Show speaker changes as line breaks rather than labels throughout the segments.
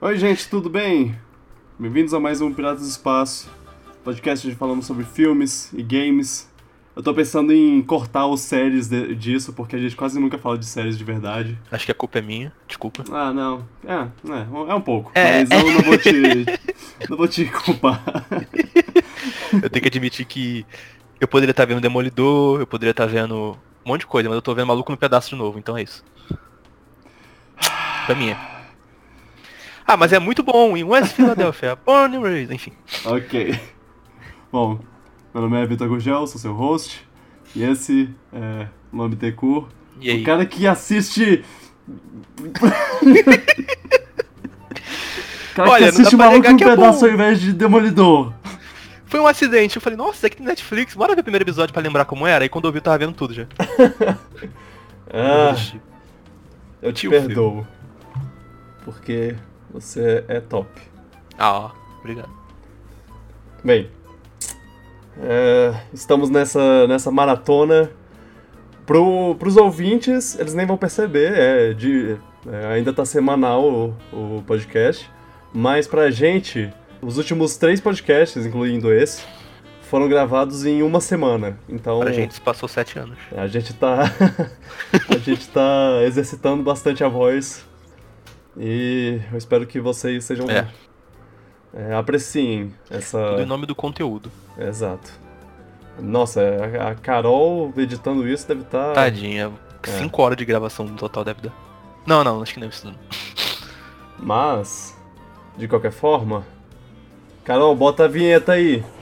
Oi, gente, tudo bem? Bem-vindos a mais um Piratas do Espaço, podcast onde falamos sobre filmes e games. Eu tô pensando em cortar os séries de- disso, porque a gente quase nunca fala de séries de verdade.
Acho que a culpa é minha, desculpa.
Ah, não. É, é, é um pouco.
É.
Mas eu não vou te. não vou te culpar.
Eu tenho que admitir que eu poderia estar vendo Demolidor, eu poderia estar vendo um monte de coisa, mas eu tô vendo Maluco no Pedaço de novo, então é isso. Pra mim é. Ah, mas é muito bom, em West Philadelphia, born and raised, enfim.
ok. Bom, meu nome é Vitor Gugel, sou seu host. E esse é o nome Decur.
E
O
aí?
cara que assiste. O cara
Olha,
que
não
assiste
dá pra
maluco
negar
no
que é
pedaço
bom.
ao invés de demolidor.
Foi um acidente, eu falei, nossa, isso aqui tem Netflix, bora ver o primeiro episódio pra lembrar como era, e quando eu vi eu tava vendo tudo já.
Ah, eu te
tio
perdoo. Porque você é top.
Ah, ó, obrigado.
Bem, é, estamos nessa, nessa maratona. Pro, pros ouvintes, eles nem vão perceber, é, de, é, ainda tá semanal o, o podcast. Mas pra gente, os últimos três podcasts, incluindo esse, foram gravados em uma semana. Então,
Pra gente, isso passou sete anos.
A gente tá. a gente tá exercitando bastante a voz. E eu espero que vocês sejam.
É.
é, apreciem essa.
Tudo em nome do conteúdo.
Exato. Nossa, a- a Carol editando isso deve tá estar. Ah.
Tadinha,
É.
cinco horas de gravação no total deve dar. Não, não, acho que não é isso não.
Mas, de qualquer forma. Carol, bota a vinheta aí.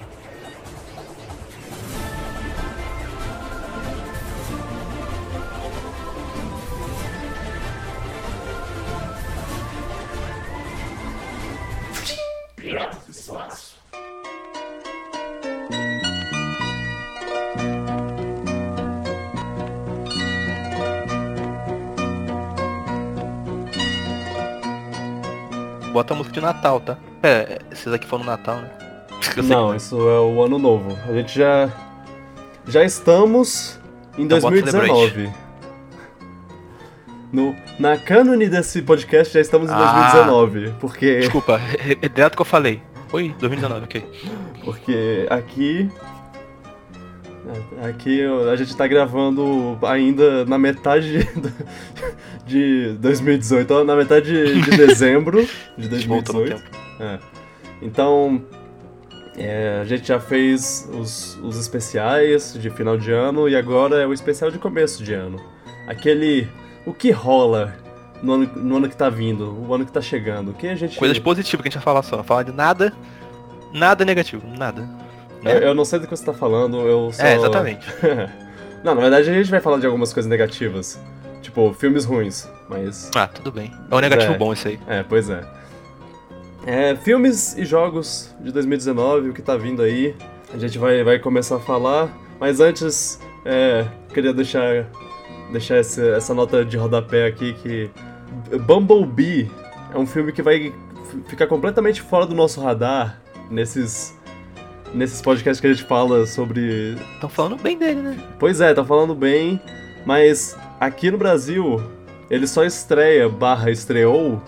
Bota a música de Natal, tá? Pera, esses aqui foram Natal, né? Eu sei
Não,
que-
isso é o ano novo. A gente já. Já estamos em
Então bota
2019. No, na cânone desse podcast já estamos em
Ah.
2019. Porque,
Desculpa, é é direto que eu falei. Oi, 2019, ok.
porque aqui. Aqui a gente tá gravando ainda na metade de, de 2018, ó, na metade de, de dezembro de
A gente voltou no
2018.
tempo.
É. Então, é, a gente já fez os, os especiais de final de ano e agora é o especial de começo de ano. Aquele. O que rola no ano, no ano que tá vindo, o ano que tá chegando? O que a gente.
Coisas positivas que a gente vai falar só. Não falar de nada, nada negativo, nada. Né?
eu, eu não sei do que você tá falando, eu só.
É, exatamente.
não, na verdade a gente vai falar de algumas coisas negativas. Tipo, filmes ruins, mas.
Ah, tudo bem. É um negativo
É.
bom isso aí.
É, pois é. É, Filmes e jogos de 2019, o que tá vindo aí. A gente vai, vai começar a falar, mas antes, é, queria deixar, deixar esse- essa nota de rodapé aqui que Bumblebee é um filme que vai f- ficar completamente fora do nosso radar nesses, nesses podcasts que a gente fala sobre
Estão falando bem dele, né?
Pois é, tá falando bem, mas aqui no Brasil ele só estreia barra estreou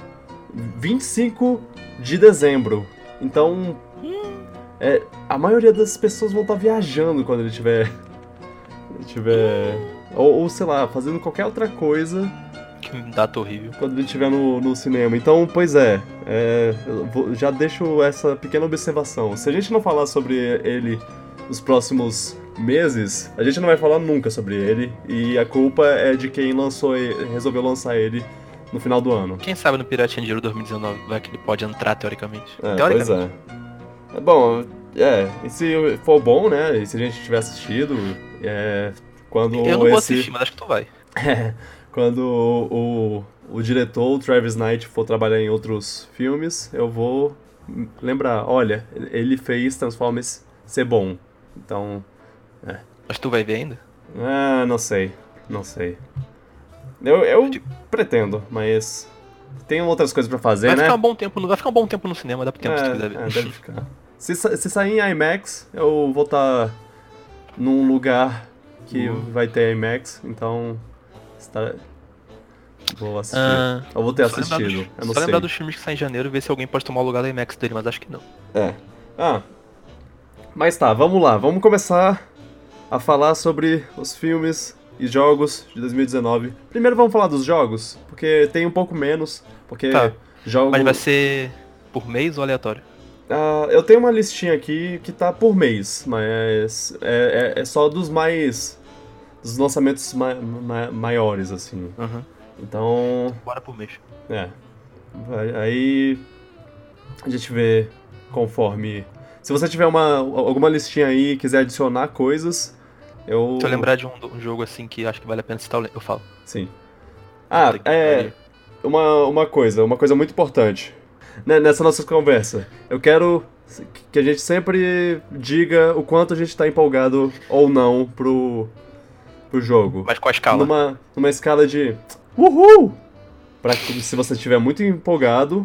25 de dezembro. Então é, a maioria das pessoas vão estar viajando quando ele tiver. Ele tiver. Ou, ou, sei lá, fazendo qualquer outra coisa
Que data horrível.
quando ele estiver no, no cinema. Então, pois é, é, eu vou- já deixo essa pequena observação. Se a gente não falar sobre ele nos próximos meses, a gente não vai falar nunca sobre ele. E a culpa é de quem lançou, e- resolveu lançar ele no final do ano.
Quem sabe no Piratinha de Ouro 2019 vai que ele pode entrar teoricamente.
É, pois
teoricamente.
é. É, Bom, é, e se for bom, né? E se a gente tiver assistido, é, quando
Eu não vou
esse-
assistir, mas acho que tu vai.
Quando o, o, o diretor, o Travis Knight, for trabalhar em outros filmes, eu vou lembrar, olha, ele fez Transformers ser bom. Então,
Acho que tu vai ver ainda.
ah, não sei, não sei. Eu, eu
Tipo
pretendo, mas tem outras coisas pra fazer,
Vai
né?
ficar um bom tempo, no- vai ficar um bom tempo no cinema, dá pro tempo se tu quiser
é, é,
ver.
deve ficar. Se, sa- se sair em IMAX, eu vou tá estar num lugar que vai ter IMAX, então estar- Vou assistir. eu vou ter
Ah, só lembrar
assistido.
dos-
eu não
só
sei.
lembrar dos filmes que saem em janeiro e ver se alguém pode tomar o lugar da IMAX dele, mas acho que não.
É. Ah. Mas tá, vamos lá. Vamos começar a falar sobre os filmes e jogos de 2019. Primeiro vamos falar dos jogos, porque tem um pouco menos, porque
Tá.
jogos.
Mas vai ser por mês ou aleatório?
Ah, eu tenho uma listinha aqui que tá por mês, mas é, é- é só dos mais. dos lançamentos ma- ma- maiores, assim.
Uhum.
Então.
Bora por mês.
É. Vai- Aí a gente vê conforme. Se você tiver uma, alguma listinha aí e quiser adicionar coisas, eu.
Se eu lembrar de um, um jogo assim que acho que vale a pena citar, eu lem- eu falo.
Sim. Ah,
Puta que
é.
pariu.
Uma, uma coisa, uma coisa muito importante. né, Nessa nossa conversa. Eu quero que a gente sempre diga o quanto a gente tá empolgado ou não pro, pro jogo.
Mas com a escala.
Numa, numa escala de. Uhul! Pra que, se você estiver muito empolgado.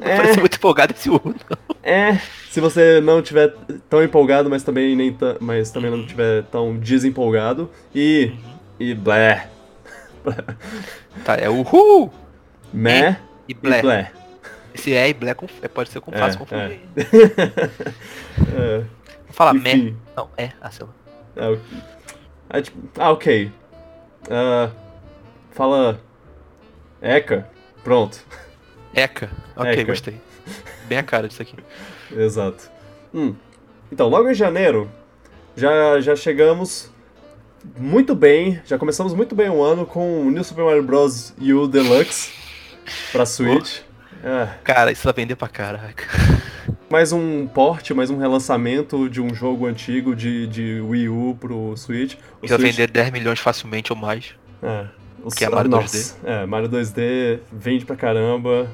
Parece
é,
muito empolgado esse urno.
é. Se você não estiver tão empolgado, mas também, nem ta- mas também não estiver tão desempolgado. E. E blé.
Tá, é uhul!
Mé
E
né? e
blé.
blé.
Esse é e blé conf- é, pode ser com
É,
fácil
é.
confundir.
É,
Não fala meh.
enfim.
Não, é. Ah, sei lá.
É, o- é tipo- ah, ok. Ah, fala. Eca. Pronto.
Eca. Ok,
Eca.
gostei. Bem a cara disso aqui.
Exato. Hum. Então, logo em janeiro, já, já chegamos muito bem, já começamos muito bem o ano com o New Super Mario Bros. U Deluxe pra Switch. É,
Cara, isso vai vender pra caraca.
mais um porte, mais um relançamento de um jogo antigo de, de Wii U pro Switch. O
Isso vai
Switch-
vender 10 milhões facilmente ou mais.
É. O
Que é
Su-
Mario
nossa, É, Mario 2D vende pra caramba.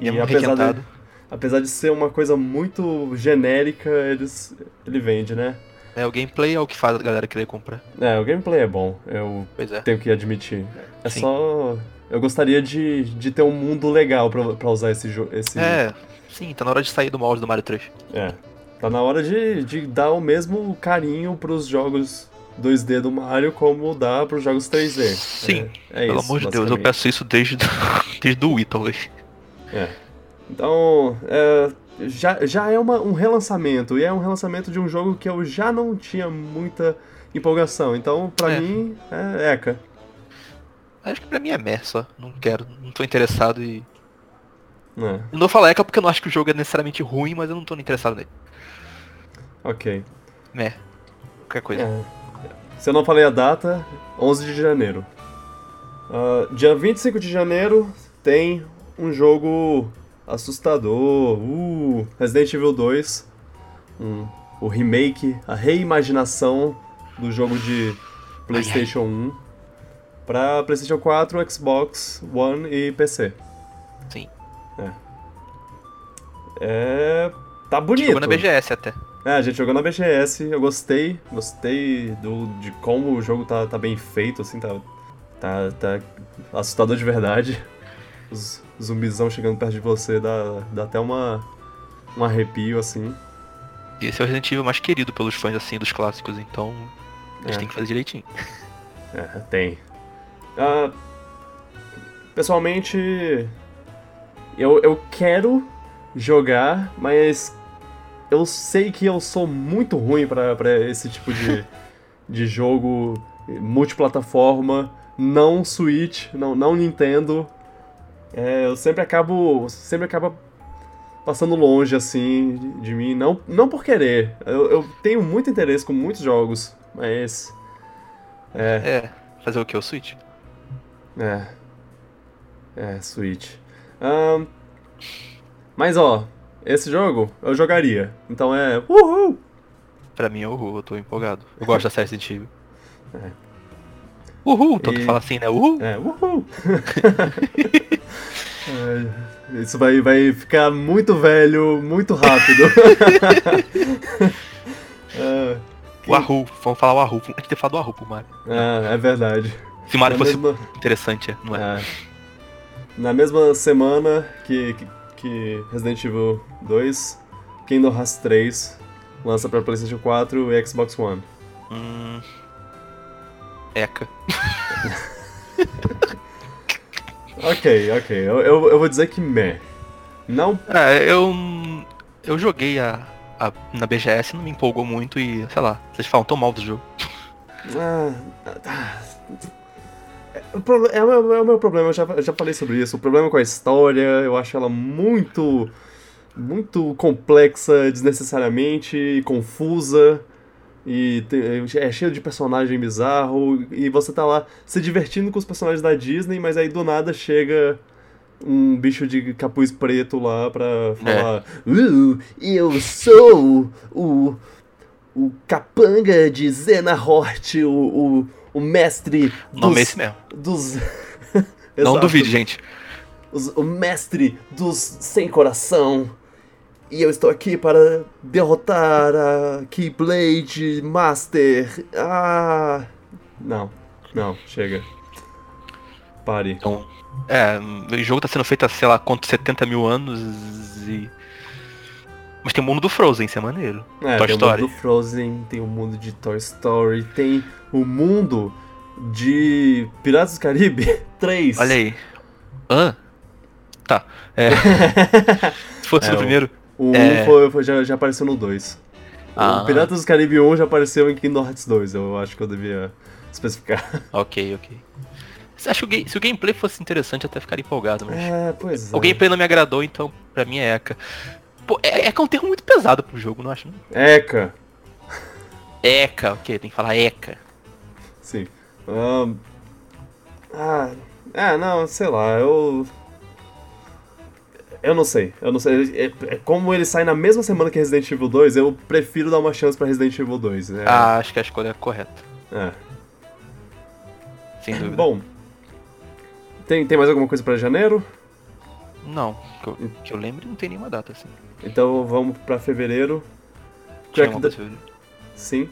E, é muito
apesar de,
requentado.
apesar de ser uma coisa muito genérica, eles, ele vende, né?
É, o gameplay é o que faz a galera querer comprar.
É, o gameplay é bom, eu
Pois é.
tenho que admitir. É
Sim.
só. Eu gostaria de, de ter um mundo legal pra, pra usar esse jogo. Esse...
É, sim, tá na hora de sair do molde do Mario 3.
É. Tá na hora de, de dar o mesmo carinho pros jogos 2D do Mario como dá pros jogos 3D.
Sim,
É, é
Pelo
isso,
amor de Deus, eu
basicamente.
peço isso desde, desde o Wii, talvez.
Então, é, já, já é uma- um relançamento, e é um relançamento de um jogo que eu já não tinha muita empolgação. Então, pra
É.
mim, é ECA.
Acho que pra mim é mer só. Não quero, não tô interessado e.
É,
Eu não vou falar Eca porque eu não acho que o jogo é necessariamente ruim, mas eu não tô interessado nele.
ok.
Mer. Qualquer coisa.
É. Se eu não falei a data, 11 de janeiro. Ah, dia 25 de janeiro tem um jogo assustador, uh, Resident Evil 2, um- o remake, a reimaginação do jogo de PlayStation 1 para PlayStation 4, Xbox One e PC.
Sim.
É. É, tá bonito.
Jogou na BGS até.
É, a gente jogou na BGS, eu gostei, gostei do, de como o jogo tá, tá bem feito, assim, tá, tá, tá assustador de verdade. Os zumbizão chegando perto de você dá, dá até uma, um arrepio, assim.
E esse é o Resident Evil mais querido pelos fãs assim dos clássicos, então. Eles
É.
têm que fazer direitinho.
É, tem. Ah, pessoalmente, eu, eu quero jogar, mas eu sei que eu sou muito ruim pra pra esse tipo de, de jogo multiplataforma, não Switch, não, não Nintendo. É, eu sempre acabo, sempre acaba passando longe assim de, de mim, não, não por querer. Eu, eu tenho muito interesse com muitos jogos, mas é,
É. Fazer o que? O Switch?
é. É, Switch. Ahn, mas ó, esse jogo eu jogaria. Então é. Uhul!
Pra mim é horror, eu tô empolgado. Eu gosto da série Resident Evil. Uhul!
É.
Todo
E-
mundo fala assim, né? Uhul!
É, uhul! É, isso vai, vai ficar muito velho, muito rápido. é,
O Arru, vamos falar o Arru. A gente ter falado o Arru pro Mario.
é, é verdade.
Se o Mario
Na
fosse
mesma-
interessante, é, não é?
É. Na mesma semana que, que, que Resident Evil 2, Kingdom Hearts 3 lança pra PlayStation 4 e Xbox One.
Hum. Eca.
Ok, ok. Eu, eu, eu vou dizer que meh. Não.
É, eu. Eu joguei a, a- na BGS, não me empolgou muito e, sei lá, vocês falam tão mal do jogo.
Ah, ah, é, o proble- é, o meu- é o meu problema, eu já, eu já falei sobre isso. O problema com a história, eu acho ela muito. muito complexa, desnecessariamente, e confusa. E tem- é cheio de personagem bizarro. E você tá lá se divertindo com os personagens da Disney, mas aí do nada chega um bicho de capuz preto lá pra falar: "Uh, Eu sou o. o capanga de Zena Hort, o, o, o mestre
O nome é
dos.
esse mesmo.
dos...
Não
Exato.
duvide, gente.
Os- o mestre dos sem coração. E eu estou aqui para derrotar a Keyblade Master. Ah. Não, não, chega. Pare.
Então, é, o jogo tá sendo feito há, sei lá, quanto, 70 mil anos e. Mas tem o mundo do Frozen, isso é maneiro.
É,
Toy
tem
Story.
o mundo do Frozen, tem o mundo de Toy Story, tem o mundo de Piratas do Caribe 3.
Olha aí. Hã? Tá. É. Se fosse
É,
no
o-
primeiro.
O 1
É.
foi, foi- já, já apareceu no 2.
Ah.
O Piratas do Caribe 1 já apareceu em Kingdom Hearts 2, eu acho que eu devia especificar.
Ok, ok. Você acha que o ga- se o gameplay fosse interessante, eu até ficaria empolgado, mas.
É, pois é.
O gameplay não me agradou, então pra mim é ECA. Pô, é- ECA é um termo muito pesado pro jogo, não acho? não?
Eca.
ECA, ok, tem que falar ECA.
Sim. Ahn, Ah, ah, não, sei lá, eu. Eu não sei, eu não sei. É- é- Como ele sai na mesma semana que Resident Evil 2, eu prefiro dar uma chance pra Resident Evil 2. né?
Ah, acho que a escolha é correta.
É.
Sem dúvida.
Bom. Tem, tem mais alguma coisa pra janeiro?
Não, que eu, que eu lembro não tem nenhuma data assim.
Então vamos pra fevereiro.
Tinha
Crack
uma né?
the-
data, eu-
Sim.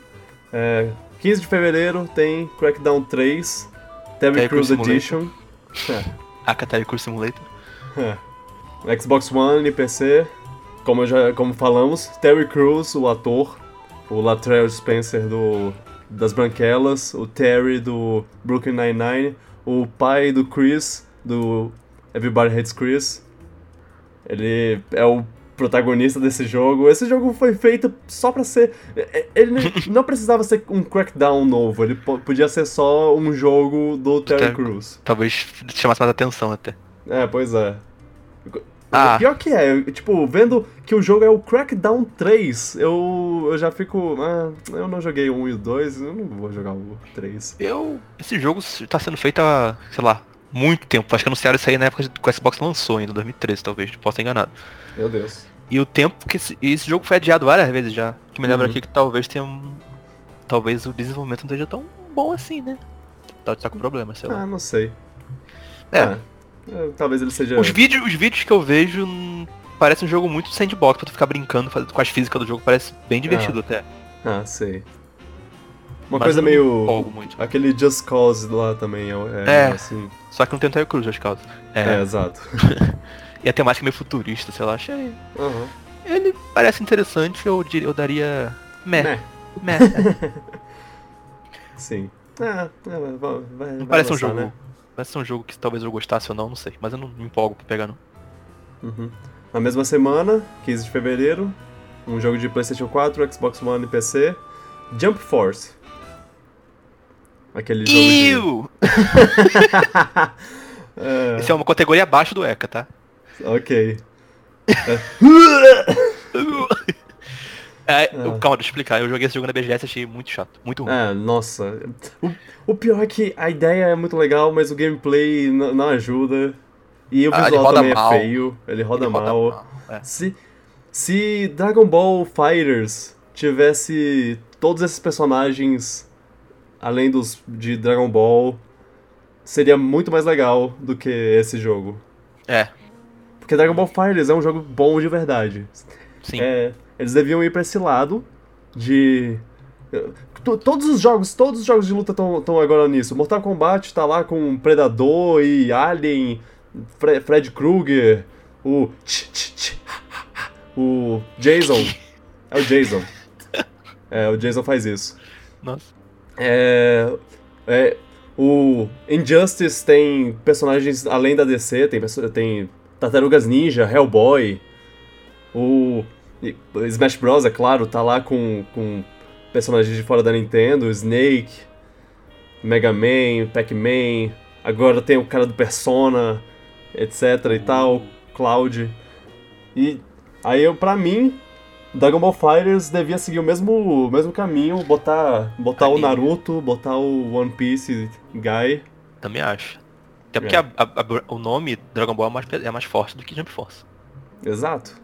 É, 15 de fevereiro tem Crackdown 3, Terry
Terry Crews
Crews
Simulator.
Edition.
A Atari Curse Simulator.
É. Xbox One e PC, como, eu já, como falamos, Terry Crews, o ator, o Latrell Spencer do das Branquelas, o Terry do Brooklyn Nine-Nine, o pai do Chris, do Everybody Hates Chris. Ele é o protagonista desse jogo. Esse jogo foi feito só pra ser... é- é- Ele não- não precisava ser um Crackdown novo, ele po- podia ser só um jogo do Terry
Terry
Crews.
Talvez chamasse mais atenção até.
É, pois é.
Ah.
Pior que é, eu, tipo, vendo que o jogo é o Crackdown 3, eu, eu já fico. Ah, eu não joguei o 1 e o 2, eu não vou jogar o 3.
Eu. Esse jogo tá sendo feito há, sei lá, muito tempo. Acho que anunciaram isso aí na época que o Xbox lançou ainda, 2013, talvez, posso estar enganado.
Meu Deus.
E o tempo que esse, e esse jogo foi adiado várias vezes já. O Que me lembra
Uhum.
aqui que talvez tenha um. Talvez o desenvolvimento não esteja tão bom assim, né? Tá, tá com problema, sei lá.
Ah, não sei.
É.
Ah, é, talvez ele seja.
Os vídeos, os vídeos que eu vejo hum, parece um jogo muito sandbox pra tu ficar brincando faz- com as físicas do jogo, parece bem divertido até.
Ah, sei. Uma
Mas
coisa
eu não
meio.
Empolgo muito.
Aquele Just Cause lá também é. É,
É.
assim.
Só que não tem o Terry Crews, acho que é o caso.
É,
É,
exato.
E a temática é meio futurista, sei lá, achei.
Aham.
Ele parece interessante, eu, diria, eu daria. Meh,
Meh.
meh.
Né, Sim. Ah, é, vai, vai, vai
Não parece um
lançar,
jogo.
né?
Parece um jogo que talvez eu gostasse ou não, não sei. Mas eu não me empolgo pra pegar, não.
Uhum. Na mesma semana, 15 de fevereiro, um jogo de PlayStation 4, Xbox One e PC, Jump Force. Aquele jogo.
Iu!
De... É,
Isso é uma categoria abaixo do ECA, tá?
ok.
É, eu- calma, deixa eu explicar. Eu joguei esse jogo na BGS e achei muito chato, muito ruim.
É, nossa. O, o pior é que a ideia é muito legal, mas o gameplay n- não ajuda. E o
Ah, ele
visual
roda
também
mal.
é feio, ele roda
Ele roda
mal.
É.
Se, se Dragon Ball Fighters tivesse todos esses personagens além dos de Dragon Ball, seria muito mais legal do que esse jogo.
É,
Porque Dragon Ball Fighters é um jogo bom de verdade.
sim.
É, eles deviam ir pra esse lado de. To- Todos os jogos, todos os jogos de luta estão agora nisso. Mortal Kombat tá lá com Predador e Alien, Fre- Fred Krueger, o. tch, tch, tch, o Jason. É o Jason. É, o Jason faz isso.
Nossa.
É, é, o- O Injustice tem personagens além da DC, tem, perso- tem Tartarugas Ninja, Hellboy, o e- Smash Bros, é claro, tá lá com, com personagens de fora da Nintendo, Snake, Mega Man, Pac-Man, agora tem o cara do Persona, etc e tal, Cloud. E aí eu, pra mim, Dragon Ball Fighters devia seguir o mesmo, o mesmo caminho, botar, botar o
Anime.
Naruto, botar o One Piece Guy.
Também acho. Até porque
É.
a- a- a- o nome Dragon Ball é mais, pe- é mais forte do que Jump Force.
Exato.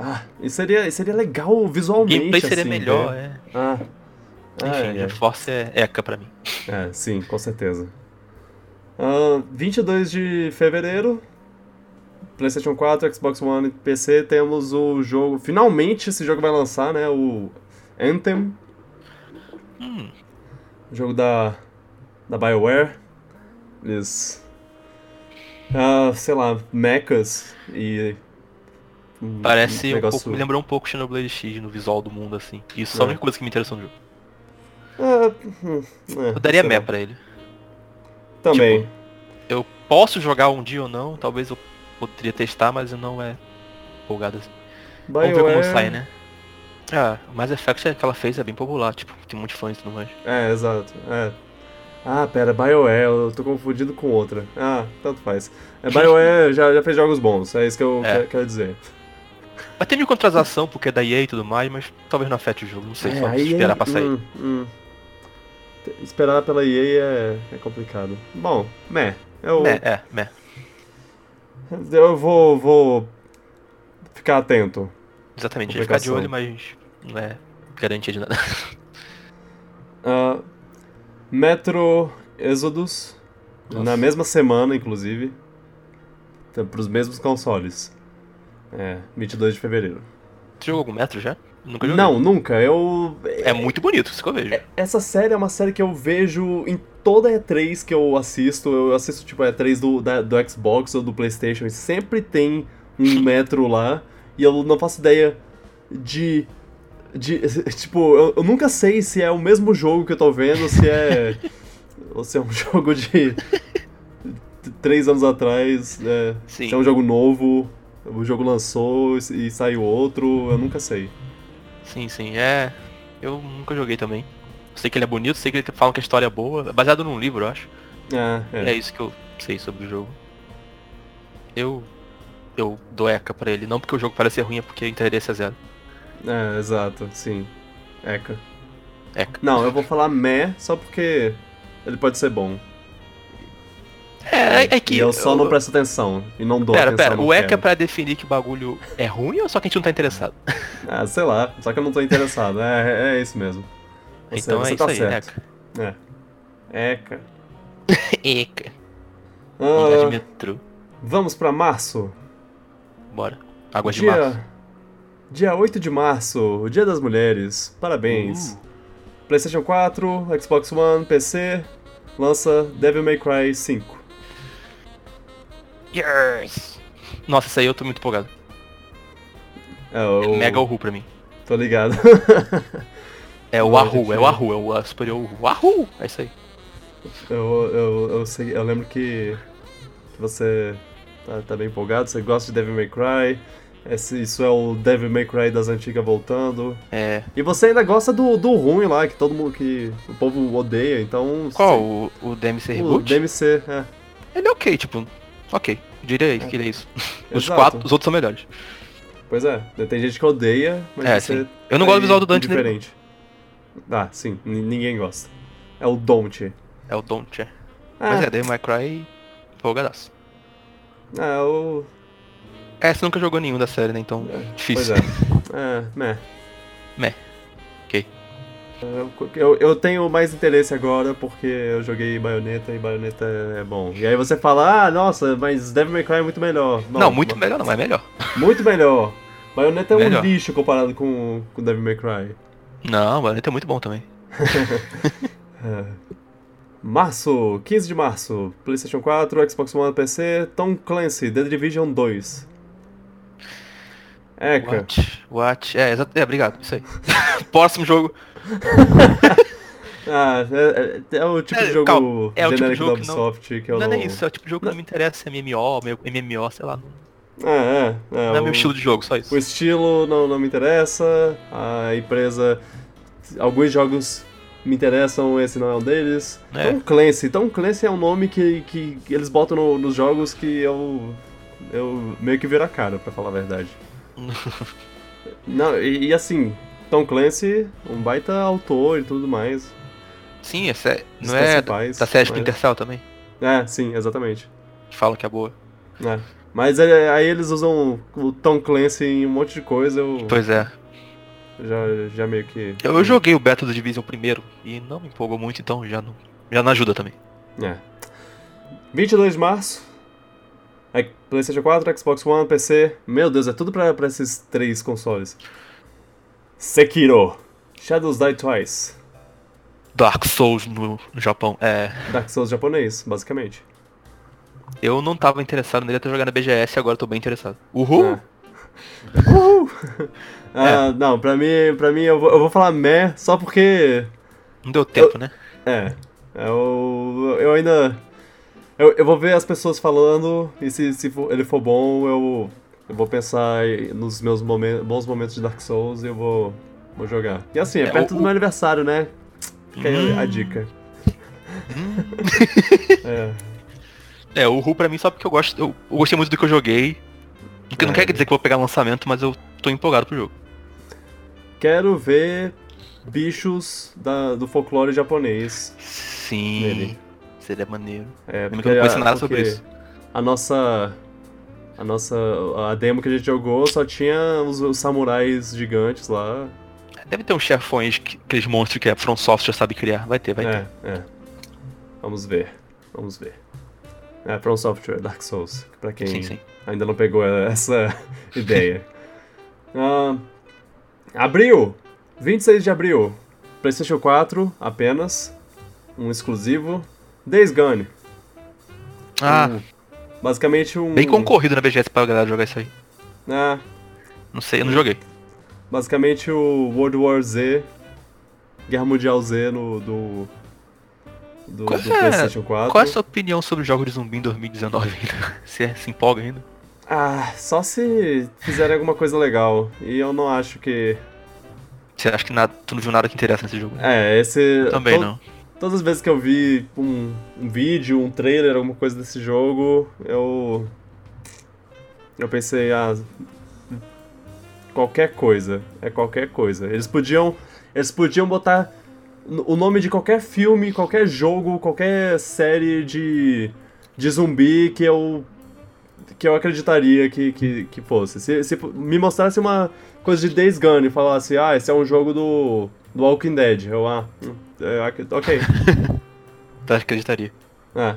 Ah, e seria, e seria legal
O
visualmente.
gameplay seria
assim,
melhor,
né?
é.
Ah. Ah,
Enfim,
é.
Jump Force é ECA pra mim.
É, sim, com certeza. Ah, 22 de fevereiro, PlayStation 4, Xbox One e PC, temos o jogo. Finalmente esse jogo vai lançar, né? O Anthem,
Hum,
jogo da, da BioWare. Eles. ah, sei lá, mechas e. um
parece um
negócio-
pouco, me lembrou um pouco Xenoblade X no visual do mundo, assim. Isso só
É.
a única coisa que me interessou no jogo.
Ah, hum, é,
Eu daria
sei lá.
mé pra ele.
Também.
Eu posso jogar um dia ou não, talvez eu poderia testar, mas eu não é empolgado assim. Vamos ver como
BioWare-
sai, né? Ah, o Mass Effect que ela fez é bem popular, tipo, tem muitos fãs e tudo mais.
É, exato. É. Ah, pera, BioWare, eu tô confundido com outra. Ah, tanto faz. É, BioWare já, já fez jogos bons, é isso que eu
É.
que- quero dizer.
Mas tem mil contratação, porque é da EA e tudo mais, mas talvez não afete o jogo, não sei,
É,
só
a EA
esperar pra sair.
hum, hum. Te- Esperar pela EA é, é complicado. Bom, meh. Eu,
Meh, é, meh.
eu vou, vou ficar atento.
Exatamente, ia ficar de
Complicação.
olho, mas não é garantia de nada.
Ah, Metro Exodus, na
Nossa.
mesma semana, inclusive, para os mesmos consoles. É, 22 de fevereiro.
Tu jogou algum metro já? Nunca joguei.
Não, nunca. Eu.
É muito bonito, isso que eu vejo.
Essa série é uma série que eu vejo em toda E3 que eu assisto. Eu assisto, tipo, a E3 do, da- do Xbox ou do PlayStation. E sempre tem um metro lá. E eu não faço ideia de. de tipo, eu, eu nunca sei se é o mesmo jogo que eu tô vendo, se é. ou se é um jogo de. de três anos atrás. né?
Sim.
Se é um jogo novo. O jogo lançou e e saiu outro. Eu nunca sei.
Sim, sim, é. Eu nunca joguei também. Sei que ele é bonito, sei que ele falam que a história é boa, é baseado num livro, eu acho.
Ah, é.
É. isso que eu sei sobre o jogo. Eu. Eu dou eca pra ele, não porque o jogo parece ser ruim, é porque o interesse é zero.
É, exato, sim. Eca.
Eca.
Não, eu vou falar meh só porque ele pode ser bom.
É, é, é que.
E eu só não presto atenção e não dou
Pera,
atenção.
pera,
no
o eca
que
é pra definir que o bagulho é ruim ou só que a gente não tá interessado?
é. Ah, sei lá, só que eu não tô interessado. É, é isso mesmo. Você,
então
você
é
tá
isso aí,
certo. Eca.
eca. Eca. Andar de
Ah,
metrô.
vamos pra março.
Bora. Águas de
dia...
março.
Dia 8 de março, o Dia das Mulheres. Parabéns.
Uh.
PlayStation 4, Xbox One, PC, lança Devil May Cry 5.
Yes! Nossa, isso aí eu tô muito empolgado.
É, o...
Mega Uhu pra mim.
Tô ligado.
É o
Boa,
Ahu,
gente.
é o Ahu, é o a superior Uhu. Ahu! É isso aí.
Eu, eu, eu, sei- eu lembro que que você tá, tá bem empolgado, você gosta de Devil May Cry, esse- isso é o Devil May Cry das antigas voltando.
É.
E você ainda gosta do, do ruim lá, que todo mundo que o povo odeia, então.
Qual? O, o DMC
O, o
Reboot?
DMC, é.
Ele é ok, tipo. Ok. Diria aí que ele é isso. Os
Exato.
quatro, os outros são melhores.
Pois é, tem gente que odeia, mas
É,
você
sim. Eu não gosto do visual do Dante dele.
diferente. Ah, sim, n- ninguém gosta. É o Don't.
É o Don't, é.
Ah,
Mas é, Devil May Cry, empolgadaço.
é o.
É, você nunca jogou nenhum da série, né? Então,
É, Pois
difícil.
é. É, meh. É,
Meh. Ok.
Eu, eu tenho mais interesse agora porque eu joguei baioneta e baioneta é bom. E aí você fala, ah, nossa, mas Devil May Cry é muito melhor.
Não, muito melhor não, mas é melhor.
Muito melhor. Baioneta é um
Melhor.
lixo comparado com, com Devil May Cry.
Não, mano, é muito bom também.
É. Março, 15 de março, PlayStation 4, Xbox One, PC, Tom Clancy, The Division 2. Eca,
What? What? É, exato. É, obrigado. Isso aí. Próximo jogo.
Ah, é, é- é o tipo
É,
de jogo
calma, é o tipo de
genérico
jogo
da
que não-
Ubisoft que, eu
Não,
não...
é isso, é o tipo de jogo que não me interessa, MMO, meu- MMO, sei lá. Não
É, é. é,
é
o-
meu estilo de jogo, só isso.
O estilo não, não me interessa, a empresa. Alguns jogos me interessam, esse não é um deles.
É.
Tom Clancy. Tom Clancy é um nome que, que eles botam no- nos jogos que eu. Eu meio que viro a cara, pra falar a verdade. não, e, e assim, Tom Clancy, um baita autor e tudo mais.
Sim, essa é,
dos
não é da,
principais,
da série do
mas-
Intercell também,
É, sim, exatamente.
que falam que é boa.
É. Mas é, aí eles usam o Tom Clancy em um monte de coisa, eu
Pois é.
já, já meio que.
Eu, eu joguei o Battle do Division primeiro e não me empolgou muito, então já não, já não ajuda também.
É. 22 de março. É PlayStation 4, Xbox One, PC. Meu Deus, é tudo pra, pra esses três consoles. Sekiro. Shadows Die Twice.
Dark Souls no, no Japão. É,
Dark Souls japonês, basicamente.
eu não tava interessado nele até jogar na BGS, agora eu tô bem interessado. Uhul!
É. Uhul! Ah, Não, pra mim, pra mim eu, vou, eu vou falar meh só porque
Não deu tempo, né?
É. Eu, eu ainda. Eu, eu vou ver as pessoas falando e se, se for- ele for bom, eu, eu vou pensar em- nos meus momen- bons momentos de Dark Souls e eu vou, vou jogar. E assim, é
É,
perto
o- Hum.
do meu aniversário, né? Fica aí a dica. é,
É, o Ru pra mim só porque eu gosto. Eu, eu gostei muito do que eu joguei. O que não
É.
quer dizer que eu vou pegar lançamento, mas eu tô empolgado pro jogo.
quero ver bichos da- do folclore japonês.
Sim.
Nele.
Seria maneiro.
É,
Lembra que eu não
a-
conheço nada sobre
porque
isso.
A nossa. A nossa. A demo que a gente jogou só tinha os- os samurais gigantes lá.
Deve ter uns chefões, que- aqueles monstros que a From Software sabe criar. Vai ter, vai ter.
É, é. Vamos ver. Vamos ver. É, From Software, Dark Souls, pra quem
Sim, sim.
ainda não pegou essa ideia. Ah, abril! 26 de abril. PlayStation 4 apenas. Um exclusivo. Days Gone.
Ah,
Um- basicamente um.
bem concorrido na BGS pra galera jogar isso aí.
É,
Não sei, eu não joguei.
basicamente o World War Z. Guerra Mundial Z no, do. Do,
Qual
do
é-
PlayStation 4.
Qual é a sua opinião sobre jogos de zumbi em 2019 ainda? Você se empolga ainda?
Ah, só se fizerem alguma coisa legal. E eu não acho que.
Você acha que nada, tu não viu nada que interessa nesse jogo?
É, esse.
Também
to-
não.
Todas as vezes que eu vi um, um vídeo, um trailer, alguma coisa desse jogo, eu. Eu pensei, ah. Qualquer coisa. É qualquer coisa. Eles podiam. Eles podiam botar n- o nome de qualquer filme, qualquer jogo, qualquer série de. de zumbi que eu. que eu acreditaria que, que, que fosse. Se, se me mostrasse uma coisa de Days Gone e falasse, ah, esse é um jogo do. do Walking Dead. Eu, ah. hum, é, ac- ok.
Tu Tá, acreditaria.
É.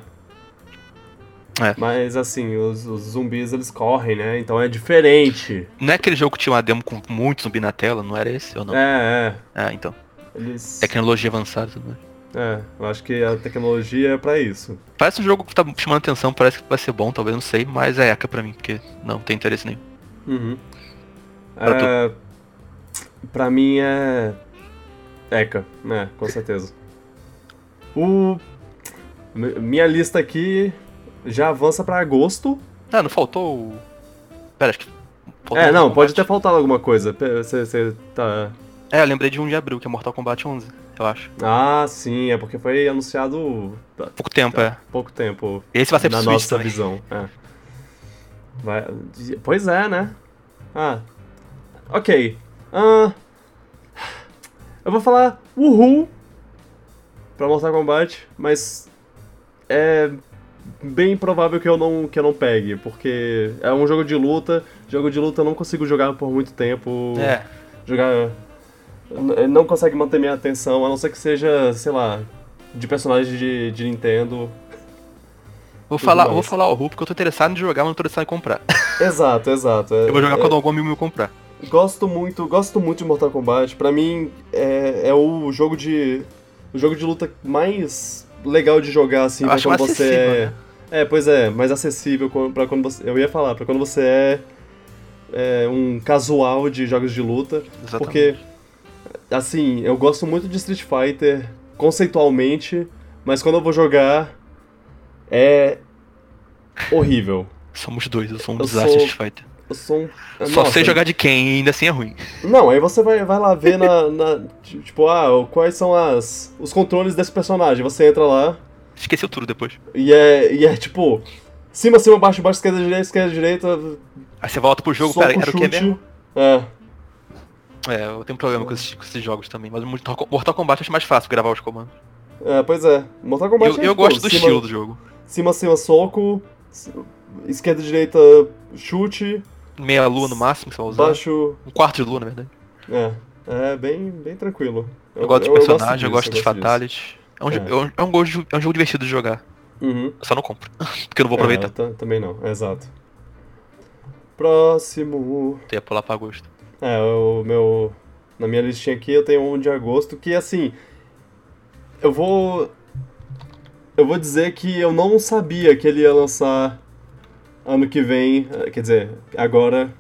É.
Mas assim, os, os zumbis eles correm, né? Então é diferente.
Não é aquele jogo que tinha uma demo com muito zumbi na tela? Não era esse ou não?
É, é.
Ah, então.
Eles.
Tecnologia avançada. né? e tudo mais.
É, eu acho que a tecnologia é pra isso.
Parece um jogo que tá chamando atenção, parece que vai ser bom, talvez, não sei, mas é ECA pra mim, porque não tem interesse nenhum.
Uhum.
Pra tu.
É, pra mim é. Eca, né? Com certeza. O. mi- Minha lista aqui já avança pra agosto.
Ah, não faltou o. Pera, acho que. faltou
é, não,
Mortal
pode ter
Kombat.
faltado alguma coisa. Pe- Você, você tá.
É, eu lembrei de um de abril, que é Mortal Kombat 11, eu acho.
Ah, sim, é porque foi anunciado há
Pouco tempo, é.
pouco tempo.
Esse vai ser pro
Tá. na
Switch
nossa
também.
visão. é. Vai- pois é, né? Ah, ok. Ahn, eu vou falar uhul pra Mortal Kombat, mas é bem provável que eu não que eu não pegue, porque é um jogo de luta. Jogo de luta eu não consigo jogar por muito tempo.
É,
Jogar n- não consegue manter minha atenção, a não ser que seja, sei lá, de personagem de, de Nintendo.
vou falar,
mais. É.
vou falar o Ru, porque eu tô interessado em jogar, mas não tô interessado em comprar.
Exato, exato.
Eu vou jogar quando algum amigo meu comprar.
Gosto muito, gosto muito de Mortal Kombat. Pra mim é, é o jogo de o jogo de luta mais legal de jogar assim,
Eu
pra
acho
quando
mais
você é,
acessível, né?
é, pois é, mais acessível co- pra quando você, eu ia falar, pra quando você é, é, um casual de jogos de luta,
Exatamente.
porque assim, eu gosto muito de Street Fighter conceitualmente, mas quando eu vou jogar é horrível.
Somos dois, eu sou um
Eu
desastre
sou-
de Street Fighter.
Eu sou um...
Só
Nossa.
sei jogar de quem e ainda assim é ruim.
Não, aí você vai, vai lá ver na, na- Tipo, ah, quais são as, os controles desse personagem. Você entra lá
Esqueceu tudo depois.
e é, e é tipo. Cima, cima, baixo, baixo, esquerda, direita, esquerda, direita.
Aí você volta pro jogo,
soco,
pera, era o que
chute.
mesmo?
É.
É, eu tenho problema com esses, com esses jogos também, mas Mortal Com- Mortal Kombat eu acho mais fácil gravar os comandos.
É, pois é. Mortal Kombat
Eu,
é,
eu
tipo,
gosto do
cima,
estilo do jogo.
Cima, cima, soco. c- Esquerda, direita, chute.
Meia lua no máximo que você vai usar.
Baixo.
Um quarto de lua, na verdade.
É. É bem, bem tranquilo.
Eu, gosto dos personagens, eu gosto,
disso,
dos fatales. É um,
É.
jo- é. um, é um gosto- é um jogo divertido de jogar.
disso. Uhum.
Eu só não compro. Porque eu não vou aproveitar.
É, ta- também não, exato. Próximo.
Eu ia pular pra agosto.
É, o meu. Na minha listinha aqui eu tenho um de agosto que assim. Eu vou. Eu vou dizer que eu não sabia que ele ia lançar ano que vem. eh, Quer dizer, agora.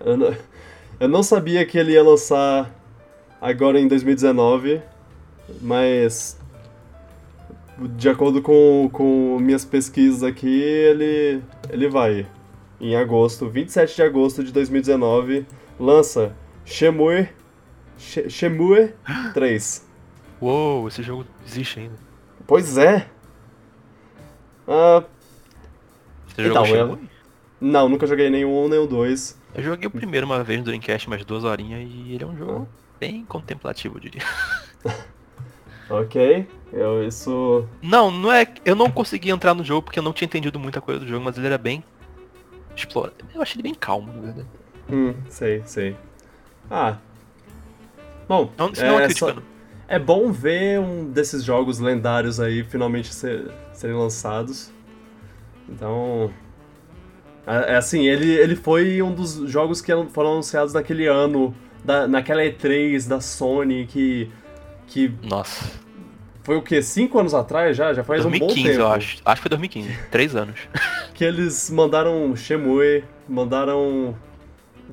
Eu não, eu não sabia que ele ia lançar agora em 2019, mas. De acordo com, com minhas pesquisas aqui, ele, ele vai. Em agosto, 27 de agosto de 2019, lança Shemue, She- Shemue 3.
Uou, esse jogo existe ainda.
Pois é. Ah,
Você
Então,
jogou
eu-
Shimui?
não, nunca joguei nenhum um nem o dois.
Eu joguei o primeiro uma vez no Dreamcast, umas duas horinhas, e ele é um jogo bem contemplativo, eu diria.
Ok, eu, isso.
Não, não é. Eu não consegui entrar no jogo porque eu não tinha entendido muita coisa do jogo, mas ele era bem. Explora. Eu achei ele bem calmo, na verdade.
Hum, sei, sei. Ah. Bom,
Não, isso não é uma crítica,
só-
não.
é bom ver um desses jogos lendários aí finalmente ser- serem lançados. Então. É é assim, ele, ele foi um dos jogos que foram anunciados naquele ano, da, naquela E3 da Sony, que. que
Nossa.
foi o quê? Cinco anos atrás já? Já faz um
2015,
bom tempo.
eu acho. Acho que foi 2015. Três anos.
Que eles mandaram Shemui, mandaram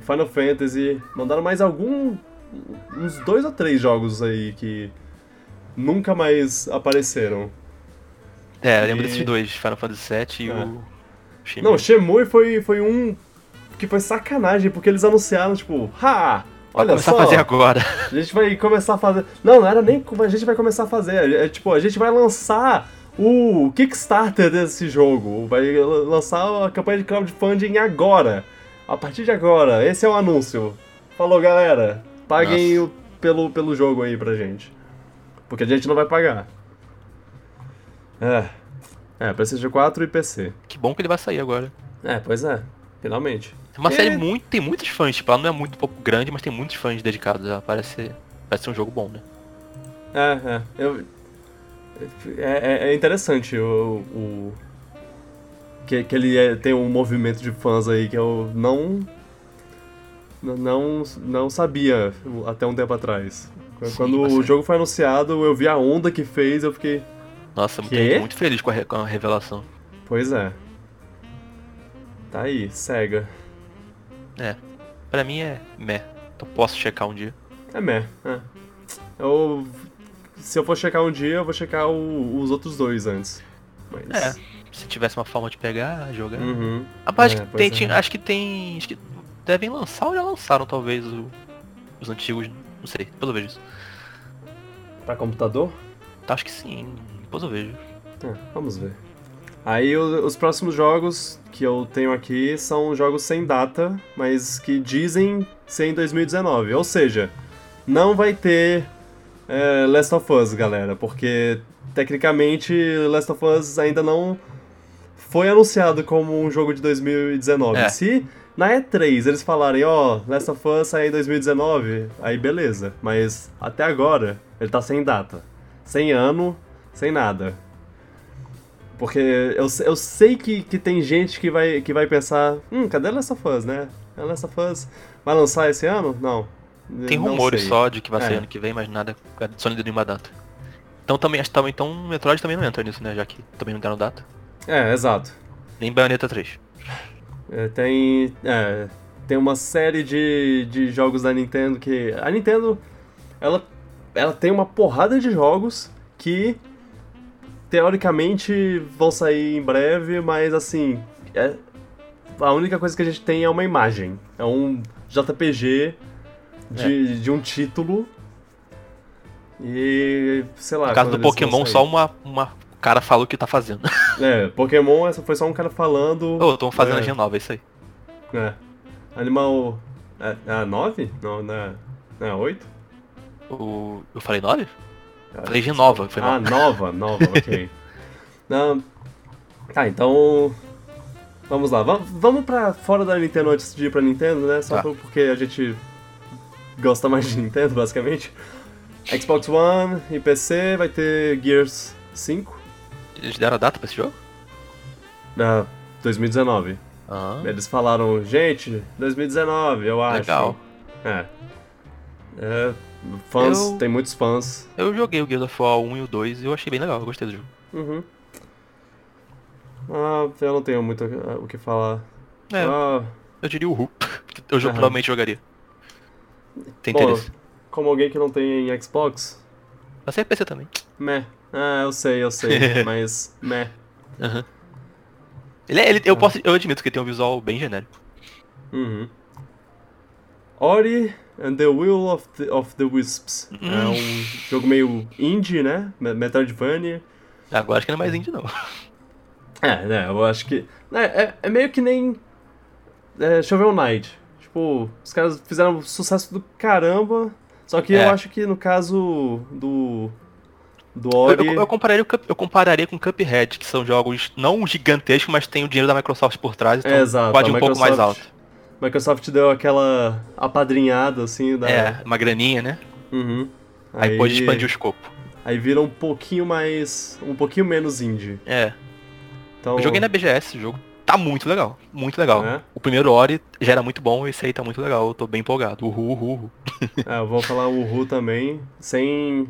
Final Fantasy, mandaram mais algum. uns dois ou três jogos aí que nunca mais apareceram.
É, eu lembro
E-
desses dois, Final Fantasy VII e
É.
o. Shin
Não,
Megami.
Shemui foi, foi um que foi sacanagem, porque eles anunciaram, tipo, ha!
Vai
Olha
começar
só,
a fazer agora.
a gente vai começar a fazer. Não, não era nem como a gente vai começar a fazer. É tipo, a gente vai lançar o Kickstarter desse jogo. Vai lan- lançar a campanha de crowdfunding agora. A partir de agora. Esse é o anúncio. Falou, galera. Paguem o, pelo, pelo jogo aí pra gente. Porque a gente não vai pagar. É. É, PS4 e PC.
Que bom que ele vai sair agora.
É, pois é. Finalmente.
É uma
É.
série muito. Tem muitos fãs, tipo, ela não é muito pouco grande, mas tem muitos fãs dedicados. Ela parece. Parece ser um jogo bom, né?
É, é. Eu- É, é- é interessante o. o- Que, que ele é- tem um movimento de fãs aí que eu não. n- Não, não sabia até um tempo atrás. Qu-
Sim,
Quando o
bastante.
jogo foi anunciado, eu vi a onda que fez, eu fiquei.
Nossa, eu
Quê?
tô muito feliz com a, re- com a revelação.
Pois é. Tá aí, cega.
Pra mim é meh. Então posso checar um dia.
É meh. É. Eu. Se eu for checar um dia, eu vou checar o- os outros dois antes. Mas.
É. Se tivesse uma forma de pegar, jogar.
Uhum.
A parte
É,
que
pois
tem,
é.
tinha- acho que tem. Acho que devem lançar ou já lançaram, talvez, o- os antigos. Não sei, depois eu vejo isso.
Pra computador?
Tá, acho que sim, depois eu vejo.
É, vamos ver. Aí o- os próximos jogos que eu tenho aqui são jogos sem data, mas que dizem ser em 2019. Ou seja, não vai ter é, Last of Us, galera, porque tecnicamente Last of Us ainda não foi anunciado como um jogo de 2019.
É.
Se na E3 eles falarem, ó, Last of Us sai em 2019, aí beleza. Mas até agora ele tá sem data, sem ano, sem nada. Porque eu, se- eu sei que, que tem gente que vai, que vai pensar, hum, cadê Last of Us, né? A Last of Us vai lançar esse ano? Não.
Tem
Não
rumores
sei.
só de que vai sair
É.
ano que vem, mas nada só não deu nenhuma data. Então também, acho que também- então o Metroid também não entra nisso, né? Já que também não deram data.
É, exato.
Nem Bayonetta 3.
É, tem. É, tem uma série de, de jogos da Nintendo que. A Nintendo, ela, ela tem uma porrada de jogos que teoricamente vão sair em breve, mas assim, é- a única coisa que a gente tem é uma imagem. É um JPG de,
É.
de um título. E sei lá.
No caso
Ah, quando
do
eles vão
Pokémon,
sair.
só um. uma, uma o cara fala o que tá fazendo.
É, Pokémon essa foi só um cara falando.
Ô, tão fazendo
É.
a gen nova, é isso aí.
É. Animal. É, é 9? Não, não é. Não é 8?
O, eu falei 9? Falei gen nova, foi
Ah,
mal.
nova, nova, ok. Não. Tá, então. Vamos lá. Va- vamos pra fora da Nintendo antes de ir pra Nintendo, né? Só
Tá.
por- porque a gente gosta mais de Nintendo, basicamente. Xbox One e PC vai ter Gears 5
Eles deram a data pra esse jogo?
na 2019.
Ah,
Eles falaram, gente, 2019, eu acho.
legal.
É. É, fãs,
Eu-
tem muitos fãs.
Eu joguei o Gears of War 1 e o 2 e eu achei bem legal, eu gostei do jogo.
Uhum. Ah, eu não tenho muito ah, o que falar.
É,
Ah,
eu diria o Ru, que eu jo-
Aham.
provavelmente jogaria. Tem
Bom,
interesse.
como alguém que não tem em Xbox,
Mas é PC também.
meh. Ah, eu sei, eu sei, mas meh.
Aham. Ele, é- ele, eu,
Ah.
posso, eu admito que ele tem um visual bem genérico.
Uhum. Ori and the Will of the, of the Wisps.
Hum.
É um jogo meio indie, né? Me- Metroidvania.
Agora acho que não é mais indie, não.
É, né, eu acho que. né, é, é meio que nem. É, Shovel Knight. Tipo, os caras fizeram um sucesso do caramba. Só que
É.
eu acho que no caso do. Do
Eu,
Ori.
eu, eu compararia, o Cup- eu compararia com Cuphead, que são jogos não gigantescos, mas tem o dinheiro da Microsoft por trás, então
É, exato,
pode
a
ir um pouco mais
Microsoft-
alto.
Microsoft deu aquela apadrinhada, assim, da.
É, uma graninha, né?
Uhum.
Aí, pode expandir o escopo.
Aí vira um pouquinho mais. Um pouquinho menos indie.
É.
Então,
Eu joguei na BGS esse jogo. Tá muito legal, muito legal.
É?
O primeiro Ori já era muito bom, esse aí tá muito legal, eu tô bem empolgado. Uhul, uhul, uhul.
É, eu vou falar o Ru também, sem.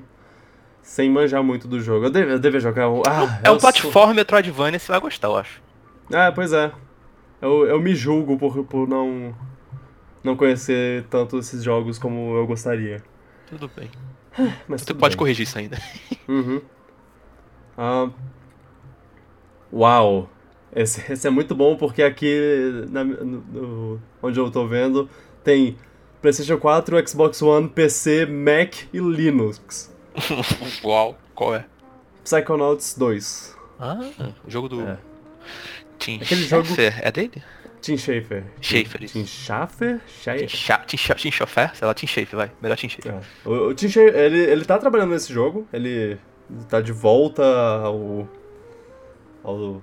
Sem manjar muito do jogo. Eu devia, eu devia jogar o. Ah,
É
eu
um
sou-
platform Metroidvania, você vai gostar, eu acho.
Ah, pois é. Eu, eu me julgo por, por não, não conhecer tanto esses jogos como eu gostaria.
Tudo bem.
Mas
Você
tudo
pode
bem.
corrigir isso ainda.
Uhum. Ah, uau! Esse, esse é muito bom porque aqui, na- no- no- onde eu tô vendo, tem PlayStation 4, Xbox One, PC, Mac e Linux.
Uau, qual é?
Psychonauts 2.
Ah, o jogo do.
É.
Tim
Aquele jogo-
Schafer, É dele?
Tim Schafer.
Schafer, isso.
Tim Schafer?
Tim
Schafer?
Scha- Tim Scha- Tim Schafer? Sei lá, Tim Schafer, vai. Melhor Tim Schafer.
É. O, o Tim Schafer, ele, ele tá trabalhando nesse jogo, ele tá de volta ao, ao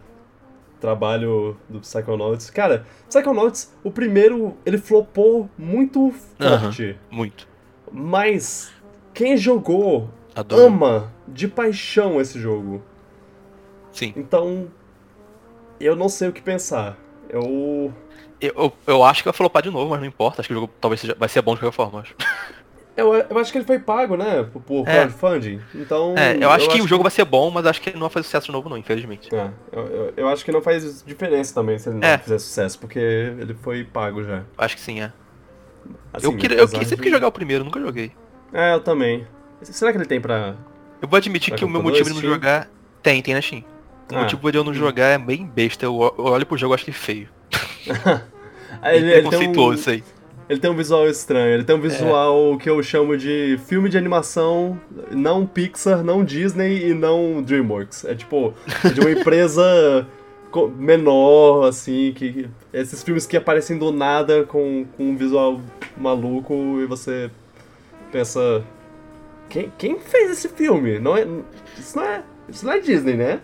trabalho do Psychonauts. Cara, Psychonauts, o primeiro, ele flopou muito forte,
Muito.
mas quem jogou
Adoro.
ama de paixão esse jogo.
Sim.
Então, eu não sei o que pensar. Eu
Eu, eu, eu acho que vai flopar de novo, mas não importa. Acho que o jogo talvez seja, vai ser bom de qualquer forma. eu Acho.
Eu, eu acho que ele foi pago, né? Por, por
É.
crowdfunding. Então.
É, eu acho que o jogo vai ser bom, mas acho que ele não vai fazer sucesso de novo, não, infelizmente.
É, eu, eu, eu acho que não faz diferença também se ele não
É.
fizer sucesso, porque ele foi pago já.
Acho que sim, é.
Assim,
eu queria, eu
apesar
queria- sempre
de-
quis jogar o primeiro, nunca joguei.
É, eu também. Será que ele tem pra.
Eu vou admitir
Vai
que o meu
comprar
motivo de
dois,
não
Steam?
jogar. Tem, tem na Steam. O
Ah.
motivo de eu não jogar é bem besta. Eu, eu olho pro jogo e acho ele feio.
Ah, ele,
Bem
ele tem
preconceituoso
um,
isso aí.
ele tem um visual estranho, ele tem um visual que eu chamo de filme de animação, não Pixar, não Disney e não Dreamworks. É tipo, é de uma empresa co- menor, assim, que. Esses filmes que aparecem do nada com, com um visual maluco e você pensa. Quem, quem fez esse filme? Não é, isso, não é, isso não é Disney, né?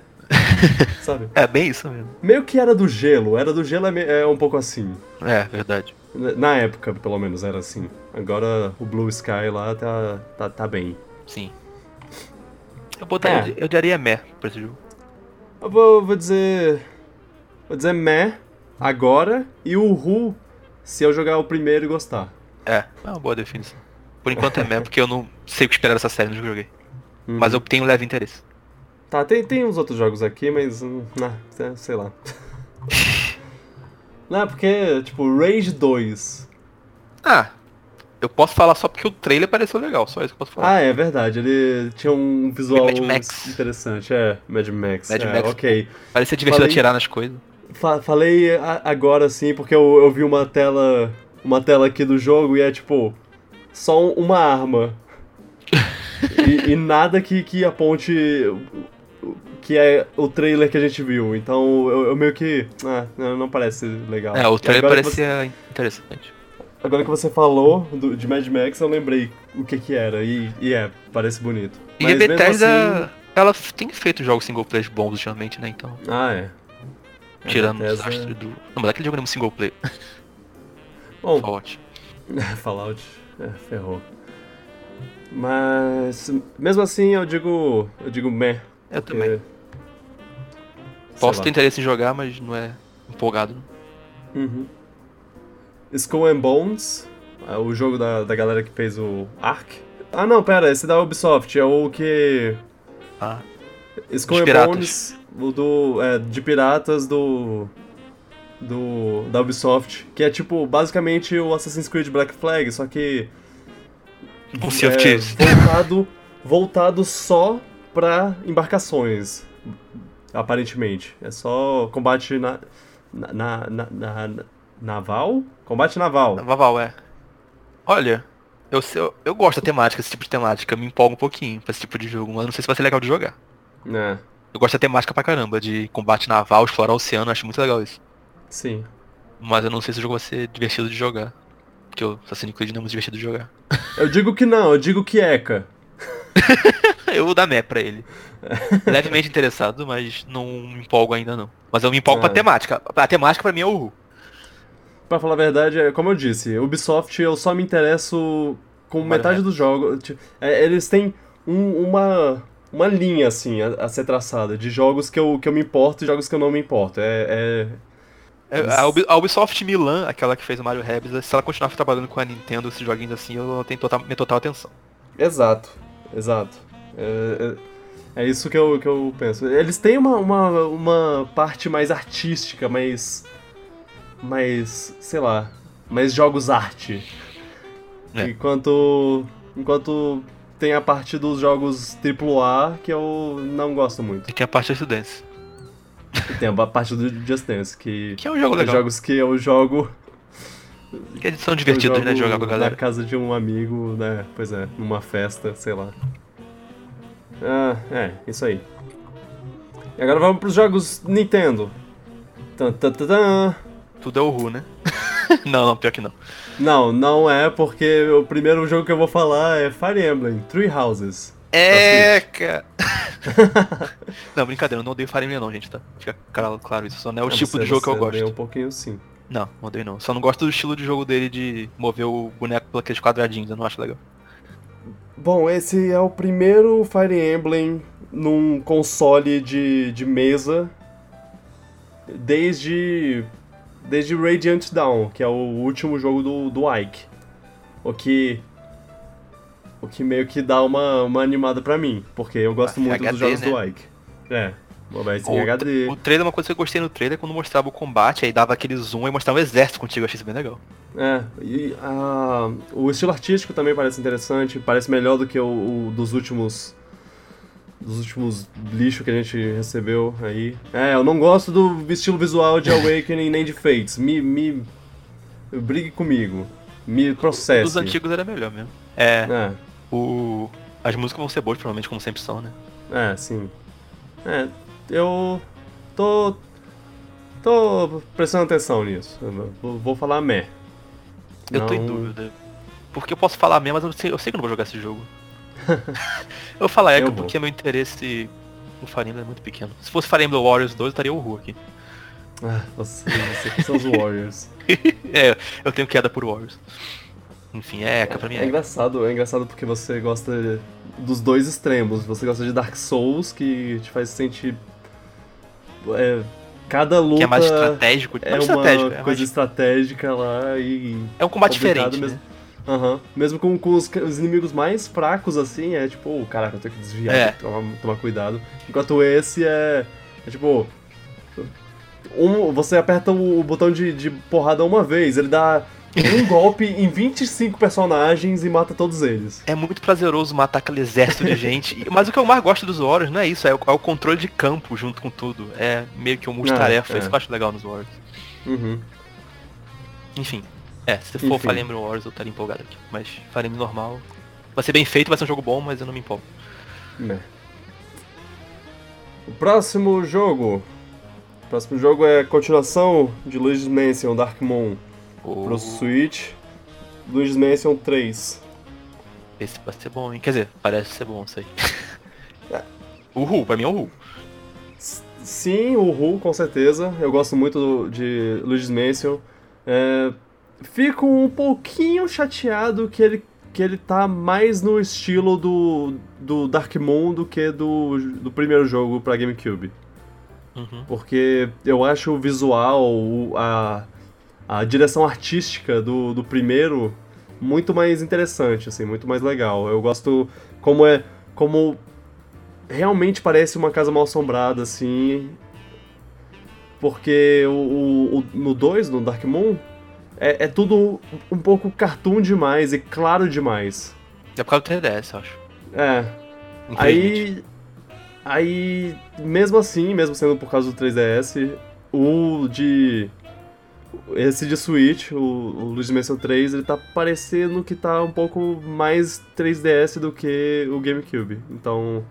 Sabe?
É bem isso mesmo.
Meio que era do gelo, era do gelo é me- é um pouco assim.
É, verdade.
Na época, pelo menos, era assim. Agora o Blue Sky lá tá, tá, tá bem.
Sim. Eu botaria.
É.
Eu daria meh pra esse jogo.
Eu vou, vou dizer. Vou dizer meh agora e o Ru se eu jogar o primeiro e gostar.
É, é uma boa definição. Por enquanto é meh, porque eu não sei o que esperar dessa série, nunca joguei.
Uhum.
Mas eu tenho leve interesse.
Tá, tem, tem uns outros jogos aqui, mas. hum, ah, é, sei lá. é Não, porque, tipo, Rage 2.
Ah, Eu posso falar só porque o trailer pareceu legal, só isso que eu posso falar.
Ah, é verdade. Ele tinha um visual
Mad Max.
interessante. É, Mad Max.
Mad
é,
Max.
Ok.
Parecia divertido
falei-
atirar nas coisas.
Fa- falei a- agora sim, porque eu, eu vi uma tela. Uma tela aqui do jogo e é tipo. Só um- uma arma. e, e nada que, que aponte. o- o- Que é o trailer que a gente viu. Então eu, eu meio que. Ah, não, não parece legal.
É, o
Ah, E
trailer
agora que
parecia interessante.
você- agora que você falou do- de Mad Max, eu lembrei o que que era. E, e é, parece bonito.
E a
mesmo
Bethesda,
assim-
ela tem feito jogos single player bons ultimamente, né? Então,
Ah, é. A
tirando o
Bethesda-
desastre do. Não, mas aquele jogo não é um single player.
Bom,
Fallout.
Fallout, é, ferrou. Mas mesmo assim eu digo. eu digo meh.
Eu
porque-
também.
é, sei
Posso
lá.
ter interesse em jogar, mas não é empolgado. não.
Uhum. Skull and Bones, é o jogo da, da galera que fez o Ark. Ah não, pera, esse da Ubisoft, é o que.
Ah,
Skull
Dos
and
piratas.
Bones o do, é, de piratas do. do. da Ubisoft. Que é tipo basicamente o Assassin's Creed Black Flag, só que
um Sea of
É,
Thieves.
voltado, voltado só pra embarcações, aparentemente. É só combate na, na, na- na- na- naval? Combate naval.
Vaval, é. Olha, eu, sei- eu, eu gosto da temática, esse tipo de temática. Me empolga um pouquinho pra esse tipo de jogo, mas não sei se vai ser legal de jogar.
É,
Eu gosto da temática pra caramba, de combate naval, explorar o oceano, acho muito legal isso.
sim.
Mas eu não sei se o jogo vai ser divertido de jogar. Porque o Assassin's Creed não é muito divertido de jogar.
Eu digo que não, eu digo que eca.
Eu vou dar meh pra ele. Levemente interessado, mas não me empolgo ainda não. Mas eu me empolgo
Ah.
pra temática. A temática pra mim é o
Pra falar a verdade, é como eu disse, Ubisoft eu só me interesso com
Vale
metade
mais.
dos jogos. Ti- é, Eles têm um- uma, uma linha, assim, a, a ser traçada, de jogos que eu, que eu me importo e jogos que eu não me importo. É- é,
É, A Ubi- a Ubisoft Milan, aquela que fez o Mario Rabbids, se ela continuar trabalhando com a Nintendo, esses joguinhos assim, eu tenho total, minha total atenção.
Exato, exato. É, é- é isso que eu, que eu penso. Eles têm uma, uma, uma parte mais artística, mais. mais. sei lá. mais jogos arte.
É.
Enquanto. enquanto tem a parte dos jogos AAA que eu não gosto muito.
E tem a parte da Dance,
E tem a parte do Just Dance, que.
que é um jogo
é
legal.
jogos que eu jogo.
Que eles são divertidos,
eu
né, de
jogo
jogar com a
Na
galera.
casa de um amigo, né? Pois é, numa festa, sei lá. Ah, é, isso aí. E agora vamos pros jogos Nintendo. Tan, tan, tan, tan.
Tudo é o Ru, né? não, não, pior que não.
Não, não é, porque o primeiro jogo que eu vou falar é Fire Emblem, Three Houses.
É, cara. não, brincadeira, eu não odeio Fire Emblem não, gente, tá? Fica claro, claro isso, só não é o
Ah,
tipo
você-
de jogo que eu
você
gosto.
odeia um pouquinho sim.
Não, não odeio não. Só não gosto do estilo de jogo dele de mover o boneco por aqueles quadradinhos, eu não acho legal.
Bom, esse é o primeiro Fire Emblem num console de, de mesa desde desde Radiant Dawn, que é o último jogo do, do Ike. O que o que meio que dá uma, uma animada pra mim, porque eu gosto
Ah,
muito dos
HD,
jogos
né?
do Ike. É, Mobile
O-
em HD.
O trailer, uma coisa que eu gostei no trailer é quando mostrava o combate, aí dava aquele zoom e mostrava o exército contigo, eu achei isso bem legal.
É, e ah, o estilo artístico também parece interessante, parece melhor do que o, o dos últimos dos últimos lixo que a gente recebeu aí. É, eu não gosto do estilo visual de Awakening nem de Fates. Me, me brigue comigo, me processe.
Dos antigos era melhor mesmo. É,
É,
o. As músicas vão ser boas, provavelmente, como sempre são, né?
é, sim. É, eu tô tô prestando atenção nisso. Eu vou- vou falar meh.
Eu tô em
Não-
dúvida. Porque eu posso falar mesmo, mas eu sei, eu sei que eu não vou jogar esse jogo. eu vou falar
Eu
Echo
vou.
porque meu interesse no Fire Emblem é muito pequeno. Se fosse Fire Emblem Warriors 2, eu estaria o Ru aqui.
Ah, vocês, vocês são os Warriors.
é, eu tenho queda por Warriors. Enfim, é Echo pra mim
É
é Echo.
engraçado, é engraçado porque você gosta dos dois extremos. Você gosta de Dark Souls, que te faz sentir. é, cada luta
Que é mais estratégico.
é
não
uma
estratégico, é,
coisa
mais-
estratégica lá e.
é um combate
complicado
diferente.
mesmo.
né?
Aham. Mesmo com, com os, os inimigos mais fracos, assim, é tipo, oh, caraca, eu tenho que desviar,
É.
tenho que tomar, tomar cuidado. Enquanto esse é. É tipo. Um, você aperta o, o botão de, de porrada uma vez, ele dá um golpe em 25 personagens e mata todos eles.
É muito prazeroso matar aquele exército de gente. E- Mas o que eu mais gosto dos Warriors não é isso, é o, é o controle de campo junto com tudo. É meio que um multitarefa,
é.
isso que eu acho legal nos Warriors.
Uhum.
Enfim. É, se for
Enfim.
Falem Warriors eu estaria empolgado aqui. Mas Falem normal. Vai ser bem feito, vai ser um jogo bom, mas eu não me empolgo.
Né. O próximo jogo. O próximo jogo é a continuação de Luigi's Mansion Dark Moon
O-
pro Switch. Luigi's Mansion 3.
Esse vai ser bom, hein? Quer dizer, parece ser bom isso aí. Uhul, pra mim é uhul.
S- Sim, o Ru, com certeza. Eu gosto muito do- de Luigi's Mansion. É, fico um pouquinho chateado que ele, que ele tá mais no estilo do, do Dark Moon do que do, do primeiro jogo pra GameCube.
Uhum.
Porque eu acho o visual, o- a, a direção artística do, do primeiro muito mais interessante, assim, muito mais legal. Eu gosto como é. como realmente parece uma casa mal assombrada, assim. Porque o, o- o- no 2, no Dark Moon, é, é tudo um pouco cartoon demais e claro demais.
É por causa do 3DS, eu acho.
É, Aí.
Infelizmente.
Aí. Mesmo assim, mesmo sendo por causa do 3DS, o de. Esse de Switch, o, o Luigi's Mansion 3, ele tá parecendo que tá um pouco mais 3DS do que o GameCube. Então.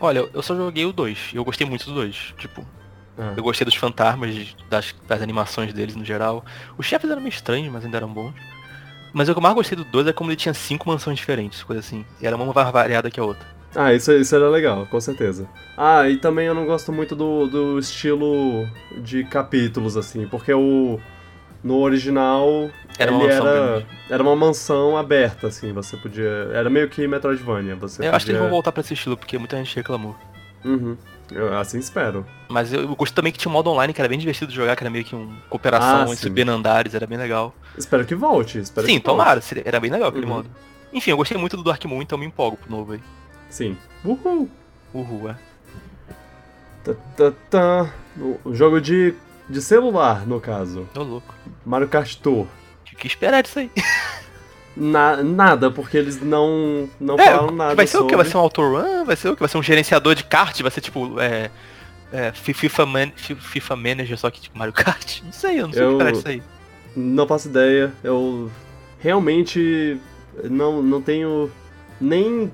Olha, eu só joguei o 2 e eu gostei muito do 2. Tipo,
ah,
eu gostei dos fantasmas, das, das animações deles no geral. Os chefes eram meio estranhos, mas ainda eram bons. Mas o que eu mais gostei do 2 é como ele tinha cinco mansões diferentes, coisa assim. E era uma mais variada que a outra.
Ah, isso, isso era legal, com certeza. Ah, e também eu não gosto muito do, do estilo de capítulos, assim, porque o. No original,
Era uma
ele
mansão
era,
grande.
era uma mansão aberta, assim, você podia. Era meio que Metroidvania. Você
Eu acho que eles vão
podia-
voltar pra esse estilo, porque muita gente reclamou.
Uhum. Eu, assim espero.
Mas eu, eu gostei também que tinha um modo online que era bem divertido de jogar, que era meio que uma cooperação
Ah,
entre
sim.
subindo andares, era bem legal.
Espero que volte. Espero
Sim,
que volte.
tomara, seria- era bem legal aquele
Uhum.
modo. Enfim, eu gostei muito do Dark Moon, então me empolgo pro novo aí.
Sim. Uhul!
Uhul, é.
Tá, tá, tá. O- O jogo de, de celular, no caso.
Tô louco.
Mario Kart Tour.
O que esperar disso aí?
Na- nada, porque eles não, não
É,
falaram nada.
vai ser o
sobre...
que? Vai ser um autorun? Vai ser o que? Vai ser um gerenciador de kart? Vai ser tipo. É, é, Fi- FIFA, Man- Fi- FIFA Manager, só que tipo Mario Kart? Não sei, eu não sei o
Eu-
que esperar disso aí.
Não faço ideia. Eu realmente não, não tenho nem,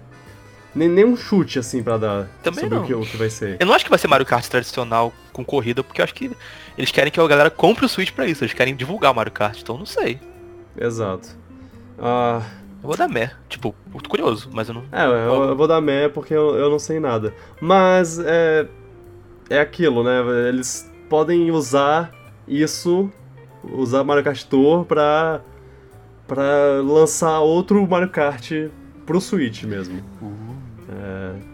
nem nenhum chute assim pra dar
Também
sobre
não.
O, que, o que vai ser.
Eu não acho que vai ser Mario Kart tradicional com corrida, porque eu acho que eles querem que a galera compre o Switch pra isso. Eles querem divulgar o Mario Kart, então eu não sei.
Exato. Ah,
Eu vou dar mé. Tipo, muito curioso, mas eu não.
é, eu, eu vou dar meh porque eu, eu não sei nada. Mas é, é aquilo, né? Eles podem usar isso, usar Mario Kart Tour pra, pra lançar outro Mario Kart pro Switch mesmo.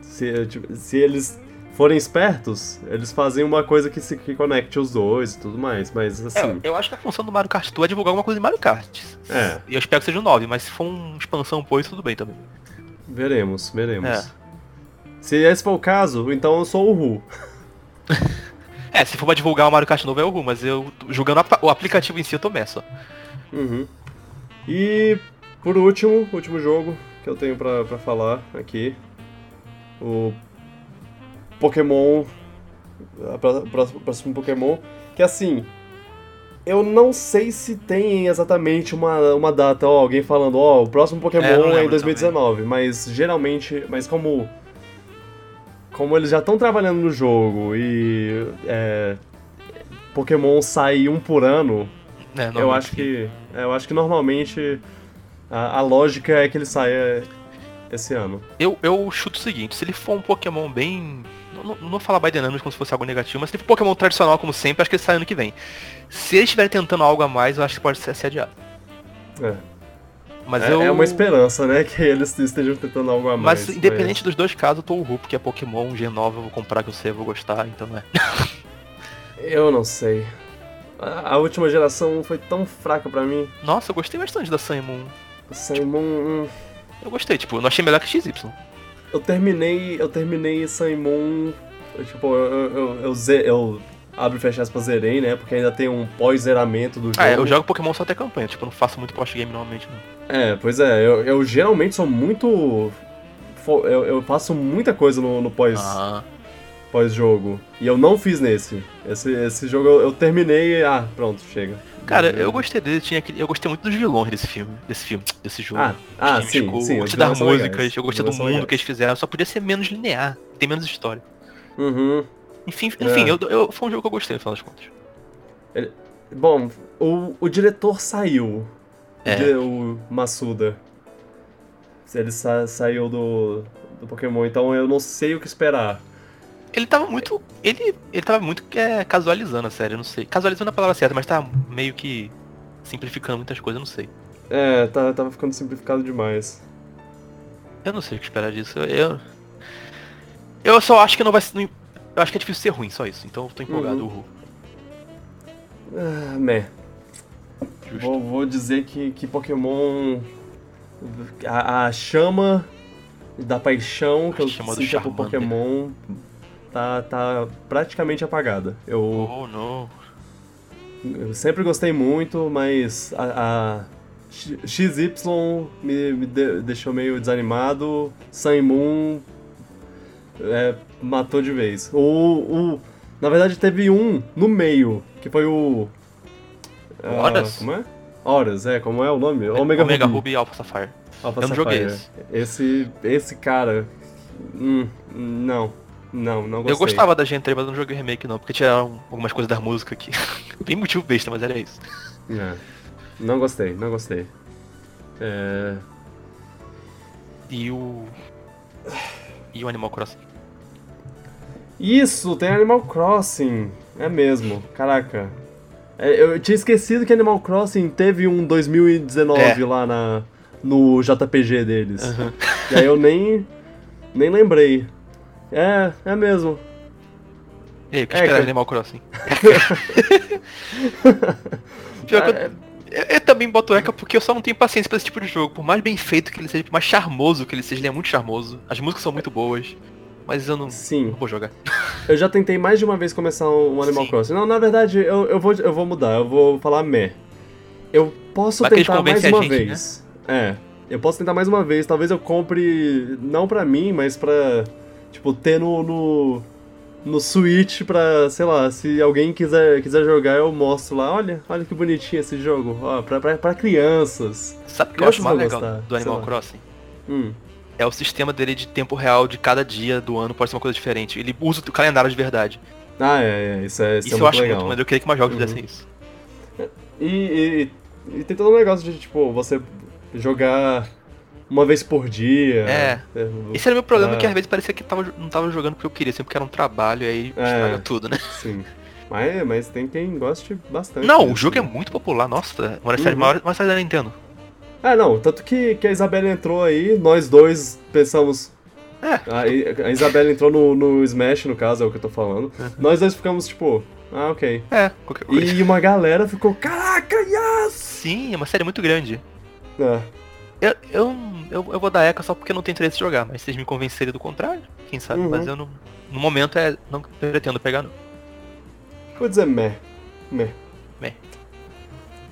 Se, tipo, se eles forem espertos, eles fazem uma coisa que se que conecte os dois e tudo mais, mas
É,
assim.
eu acho que a função do Mario Kart Tour é divulgar alguma coisa de Mario Kart.
É.
E eu espero que seja um 9, mas se for uma expansão pois tudo bem também.
Veremos, veremos.
É.
Se esse for o caso, então eu sou o Ru.
É, se for pra divulgar o Mario Kart novo é o Ru, mas eu, julgando a- o aplicativo em si, eu tô mé só.
Uhum. E por último, último jogo que eu tenho pra, pra falar aqui. O Pokémon. a pró- pró- Próximo Pokémon. Que assim. Eu não sei se tem exatamente uma, uma data, ó, alguém falando, ó, o próximo Pokémon
É, eu não
é, em
lembro
2019, mas geralmente, mas como como eles já estão trabalhando no jogo e é, Pokémon sai um por ano,
É,
eu
normalmente,
acho que. é, Eu acho que normalmente a, a lógica é que ele saia esse ano.
Eu, eu chuto o seguinte, se ele for um Pokémon bem... Não, não- não vou falar by Dynamics como se fosse algo negativo, mas se ele for um Pokémon tradicional como sempre, acho que ele sai ano que vem. Se eles estiverem tentando algo a mais, eu acho que pode ser, ser adiado.
É,
Mas
É-
eu...
é uma esperança, né? Que eles estejam tentando algo a mais.
Mas independente dos dois casos, eu tô o Ru, porque é Pokémon, G nova, eu vou comprar que eu sei, eu vou gostar, então é.
Eu não sei. A, a última geração foi tão fraca pra mim.
Nossa, eu gostei bastante da Sun e Moon.
Saimon. hum,
Eu gostei, tipo, eu não achei melhor que XY.
Eu terminei. Eu terminei Saimon. Tipo, eu, eu, eu, eu ze- eu abre e fecha aspas zerei, né? Porque ainda tem um pós-zeramento do jogo.
Ah, é, eu jogo Pokémon só até campanha, tipo, eu não faço muito post-game normalmente, não.
É, pois é, eu, eu geralmente sou muito. fo- Eu, eu faço muita coisa no, no pós,
Ah,
pós-jogo. E eu não fiz nesse. Esse, esse jogo eu, eu terminei e. Ah, pronto, chega. Uhum.
cara, eu gostei dele, tinha aquele- eu gostei muito dos vilões desse filme, desse filme, desse jogo.
Ah, ah
Sim,
sim,
tipo,
sim.
Eu
os
gostei
vilões
das
são legais.
músicas, eu
Os
gostei do
vilões são
mundo que eles fizeram, só podia ser menos linear, tem menos história.
legais. Uhum.
Enfim, enfim
É.
eu, eu- foi um jogo que eu gostei, no final das contas.
Bom, o, o diretor saiu.
É.
O di- O Massuda. Ele sa- saiu do, do Pokémon, então eu não sei o que esperar.
Ele tava muito. Ele, ele tava muito é, casualizando a série, eu não sei. Casualizando é a palavra certa, mas tava meio que simplificando muitas coisas, eu não sei.
É, tá, tava ficando simplificado demais.
Eu não sei o que esperar disso. eu- Eu. Eu só acho que não vai ser. não- Eu acho que é difícil ser ruim, só isso. Então eu tô
Uhum.
empolgado, uhul.
Ah, meh.
Justo.
Vou, vou dizer que, que Pokémon. A, a chama da paixão que
A
eu
chama do
sentia por
Charmander.
Pokémon tá, tá praticamente apagada. Eu,
Oh, não.
eu sempre gostei muito, mas a, a X- XY me, me de- deixou meio desanimado. Sun e Moon é, matou de vez. O, o, na verdade, teve um no meio, que foi o. ah,
Horas?
como é? Horas, é, como é o nome? Omega,
Omega
Ruby.
Ruby e Alpha Sapphire.
Alpha
Eu não joguei
Sapphire.
esse.
Esse, esse cara. hum, não. Não, não gostei.
Eu gostava da Gen 3, mas eu não joguei o remake não, porque tiraram algumas coisas da música aqui. Tem motivo besta, mas era isso.
É. Não gostei, não gostei. É,
E o. E o Animal Crossing.
Isso, tem Animal Crossing. É mesmo, caraca. É, eu tinha esquecido que Animal Crossing teve um 2019
É.
lá na, no JPG deles. E aí eu nem, nem lembrei. É, é mesmo.
E aí, o que
É,
esperar
cara.
de Animal Crossing? Pior que eu-
É,
eu, eu também boto Eca porque eu só não tenho paciência pra esse tipo de jogo. Por mais bem feito que ele seja, por mais charmoso que ele seja, ele é muito charmoso. As músicas são muito boas. Mas eu não,
Sim,
não vou jogar.
eu já tentei mais de uma vez começar um Animal
Sim.
Crossing. Não, na verdade, eu, eu, vou, eu vou mudar, eu vou falar meh. Eu posso
Vai que eles
tentar mais
convencem a
uma
gente, né?
vez. É. Eu posso tentar mais uma vez, talvez eu compre, não pra mim, mas pra, tipo, ter no, no, no Switch pra, sei lá, se alguém quiser, quiser jogar, eu mostro lá, olha, olha que bonitinho esse jogo, ó, pra, pra, pra crianças.
Sabe o que eu
Crianças
acho mais
vão
legal
gostar,
do
sei
Animal
lá.
Crossing?
Hum,
É o sistema dele de tempo real de cada dia do ano, pode ser uma coisa diferente. Ele usa o calendário de verdade.
Ah, é, é, isso é, isso
Isso
é
eu
muito
acho
legal.
muito, mas eu queria que mais jogos
Uhum.
fizessem isso.
E, e- e- e tem todo um negócio de, tipo, você jogar uma vez por dia.
É.
É,
Esse era o meu problema,
Ah.
que às vezes parecia que tava, não tava jogando porque eu queria, sempre que era um trabalho, e aí
É.
estraga tudo, né?
Sim. Mas, mas tem quem goste bastante.
Não,
disso.
o jogo é muito popular, nossa. é Uma das séries
Uhum.
maiores uma série da Nintendo.
Ah, não. Tanto que, que a Isabela entrou aí, nós dois pensamos.
É.
A, I- a Isabela entrou no, no Smash, no caso, é o que eu tô falando. Nós dois ficamos, tipo, ah, ok.
É, qualquer Uhum. coisa.
E uma galera ficou, caraca, yes!
Sim, é uma série muito grande.
É,
Eu, eu, eu, eu vou dar eca só porque eu não tenho interesse em jogar, mas se vocês me convencerem do contrário, quem sabe,
Uhum.
mas eu não, no momento é, não pretendo pegar não.
vou dizer meh. Meh.
Meh.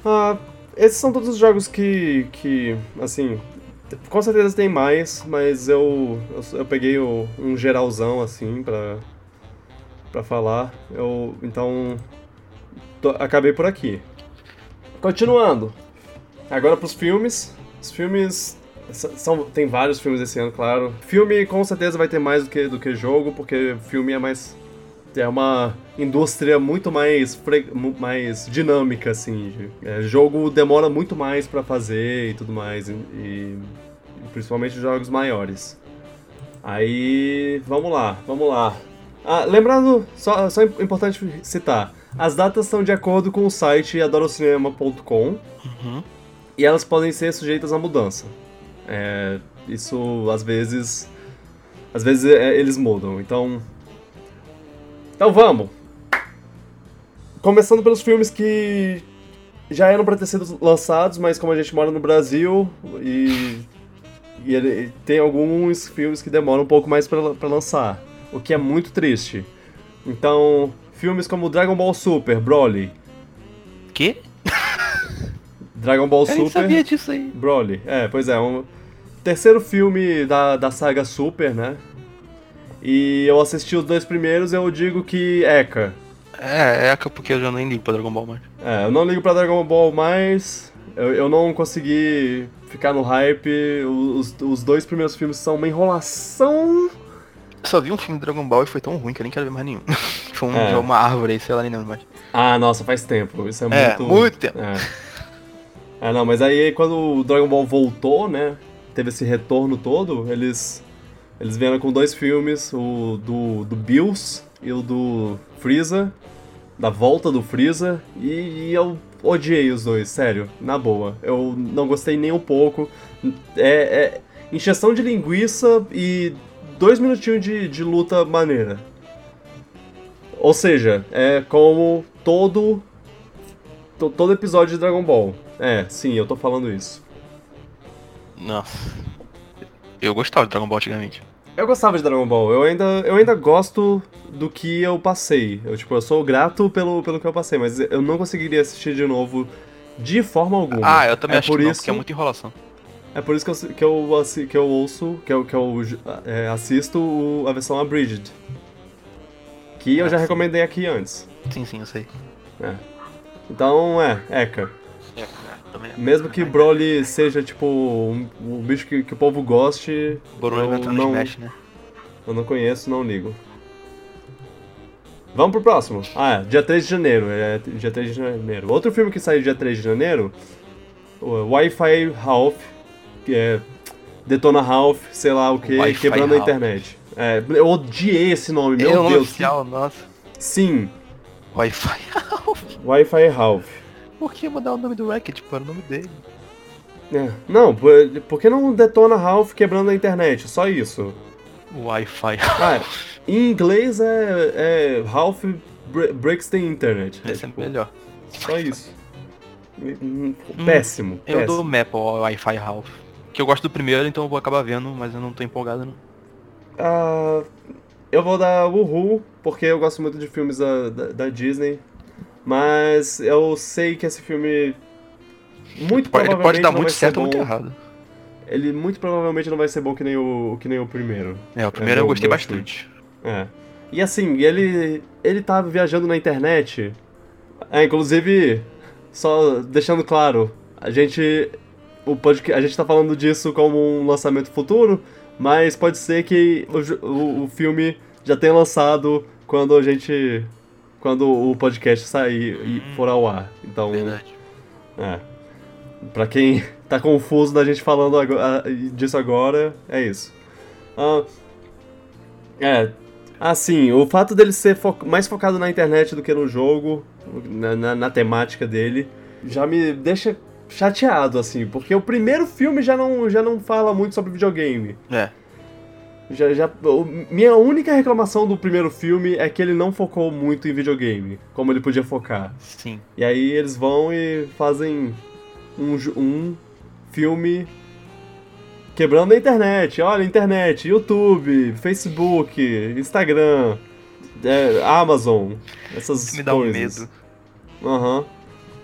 Ah, esses são todos os jogos que, que assim, t- com certeza tem mais, mas eu, eu, eu peguei o- um geralzão, assim, pra, pra falar. Eu, então, tô- acabei por aqui. Continuando. Agora pros filmes. Os filmes... s- São, tem vários filmes esse ano, claro. Filme com certeza vai ter mais do que, do que jogo, porque filme é mais é uma indústria muito mais, fre- mu- mais dinâmica, assim. de- é, jogo demora muito mais pra fazer e tudo mais, e, e- e principalmente jogos maiores. Aí, vamos lá, vamos lá. Ah, lembrando, só, só im- importante citar, as datas são de acordo com o site adorocinema.com
Uhum.
e elas podem ser sujeitas a mudança. É, isso às vezes. Às vezes é, eles mudam, então. Então vamos! Começando pelos filmes que já eram pra ter sido lançados, mas como a gente mora no Brasil e. e ele- tem alguns filmes que demoram um pouco mais pra pra lançar, o que é muito triste. Então, Filmes como Dragon Ball Super, Broly.
Quê?
Dragon Ball
Eu
Super.
nem sabia disso aí.
Broly, é, pois é, um terceiro filme da, da saga Super, né? E eu assisti os dois primeiros e eu digo que Eca.
É, é porque eu já nem ligo pra Dragon Ball mais.
É, eu não ligo pra Dragon Ball mais, eu, eu não consegui ficar no hype, os, os dois primeiros filmes são uma enrolação.
Eu só vi um filme de Dragon Ball e foi tão ruim que eu nem quero ver mais nenhum. foi um,
É.
de uma árvore aí, sei lá, nem lembro mais.
Ah, nossa, faz tempo, isso é,
É,
muito...
muito tempo.
É. Ah, não, mas aí quando o Dragon Ball voltou, né? Teve esse retorno todo, eles. Eles vieram com dois filmes, o do, do Bills e o do Freeza, da volta do Freeza, e, e eu odiei os dois, sério, na boa. Eu não gostei nem um pouco. É, é encheção de linguiça e dois minutinhos de, de luta maneira. Ou seja, é como todo To- todo episódio de Dragon Ball. É, sim, eu tô falando isso.
Nossa. Eu gostava de Dragon Ball antigamente.
Eu gostava de Dragon Ball, eu ainda, eu ainda gosto do que eu passei. Eu, tipo, eu sou grato pelo, pelo que eu passei, mas eu não conseguiria assistir de novo de forma alguma.
Ah, eu também
é
acho
por
que não,
isso,
porque é muita enrolação.
É por isso que eu, que eu, assi- que eu ouço, que eu, que eu é, assisto o- a versão Abridged. Que eu
Ah,
já
sim.
recomendei aqui antes.
Sim, sim, eu sei.
É. Então, é, Eca.
É, também.
Mesmo que Broly seja, tipo, um, um bicho que, que o povo goste,
Bruno
eu
inventando
não-
Smash, né?
Eu não conheço, não ligo. Vamos pro próximo. Ah, é, dia 3 de janeiro. É, dia 3 de janeiro. Outro filme que saiu dia 3 de janeiro, o Wi-Fi Ralph, que é Detona Ralph, sei lá o que,
Wi-Fi
quebrando a
Ralph.
internet. É, eu odiei esse nome, meu
é o nome
Deus.
oficial, nossa.
Sim,
Wi-Fi.
Wi-Fi Ralph.
Por que mudar o nome do Racket? Pô, era o nome dele.
É, Não, por, por que não Detona Ralph quebrando a internet? Só isso.
Wi-Fi.
Ah, em inglês é, é Ralph Bre- Breaks the Internet. É,
Esse é
tipo,
melhor. Hum,
Só isso. hum, Péssimo.
Eu
péssimo.
dou Maple ao Wi-Fi Ralph. Que eu gosto do primeiro, então eu vou acabar vendo, mas eu não tô empolgado não.
Ah, eu vou dar Uhul, porque eu gosto muito de filmes da, da, da Disney. Mas eu sei que esse filme. Muito
Pode- Ele
provavelmente
pode dar
não
muito
vai ser
certo ou
bom.
muito errado.
Ele muito provavelmente não vai ser bom que nem o, que nem o primeiro.
É, o primeiro
meu-
eu gostei
meu
bastante.
É. E assim, ele. ele tá viajando na internet. É, inclusive, só deixando claro, a gente. O podcast, a gente tá falando disso como um lançamento futuro, mas pode ser que o, ju- o, o filme já tenha lançado quando a gente. quando o podcast sair e for ao ar. Então.
Verdade.
É. Pra quem tá confuso da gente falando ago- ah, disso agora, é isso. Ah, é. Assim, o fato dele ser fo- mais focado na internet do que no jogo, na, na- na temática dele, já me deixa chateado, assim, porque o primeiro filme já não, já não fala muito sobre videogame.
É.
Já, já, o- minha única reclamação do primeiro filme é que ele não focou muito em videogame, como ele podia focar.
Sim.
E aí eles vão e fazem um, ju- um filme quebrando a internet. Olha, internet, YouTube, Facebook, Instagram, é, Amazon, essas
Isso me dá um
coisas.
medo.
Aham.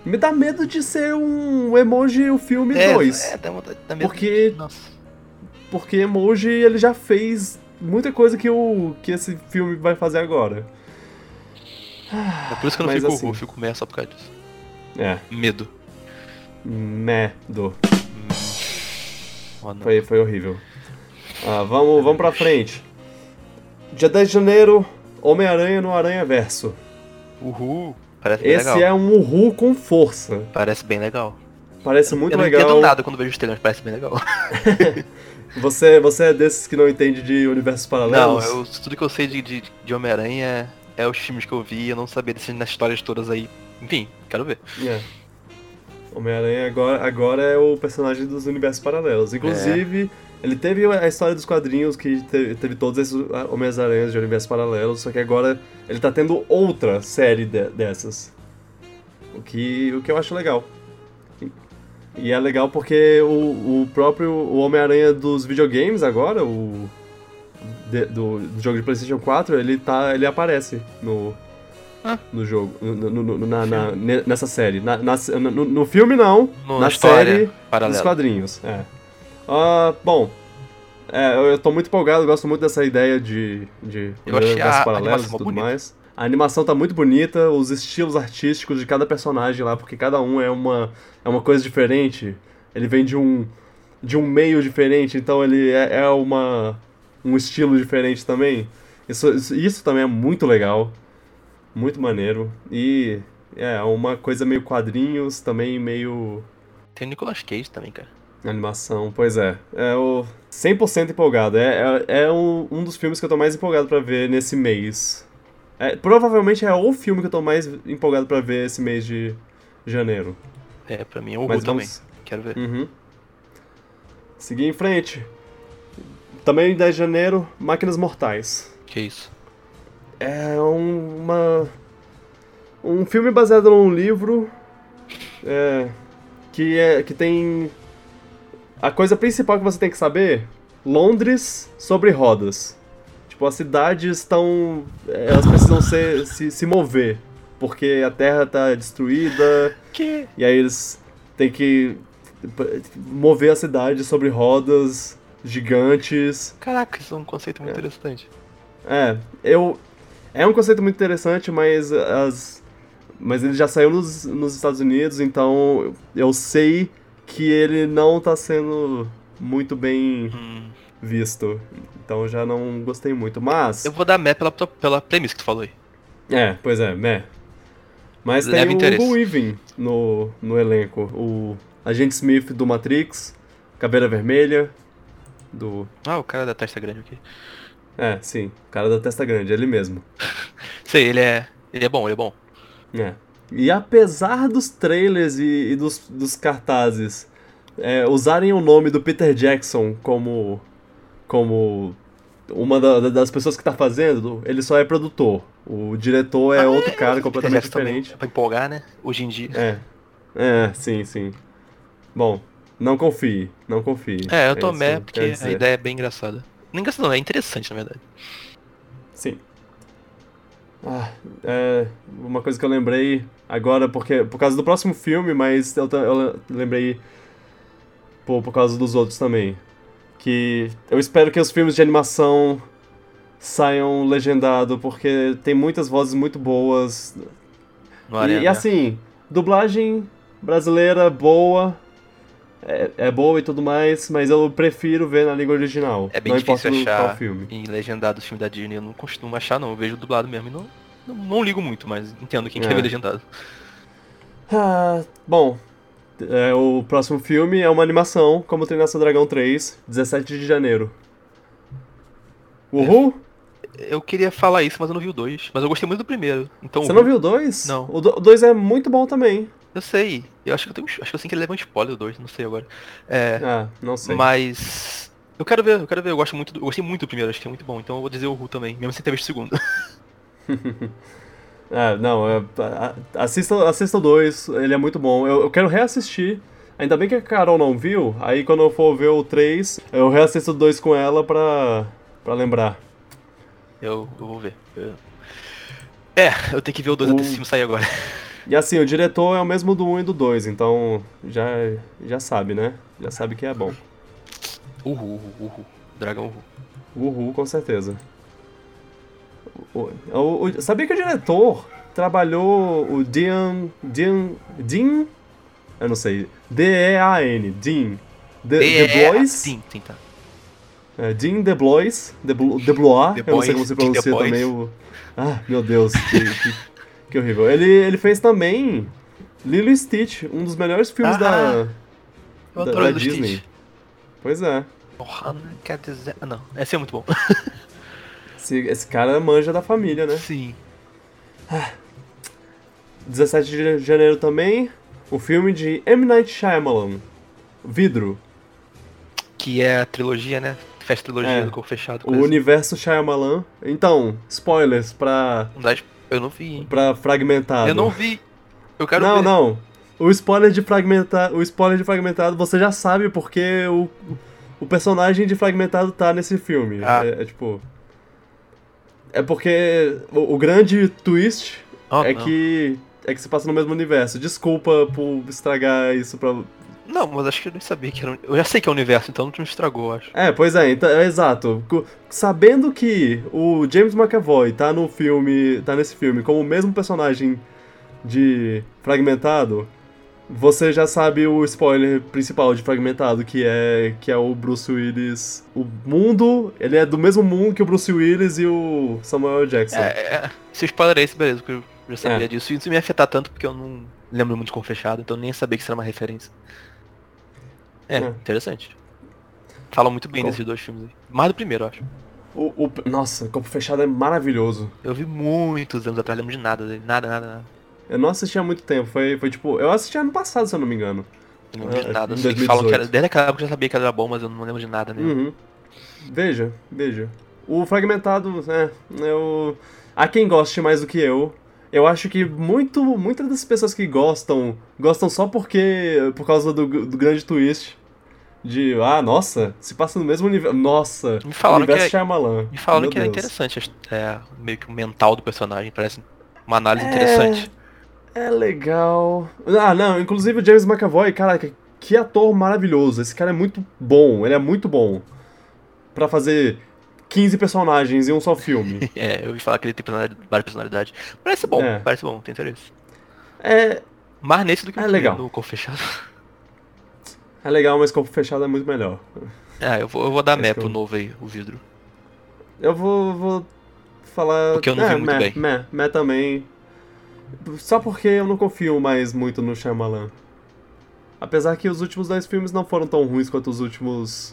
Me dá medo de ser um emoji o filme 2.
É, é, dá vontade, dá medo.
Porque-
Nossa.
Porque emoji ele já fez muita coisa que, o, que esse filme vai fazer agora.
É por isso que eu não
Mas
fico
assim-
eu fico meia só por causa disso.
É,
Medo.
medo.
Oh, não.
Foi, foi horrível. Ah, vamos, vamos pra frente. Dia 10 de janeiro, Homem-Aranha no Aranha Verso.
Uhul. Parece bem
Esse
legal.
é um Uhul com força.
Parece bem legal.
Parece muito
eu não
legal.
entendo nada quando vejo os trailers, parece bem legal.
Você, você é desses que não entende de universos
Não,
paralelos?
eu, tudo que eu sei de, de, de Homem-Aranha é, é os filmes que eu vi, eu não sabia dessas nas histórias todas aí. Enfim, quero ver.
É. Homem-Aranha agora, agora é o personagem dos universos paralelos. Inclusive,
É.
ele teve a história dos quadrinhos que te- teve todos esses Homens-Aranhas de universos paralelos, só que agora ele tá tendo outra série de- dessas. O que, o que eu acho legal. E- E é legal porque o, o próprio o Homem-Aranha dos videogames agora, o de- do, do jogo de PlayStation 4, ele, tá, ele aparece no,
Ah.
no jogo, no- no- no- na- na- ne- nessa série. Na- na- no, no filme, não.
No-
na
na história
série dos
paralela.
quadrinhos. É. Ah, bom, é, eu, eu tô muito empolgado, eu gosto muito dessa ideia de, de
Eu achei
universos
a
paralelos e
animação
tudo
bonita.
mais. A animação tá muito bonita, os estilos artísticos de cada personagem lá, porque cada um é uma, é uma coisa diferente. Ele vem de um, de um meio diferente, então ele é, é uma, um estilo diferente também. Isso, isso, isso também é muito legal, muito maneiro. E é uma coisa meio quadrinhos, também meio
Tem o Nicolas Cage também, cara.
Animação, pois é. É o 100% empolgado. É, é, é um, um dos filmes que eu tô mais empolgado pra ver nesse mês. É, provavelmente é o filme que eu tô mais empolgado pra ver esse mês de janeiro.
É, pra mim é o
Mas
Ru também.
vamos-
Quero ver.
Uhum. Seguir em frente. Também 10 de janeiro, Máquinas Mortais.
Que isso.
É um, uma. Um filme baseado num livro. é, que, é, que tem. A coisa principal que você tem que saber: Londres sobre rodas. Tipo, as cidades estão. é, Elas precisam ser, se, se mover. Porque a terra tá destruída.
Que?
E aí eles têm que p- mover a cidade sobre rodas gigantes.
Caraca, isso é um conceito muito interessante.
É, eu. É um conceito muito interessante, mas as. Mas ele já saiu nos, nos Estados Unidos, então eu sei que ele não tá sendo muito bem
Hum,
visto. Então eu já não gostei muito. Mas.
eu vou dar mé pela, tua- pela premissa que tu falou aí.
É, pois é, meh. Mas tem
Leva
o
interesse.
Hugo Weaving no, no elenco. O Agente Smith do Matrix, Caveira Vermelha, do.
Ah, o cara da testa grande aqui.
É, sim, o cara da testa grande, ele mesmo.
Sei, ele é. Ele é bom, ele é bom.
É. E apesar dos trailers e, e dos, dos cartazes é, usarem o nome do Peter Jackson como, como uma da- da- das pessoas que tá fazendo, ele só é produtor. O diretor é outro cara completamente
Ah, Peter Jackson também,
diferente.
é Pra empolgar, né? Hoje em dia.
É. É, sim, sim. Bom, não confie, não confie.
É, eu tô
isso
mé
que
porque
eu quero
a
dizer.
ideia é bem engraçada. Não é engraçada, não, é interessante na verdade.
Sim. Ah, é, uma coisa que eu lembrei agora, porque por causa do próximo filme, mas eu, ta- eu lembrei por, por causa dos outros também. Que eu espero que os filmes de animação saiam legendado, porque tem muitas vozes muito boas.
No
E,
Arena,
e assim, dublagem brasileira boa, é, é boa e tudo mais, mas eu prefiro ver na língua original.
É bem
não
difícil
importa no- qual
achar
filme.
em legendado o filme da Disney, eu não costumo achar não, eu vejo dublado mesmo e não, não, não ligo muito, mas entendo quem
É.
quer ver legendado.
Ah, bom, é, o próximo filme é uma animação, como Treinar Seu Dragão 3, 17 de janeiro.
É,
Uhul!
Eu queria falar isso, mas eu não vi o dois. Mas eu gostei muito do primeiro. Então,
Você não viu o 2?
Não.
O 2 é muito bom também.
eu sei. Eu acho que eu tenho, acho que eu sei que ele leva um spoiler do dois, não sei agora. É,
Ah, não sei.
mas eu quero ver, eu quero ver, eu gosto muito, do- eu gostei muito do primeiro, acho que é muito bom. Então eu vou dizer o Ru também, mesmo sem ter visto o segundo.
Ah, não, é, a- a- assista, assista o 2, ele é muito bom. Eu, eu quero reassistir. Ainda bem que a Carol não viu, aí quando eu for ver o 3, eu reassisto o 2 com ela pra, pra lembrar.
Eu, eu vou ver. Eu- É, eu tenho que ver o dois
O-
até esse filme sair agora.
E assim, o diretor é o mesmo do 1 um e do 2, então já, já sabe, né? Já sabe que é bom.
Uhul, uhul, uhul. Dragão Uhul.
Uhul, com certeza. O- o- o- sabia que o diretor trabalhou o Dean. Dean. Dean? Eu não sei. D-E-A-N. Dean. De,
É,
DeBlois?
Sim, sim, tá.
É, Dean DeBlois. Deblo- Deblois.
De
eu não sei
Blois,
como se
Dean de
pronuncia
Blois.
também o. Ah, meu Deus. Que, que- que horrível. Ele, ele fez também Lilo e Stitch, um dos melhores filmes
Ah,
da,
Eu
da,
adoro
da
o Stitch.
Disney. Pois é.
Porra, não quer dizer. Ah, Não, esse é muito bom.
Esse, esse cara manja da família, né?
Sim.
17 de janeiro também, o filme de M. Night Shyamalan, Vidro,
Que é a trilogia, né? Fecha a trilogia
É.
do corpo fechado.
o
coisa assim.
universo Shyamalan. Então, spoilers pra,
Não dá es- Eu não vi, hein?
pra Fragmentado.
Eu não vi. Eu quero
Ah, não,
ver.
não. O spoiler de fragmentado, o spoiler de fragmentado, você já sabe porque o, o personagem de fragmentado tá nesse filme.
Ah.
É, é tipo é porque o, o grande twist
Oh,
é
não.
que. É que se passa no mesmo universo. Desculpa por estragar isso pra.
Não, mas acho que eu nem sabia que era. um- Eu já sei que é o universo, então não te estragou, eu acho.
É, pois é, então, é exato. Co- Sabendo que o James McAvoy tá no filme. tá nesse filme como o mesmo personagem de Fragmentado, você já sabe o spoiler principal de Fragmentado, que é que é o Bruce Willis. O mundo. Ele é do mesmo mundo que o Bruce Willis e o Samuel L. Jackson.
É, é, se o spoiler é esse, beleza, porque eu já sabia
É.
disso. E isso me ia afetar tanto porque eu não lembro muito de como fechado, então eu nem sabia que isso era uma referência. É,
É.
interessante. Falam muito bem
Com-
desses dois filmes aí. Mais do primeiro, eu acho.
O- o- nossa, Corpo Fechado é maravilhoso.
Eu vi muitos anos atrás, lembro de nada dele. Nada, nada, nada.
Eu não assisti há muito tempo, foi, foi tipo. Eu assisti ano passado, se eu não me engano.
Não lembro
É,
de nada.
em
Eu sei que falam que era,
2018.
desde aquela época eu já sabia que era bom, mas eu não lembro de nada mesmo.
Uhum. Veja, veja. O fragmentado, é, eu. Há quem goste mais do que eu. Eu acho que muito, muitas das pessoas que gostam, gostam só porque. por causa do, do grande twist. De, ah, nossa, se passa no mesmo universo. Nossa,
Me falaram
universo
que é-
Shyamalan.
Me falaram
Meu
que era
Deus.
interessante, é, meio que o mental do personagem, parece uma análise
É.
interessante.
É legal. Ah, não, inclusive o James McAvoy, caraca, que ator maravilhoso. Esse cara é muito bom, ele é muito bom. Pra fazer 15 personagens em um só filme.
É, eu ouvi falar que ele tem personalidade, várias personalidades. Parece bom,
É.
parece bom, tem interesse.
é,
Mais nesse do que
É
no-
legal.
no Corpo Fechado.
é legal, mas corpo fechado é muito melhor.
É, eu vou, eu vou dar
Acho
mé
que
pro
eu-
novo aí, o vidro.
Eu vou, vou falar.
Porque eu não
é,
vi muito
meh,
bem.
meh, meh também. Só porque eu não confio mais muito no Shyamalan. Apesar que os últimos dois filmes não foram tão ruins quanto os últimos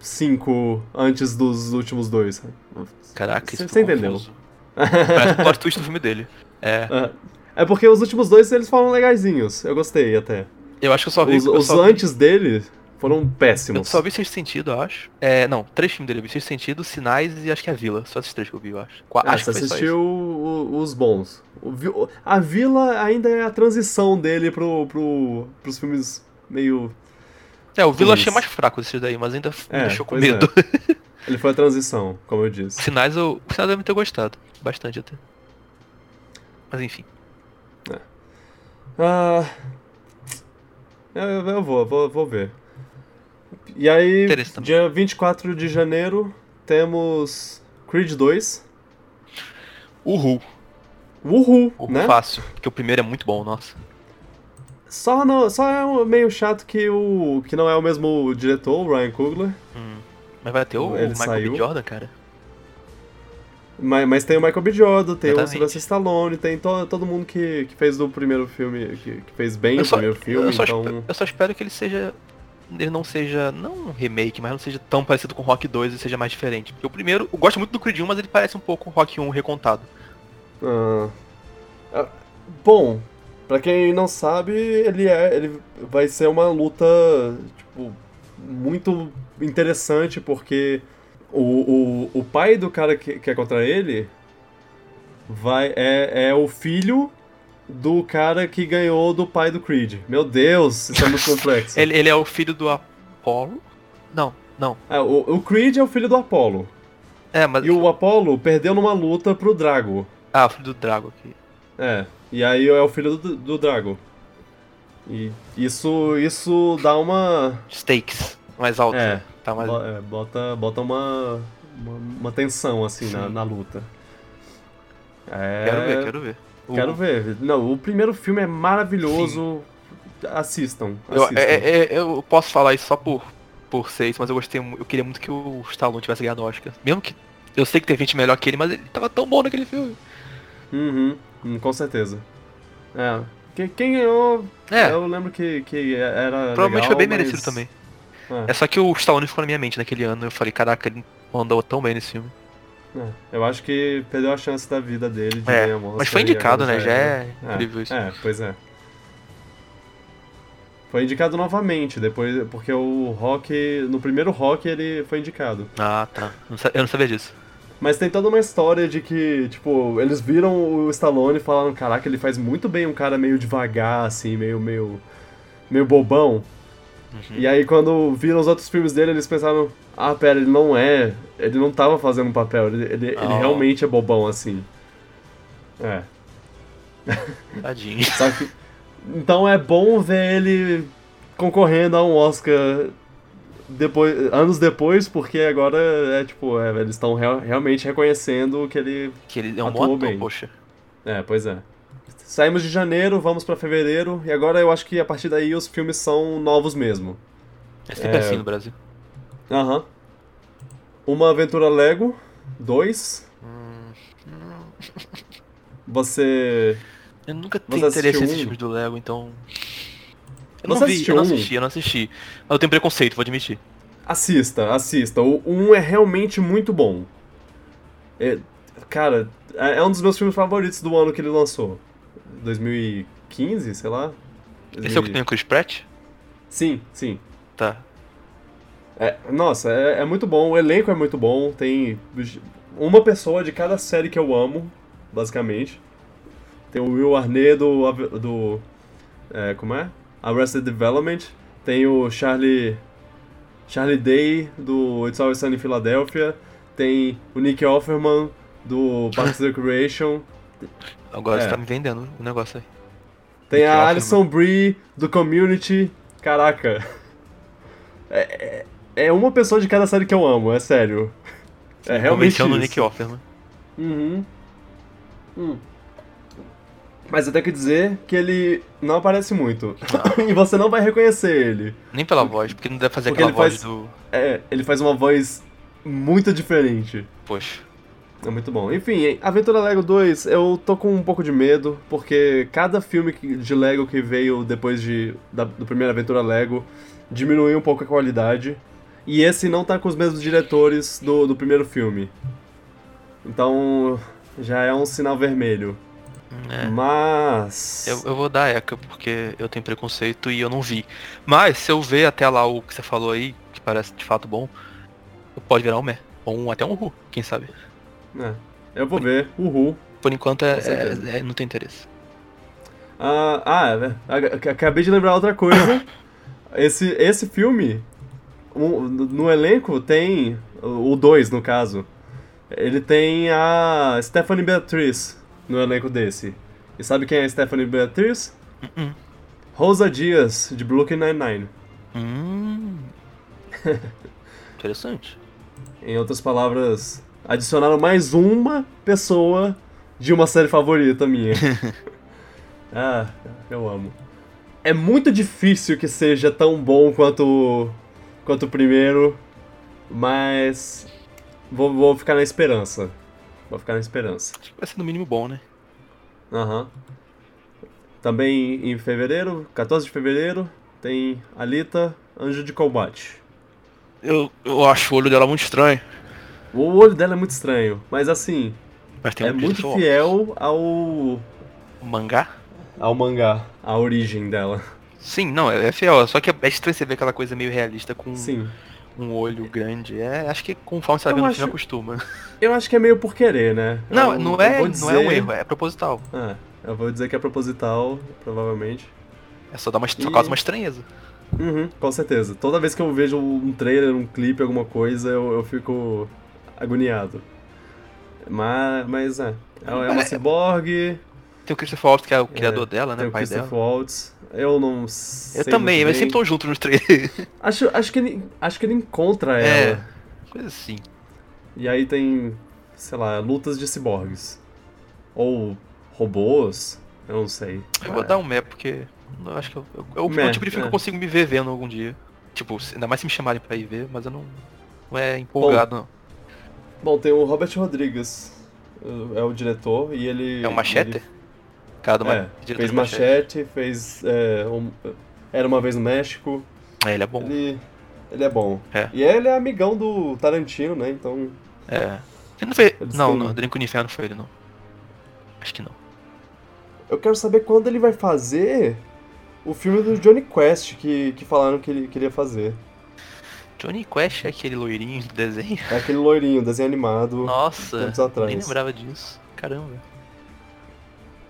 cinco antes dos últimos dois.
Caraca, isso
Cê-
ficou
cê entendeu.
confuso. Parece um plot twist do filme dele. É,
É. É porque os últimos dois eles foram legaisinhos. Eu gostei até.
eu acho que eu só vi...
Os,
eu
os
só vi-
antes dele foram
Eu
péssimos.
só vi Sexto Sentido, eu acho. É, não, três filmes dele. Eu vi Sexto Sentido, Sinais e acho que a Vila. Só esses três que eu vi, eu acho. Qua-
Ah,
acho
você
que foi só
assistiu o- os bons. O vi- o- a Vila ainda é a transição dele pro, pro, pros filmes meio.
isso. É, o Vila eu achei
Isso.
mais fraco esses daí, mas ainda me
É,
deixou com
pois é.
medo.
Ele foi a transição, como eu disse.
Sinais eu. Os Sinais devem ter gostado. Bastante até. Mas enfim.
Ah, eu, eu vou, vou, vou ver. E aí,
Interesse também.
dia 24 de janeiro, temos Creed 2.
Uhul.
Uhul,
Uhul
né?
fácil. Porque o primeiro é muito bom, nossa.
Só, não, só é um- meio chato que, o, que não é o mesmo diretor, o Ryan Coogler.
Mas vai ter o, o
Ele
Michael
saiu.
B. Jordan, cara.
Mas, mas tem o Michael B. Jordan, tem o
Exatamente.
Sylvester Stallone, tem to, todo mundo que, que fez do primeiro filme, que, que fez bem
Eu
o
só,
primeiro filme,
eu, só
então...
espe- eu só espero que tá- ele seja. Ele não seja. Não um remake, mas não seja tão parecido com Rock 2 e seja mais diferente. Porque o primeiro, eu gosto muito do Creed 1, mas ele parece um pouco o Rock 1 recontado.
ah, ah, bom, pra quem não sabe, ele, é, ele vai ser uma luta, tipo, muito interessante, porque o, o, o pai do cara que, que é contra ele vai é, é o filho do cara que ganhou do pai do Creed. Meu Deus, isso é muito complexo.
Ele, ele é o filho do Apollo? Não, não.
É, o, o Creed é o filho do Apollo.
É, mas.
E o Apollo perdeu numa luta pro Drago.
Ah, o filho do Drago aqui.
É. E aí é o filho do, do Drago. E isso, isso dá uma.
Stakes. Mais alto.
É.
né? Tá mais.
bo- é, bota, bota uma, uma. uma tensão, assim, na,
Sim.
na luta. É,
Quero ver, quero ver. O-
Quero ver. Não, o primeiro filme é maravilhoso. Assistam.
Eu,
assistam.
é- é- eu posso falar isso só por, por ser isso, mas eu gostei mu- Eu queria muito que o Stallone tivesse ganhado o Oscar. Mesmo que. Eu sei que tem gente melhor que ele, mas ele tava tão bom naquele filme. é.
Uhum, hum, com certeza. É. Que- Quem ganhou.
É,
Eu lembro que, que era.
provavelmente
Tá legal,
foi bem
mas-
merecido também.
É.
É só que o Stallone ficou na minha mente naquele ano. Eu falei, caraca, ele mandou tão bem nesse filme.
É, eu acho que perdeu a chance da vida dele de
É,
ganhar um
Mas
Oscar
foi
e
indicado,
agora
né? Já é incrível isso.
É, é, pois é. Foi indicado novamente, depois, porque o Rock. No primeiro Rock ele foi indicado.
Ah, tá. Não sa- Eu não sabia disso.
Mas tem toda uma história de que, tipo, eles viram o Stallone e falaram, caraca, ele faz muito bem um cara meio devagar, assim, meio. meio. meio bobão. E aí quando viram os outros filmes dele, eles pensaram, ah, pera, ele não é. Ele não tava fazendo um papel, ele, ele, ele
Ah.
realmente é bobão assim. É.
Tadinho.
Só que- então é bom ver ele concorrendo a um Oscar depois, anos depois, porque agora é tipo, é, eles estão real- realmente reconhecendo que ele.
Que ele é um
Atuou
bom ator,
bem.
poxa.
É, pois é. Saímos de janeiro, vamos pra fevereiro, e agora eu acho que a partir daí os filmes são novos mesmo.
É sempre
É.
assim no Brasil.
Aham. Uma aventura Lego, dois. Você.
Eu nunca tenho
Você
interesse
assistiu
nesses
um?
filmes do Lego, então. Eu não
Você
vi,
assistiu
eu não
um?
assisti, eu não assisti. Mas eu tenho preconceito, vou admitir.
Assista, assista. O 1 um é realmente muito bom. É- cara, é é um dos meus filmes favoritos do ano que ele lançou. 2015, sei lá.
Esse é o que
2000
tem o Chris Pratt?
Sim, sim.
Tá.
É, nossa, é, é muito bom, o elenco é muito bom, tem uma pessoa de cada série que eu amo, basicamente. Tem o Will Arnett do. Ave- do é, como é? Arrested Development. Tem o Charlie. Charlie Day do It's Always Sunny in Philadelphia. Tem o Nick Offerman do Parks and Recreation.
Agora
É.
você tá me vendendo o negócio aí.
Tem
Nick
a
Offerman.
Alison Brie do Community. Caraca. É, é, é uma pessoa de cada série que eu amo, é sério. É realmente
Convenceu
isso.
no Nick Offerman.
Uhum. Hum. Mas eu tenho que dizer que ele não aparece muito.
Ah.
e você não vai reconhecer ele.
Nem pela voz, porque não deve fazer
Porque
aquela voz
ele faz-
do.
É, ele faz uma voz muito diferente.
Poxa.
É muito bom. Enfim, hein, Aventura Lego 2, eu tô com um pouco de medo, porque cada filme que- de Lego que veio depois de, da, do primeiro Aventura Lego diminuiu um pouco a qualidade. E esse não tá com os mesmos diretores do, do primeiro filme. Então, já é um sinal vermelho.
É.
Mas.
Eu, eu vou dar ECA, porque eu tenho preconceito e eu não vi. Mas se eu ver até lá o que você falou aí, que parece de fato bom, pode virar um Mé. Ou um, até um Ru, quem sabe.
É, eu vou ver, uhul.
Por enquanto é,
Com certeza.
é- é- não tem interesse.
Ah, ah, é, né? Ac- ac- acabei de lembrar outra coisa. Esse, esse filme, um- no no elenco tem. O 2, no caso. Ele tem a Stephanie Beatriz no elenco desse. E sabe quem é a Stephanie Beatriz?
Uh-uh.
Rosa Dias, de Brooklyn Nine-Nine.
Hum. Interessante.
Em outras palavras, adicionaram mais uma pessoa de uma série favorita minha. ah, eu amo. É muito difícil que seja tão bom quanto quanto o primeiro, mas vou, vou ficar na esperança. Vou ficar na esperança.
Acho que vai ser no mínimo bom, né?
Aham. Também em fevereiro, 14 de fevereiro, tem Alita, Anjo de Combate.
Eu, eu acho o olho dela muito estranho.
O olho dela é muito estranho, mas assim,
Mas tem
é
um
muito
diretor,
fiel ao
O mangá?
ao mangá, a origem dela.
Sim, não, é, é fiel. Só que é estranho você ver aquela coisa meio realista com
Sim.
um olho grande. É, acho que conforme você vai
Eu
vendo o
acho-
filme acostuma.
Eu acho que é meio por querer, né?
Não,
Eu-
não
eu vou
é, não é um
dizer-
erro, é proposital.
Ah, eu vou dizer que é proposital, provavelmente.
É só, dar uma, só
E-
causa uma estranheza.
Uhum, com certeza. Toda vez que eu vejo um trailer, um clipe, alguma coisa, eu, eu fico agoniado. Mas, mas é. É é uma
Mas-
ciborgue,
Tem o Christopher Waltz, que é o criador dela, né?
tem
O
o
pai dela.
Christopher Waltz. Eu não sei.
Eu também,
muito
eles
bem.
sempre estão juntos nos trailers.
Acho, acho, que ele, acho que ele encontra
É.
ela.
Coisa assim.
E aí tem, sei lá, lutas de ciborgues. Ou robôs, eu não sei.
Eu vou dar um mé, porque eu acho que eu, eu- é o
Meh,
tipo de filme que
é.
eu consigo me ver vendo algum dia. Tipo, se- ainda mais se me chamarem pra ir ver, mas eu não, não é empolgado, não.
Bom, tem o Robert Rodrigues, eh, é o diretor, e ele...
É um machete?
ele-
Cara do ma-
é,
diretor
fez
de
machete, fez... eh, um- Era Uma Vez no México,
É, ele é bom.
ele... Ele é bom.
É.
E ele é amigão do Tarantino, né? Então,
É. Ele não fez.
Eles
Não,
têm-
não, Drink no Inferno foi ele, não. Acho que não.
eu quero saber quando ele vai fazer o filme do Johnny Quest que, que falaram que ele queria fazer.
Johnny Quest é aquele loirinho do desenho?
É aquele loirinho, desenho animado,
Nossa,
tempos atrás.
nem lembrava disso. Caramba.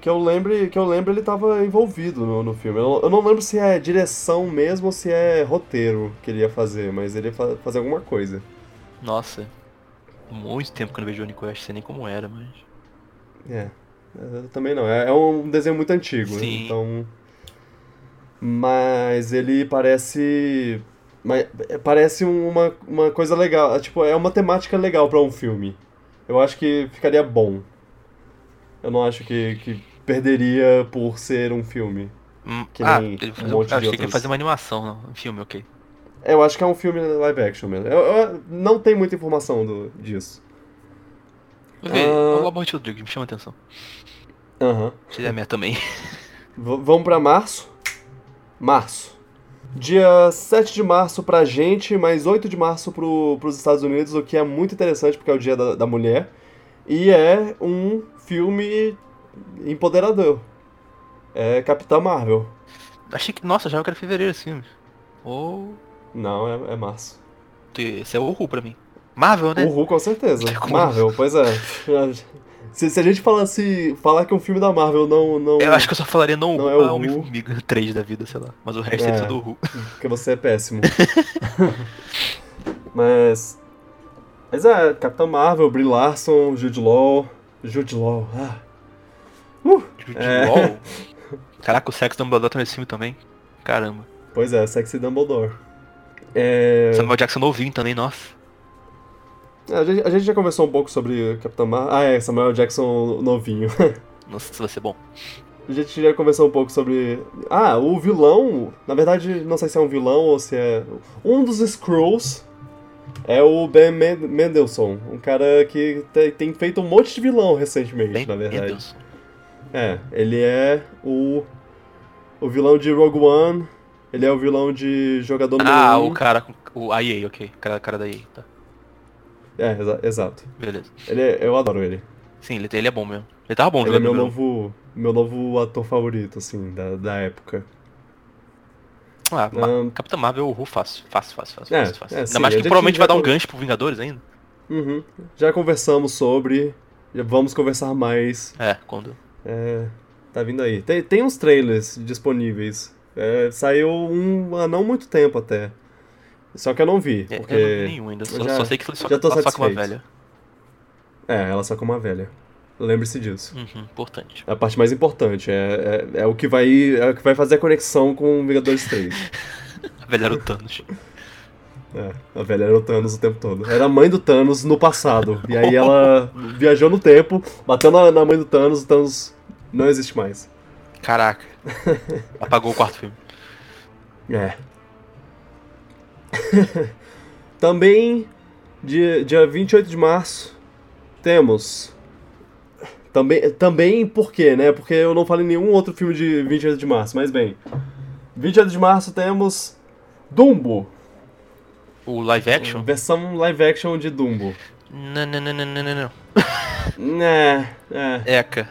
Que eu lembre, que eu lembro ele tava envolvido no, no filme. Eu não, eu não lembro se é direção mesmo ou se é roteiro que ele ia fazer, mas ele ia fa- fazer alguma coisa.
Nossa. Muito tempo que eu não vejo Johnny Quest, sei nem como era, mas.
É. Eu também não. É, é um desenho muito antigo.
Sim.
Então. Mas ele parece. mas- é, parece uma, uma coisa legal. É, Tipo, é uma temática legal pra um filme. Eu acho que ficaria bom. Eu não acho que, que perderia por ser um filme.
Hum,
Que
ah,
nem
ele
um
fez um-
monte de
eu achei que ele ia
outras-
fazer uma animação, não, um filme, ok.
É, Eu acho que é um filme live action mesmo. Eu, eu- não tem muita informação do, disso.
Ok,
Ah.
o Robert Rodrigues, me chama a atenção.
Aham.
Se é minha também.
V- vamos pra março? Março. Dia 7 de março pra gente, mas 8 de março pro, pros Estados Unidos, o que é muito interessante porque é o Dia da, da Mulher. E é um filme empoderador. É Capitã Marvel.
Achei que, nossa, já eu quero fevereiro esse filme. Ou.
Não, é, é março.
Esse é o Ru pra mim. Marvel, né?
O Hulk, com certeza.
Tem como.
Marvel, pois é. Se, se a gente falasse, falar que um filme da Marvel não, não
Eu acho que eu só falaria não,
Não
Ru
é o
pra
Ru.
Homem-Formiga 3 da vida, sei lá. Mas o resto
É.
é tudo Ru.
Porque você é péssimo. Mas. Mas é, Capitão Marvel, Brie Larson, Jude Law. Jude Law, ah. É.
LOL. Caraca, o sexo do Dumbledore tá nesse filme também. Caramba.
Pois é, Sexy Dumbledore. É,
Samuel Jackson novinho também, nossa.
a, gente, a gente já conversou um pouco sobre Capitão Marvel. Ah, é, Samuel Jackson novinho.
Nossa, isso vai ser bom.
a gente já conversou um pouco sobre. Ah, o vilão. Na verdade, não sei se é um vilão ou se é. Um dos Skrulls é o Ben Men- Mendelssohn. Um cara que te- tem feito um monte de vilão recentemente,
Bem,
na
meu
verdade.
Deus.
É, ele é o. O vilão de Rogue One. Ele é o vilão de Jogador
Ah,
número
o
um.
cara com. O a EA, ok. O cara, cara da EA, tá.
É, exa- exato.
Beleza.
Ele é- eu adoro ele.
Sim, ele, ele é bom mesmo. Ele tava bom
Ele é
jogando.
meu
mesmo.
novo, meu novo ator favorito, assim, da, da época.
Ah, Ma-
Ahn.
Capitão Marvel, o Ru, fácil. Fácil, fácil, fácil.
É,
fácil, fácil.
é,
Ainda
sim,
mais
a
que
gente
provavelmente
já
vai dar um
con-
gancho pro Vingadores ainda.
Uhum. Já conversamos sobre. já Vamos conversar mais.
É, quando.
É, tá vindo aí. Tem, tem uns trailers disponíveis. É, saiu um há não muito tempo até. Só que eu não vi.
É,
Porque...
Eu não vi nenhum ainda. Só,
eu já-
só sei que ele só,
já tô
só com uma
satisfeito.
velha.
É, ela só com uma velha. Lembre-se disso.
Uhum, importante.
É a parte mais importante. É, é, é o que vai, é o que vai fazer a conexão com o Vingadores 3.
A velha era o Thanos.
É, a velha era o Thanos o tempo todo. Era a mãe do Thanos no passado. E aí ela viajou no tempo, bateu na, na mãe do Thanos, o Thanos não existe mais.
Caraca. Apagou o quarto filme.
É. Também, dia, dia 28 de março, temos. Também, também por quê, né? Porque eu não falei nenhum outro filme de 28 de março, mas bem. 28 de março temos Dumbo.
O live action?
Versão live action de Dumbo.
Não, não, não, não, não, não, não.
Né, é.
Eca.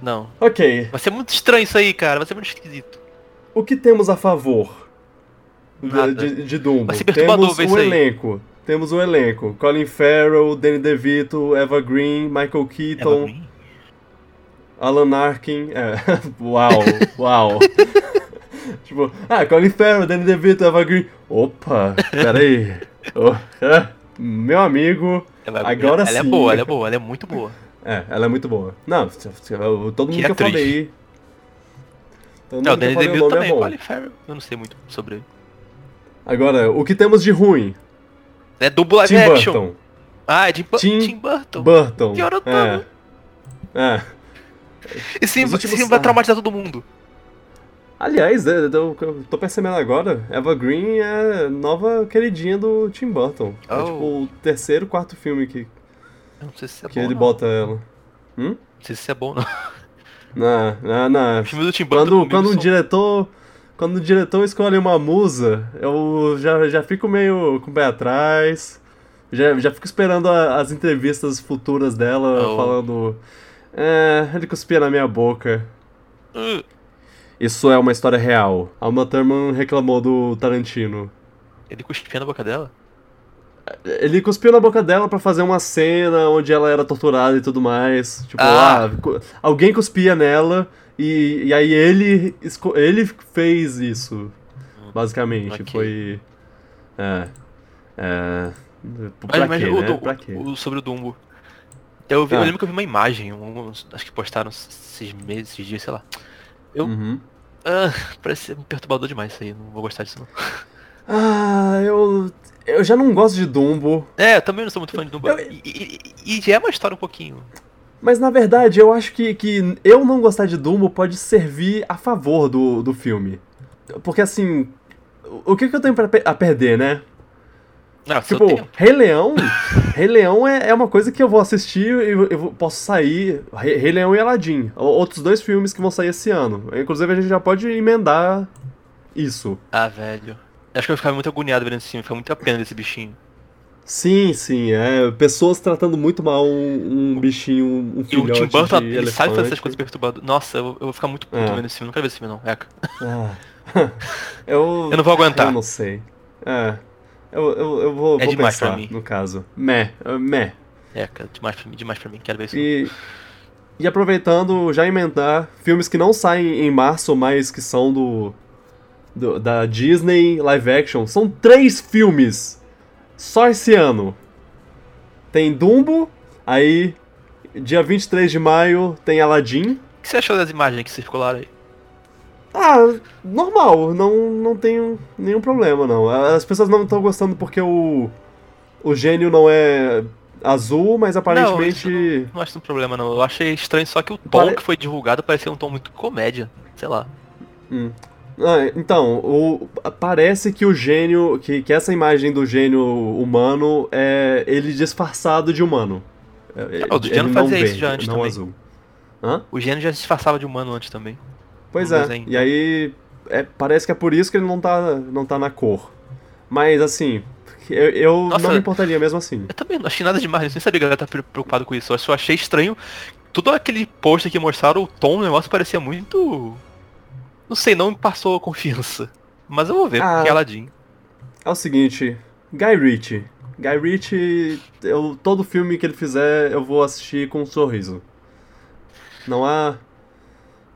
Não.
Ok.
Vai ser muito estranho isso aí, cara. Vai ser muito esquisito.
O que temos a favor de,
Nada.
de, de Dumbo?
Vai ser perturbador
temos
ver
o
isso aí.
elenco. Temos o elenco. Colin Farrell, Danny DeVito, Eva Green, Michael
Eva
Keaton,
Green?
Alan Arkin. É. Uau, uau. tipo, ah, Colin Farrell, Danny DeVito, Eva Green. Opa, peraí. Oh, ah, meu amigo.
Ela-
Agora
ela é
sim.
boa, ela é boa, ela é muito boa.
É, ela é muito boa. Não, todo mundo
Que
que, eu
atriz.
falei. Todo
Não, o
mundo que eu
Danny
falei o
DeVito
nome
também,
é bom.
Colin Farrell. Eu não sei muito sobre ele.
Agora, o que temos de ruim?
É duplo live
Tim
action.
Burton.
Ah, é Tim, Bu-
Tim
Tim Burton.
Burton.
Que hora
é.
tá?
é.
Esse
Os
filme,
últimos-
esse filme vai
ah.
traumatizar todo mundo.
Aliás, é, eu eu tô percebendo agora, Eva Green é nova queridinha do Tim Burton. É
Oh.
tipo o terceiro, quarto filme que,
Eu não sei se isso é
que
bom.
ele
não.
bota ela.
Não sei se isso é bom, não.
Na, na, na.
Os filmes do Tim Burton.
né,
é
Quando,
comigo
quando um
são-
diretor. Quando um diretor escolhe uma musa, eu já, já fico meio com o pé atrás. Já, já fico esperando a- as entrevistas futuras dela
Oh.
falando. É, ele cuspia na minha boca.
Uh,
Isso é uma história real. A Uma Thurman reclamou do Tarantino.
Ele cuspia na boca dela?
Ele cuspiu na boca dela pra fazer uma cena onde ela era torturada e tudo mais. Tipo,
Ah.
ah, cu- alguém cuspia nela e, e aí ele, esco- ele fez isso, basicamente.
ok.
Foi. É. É. Pra
Mas, mas
quê,
o,
né?
do-
Pra quê? Uhum.
o- sobre o Dumbo. Eu, vi-
Ah.
eu lembro que eu vi uma imagem, um- acho que postaram esses meses, esses dias, sei lá. Eu-
Uhum.
Ah, parece ser perturbador demais isso aí, não vou gostar disso não.
Ah, eu. Eu já não gosto de Dumbo.
É, eu também não sou muito fã de Dumbo.
Eu-
E, e- e- e é uma história um pouquinho.
Mas na verdade, eu acho que, que eu não gostar de Dumbo pode servir a favor do, do filme. Porque assim. o- O que, que eu tenho pra pe- a perder, né?
Não, seu
Tipo,
tempo.
Rei Leão. Rei Leão é, é uma coisa que eu vou assistir e eu, eu vou- posso sair. Rei, Rei Leão e Aladdin. o- Outros dois filmes que vão sair esse ano. Inclusive, a gente já pode emendar isso.
Ah, velho. Acho que eu ficava muito agoniado vendo esse filme, ficava muito a pena desse bichinho.
Sim, sim, é. Pessoas tratando muito mal um, um bichinho, um
E o
filhote
Tim Burton, tá-
de
ele sabe fazer essas
elefante.
coisas perturbadoras. Nossa, eu, eu vou ficar muito puto
É.
vendo esse filme, não quero ver esse filme não, Eca.
Ah. eu,
Eu não vou aguentar.
Eu não sei. É. Eu, eu, eu vou,
Tá. É
vou
demais
pensar,
pra mim.
no caso. Meh, eh, meh.
Eca, demais pra mim, demais pra mim, quero ver isso. não.
E, e aproveitando, já emendar filmes que não saem em março, mas que são do, do- da Disney live action. São três filmes só esse ano. Tem Dumbo, aí dia 23 de maio tem Aladdin.
O que você achou das imagens que circularam aí?
Ah, normal, não, não tenho nenhum problema não. As pessoas não estão gostando porque o o gênio não é azul, mas aparentemente
Não, isso Não acho um problema não, eu achei estranho só que o tom
Pare-
que foi divulgado parecia um tom muito comédia, sei lá.
Hum. Ah, então, o- parece que o gênio. Que, que essa imagem do gênio humano é ele disfarçado de humano. É,
Ah, o do
ele
gênio
não
fazia isso
verde,
já antes
não
também.
azul. Hã?
O gênio já se disfarçava de humano antes também.
Pois
No
é.
desenho.
E aí. é, parece que é por isso que ele não tá, não tá na cor. Mas assim, eu, eu
Nossa.
não me importaria mesmo assim.
Eu também não achei nada demais, eu nem sabia que a galera tá pre- preocupado com isso. Eu só achei estranho. Tudo aquele post que mostraram, o tom do negócio parecia muito. Não sei, não me passou confiança. Mas eu vou ver,
Ah.
porque é Aladdin.
É o seguinte, Guy Ritchie. Guy Ritchie, eu, todo filme que ele fizer, eu vou assistir com um sorriso. Não há.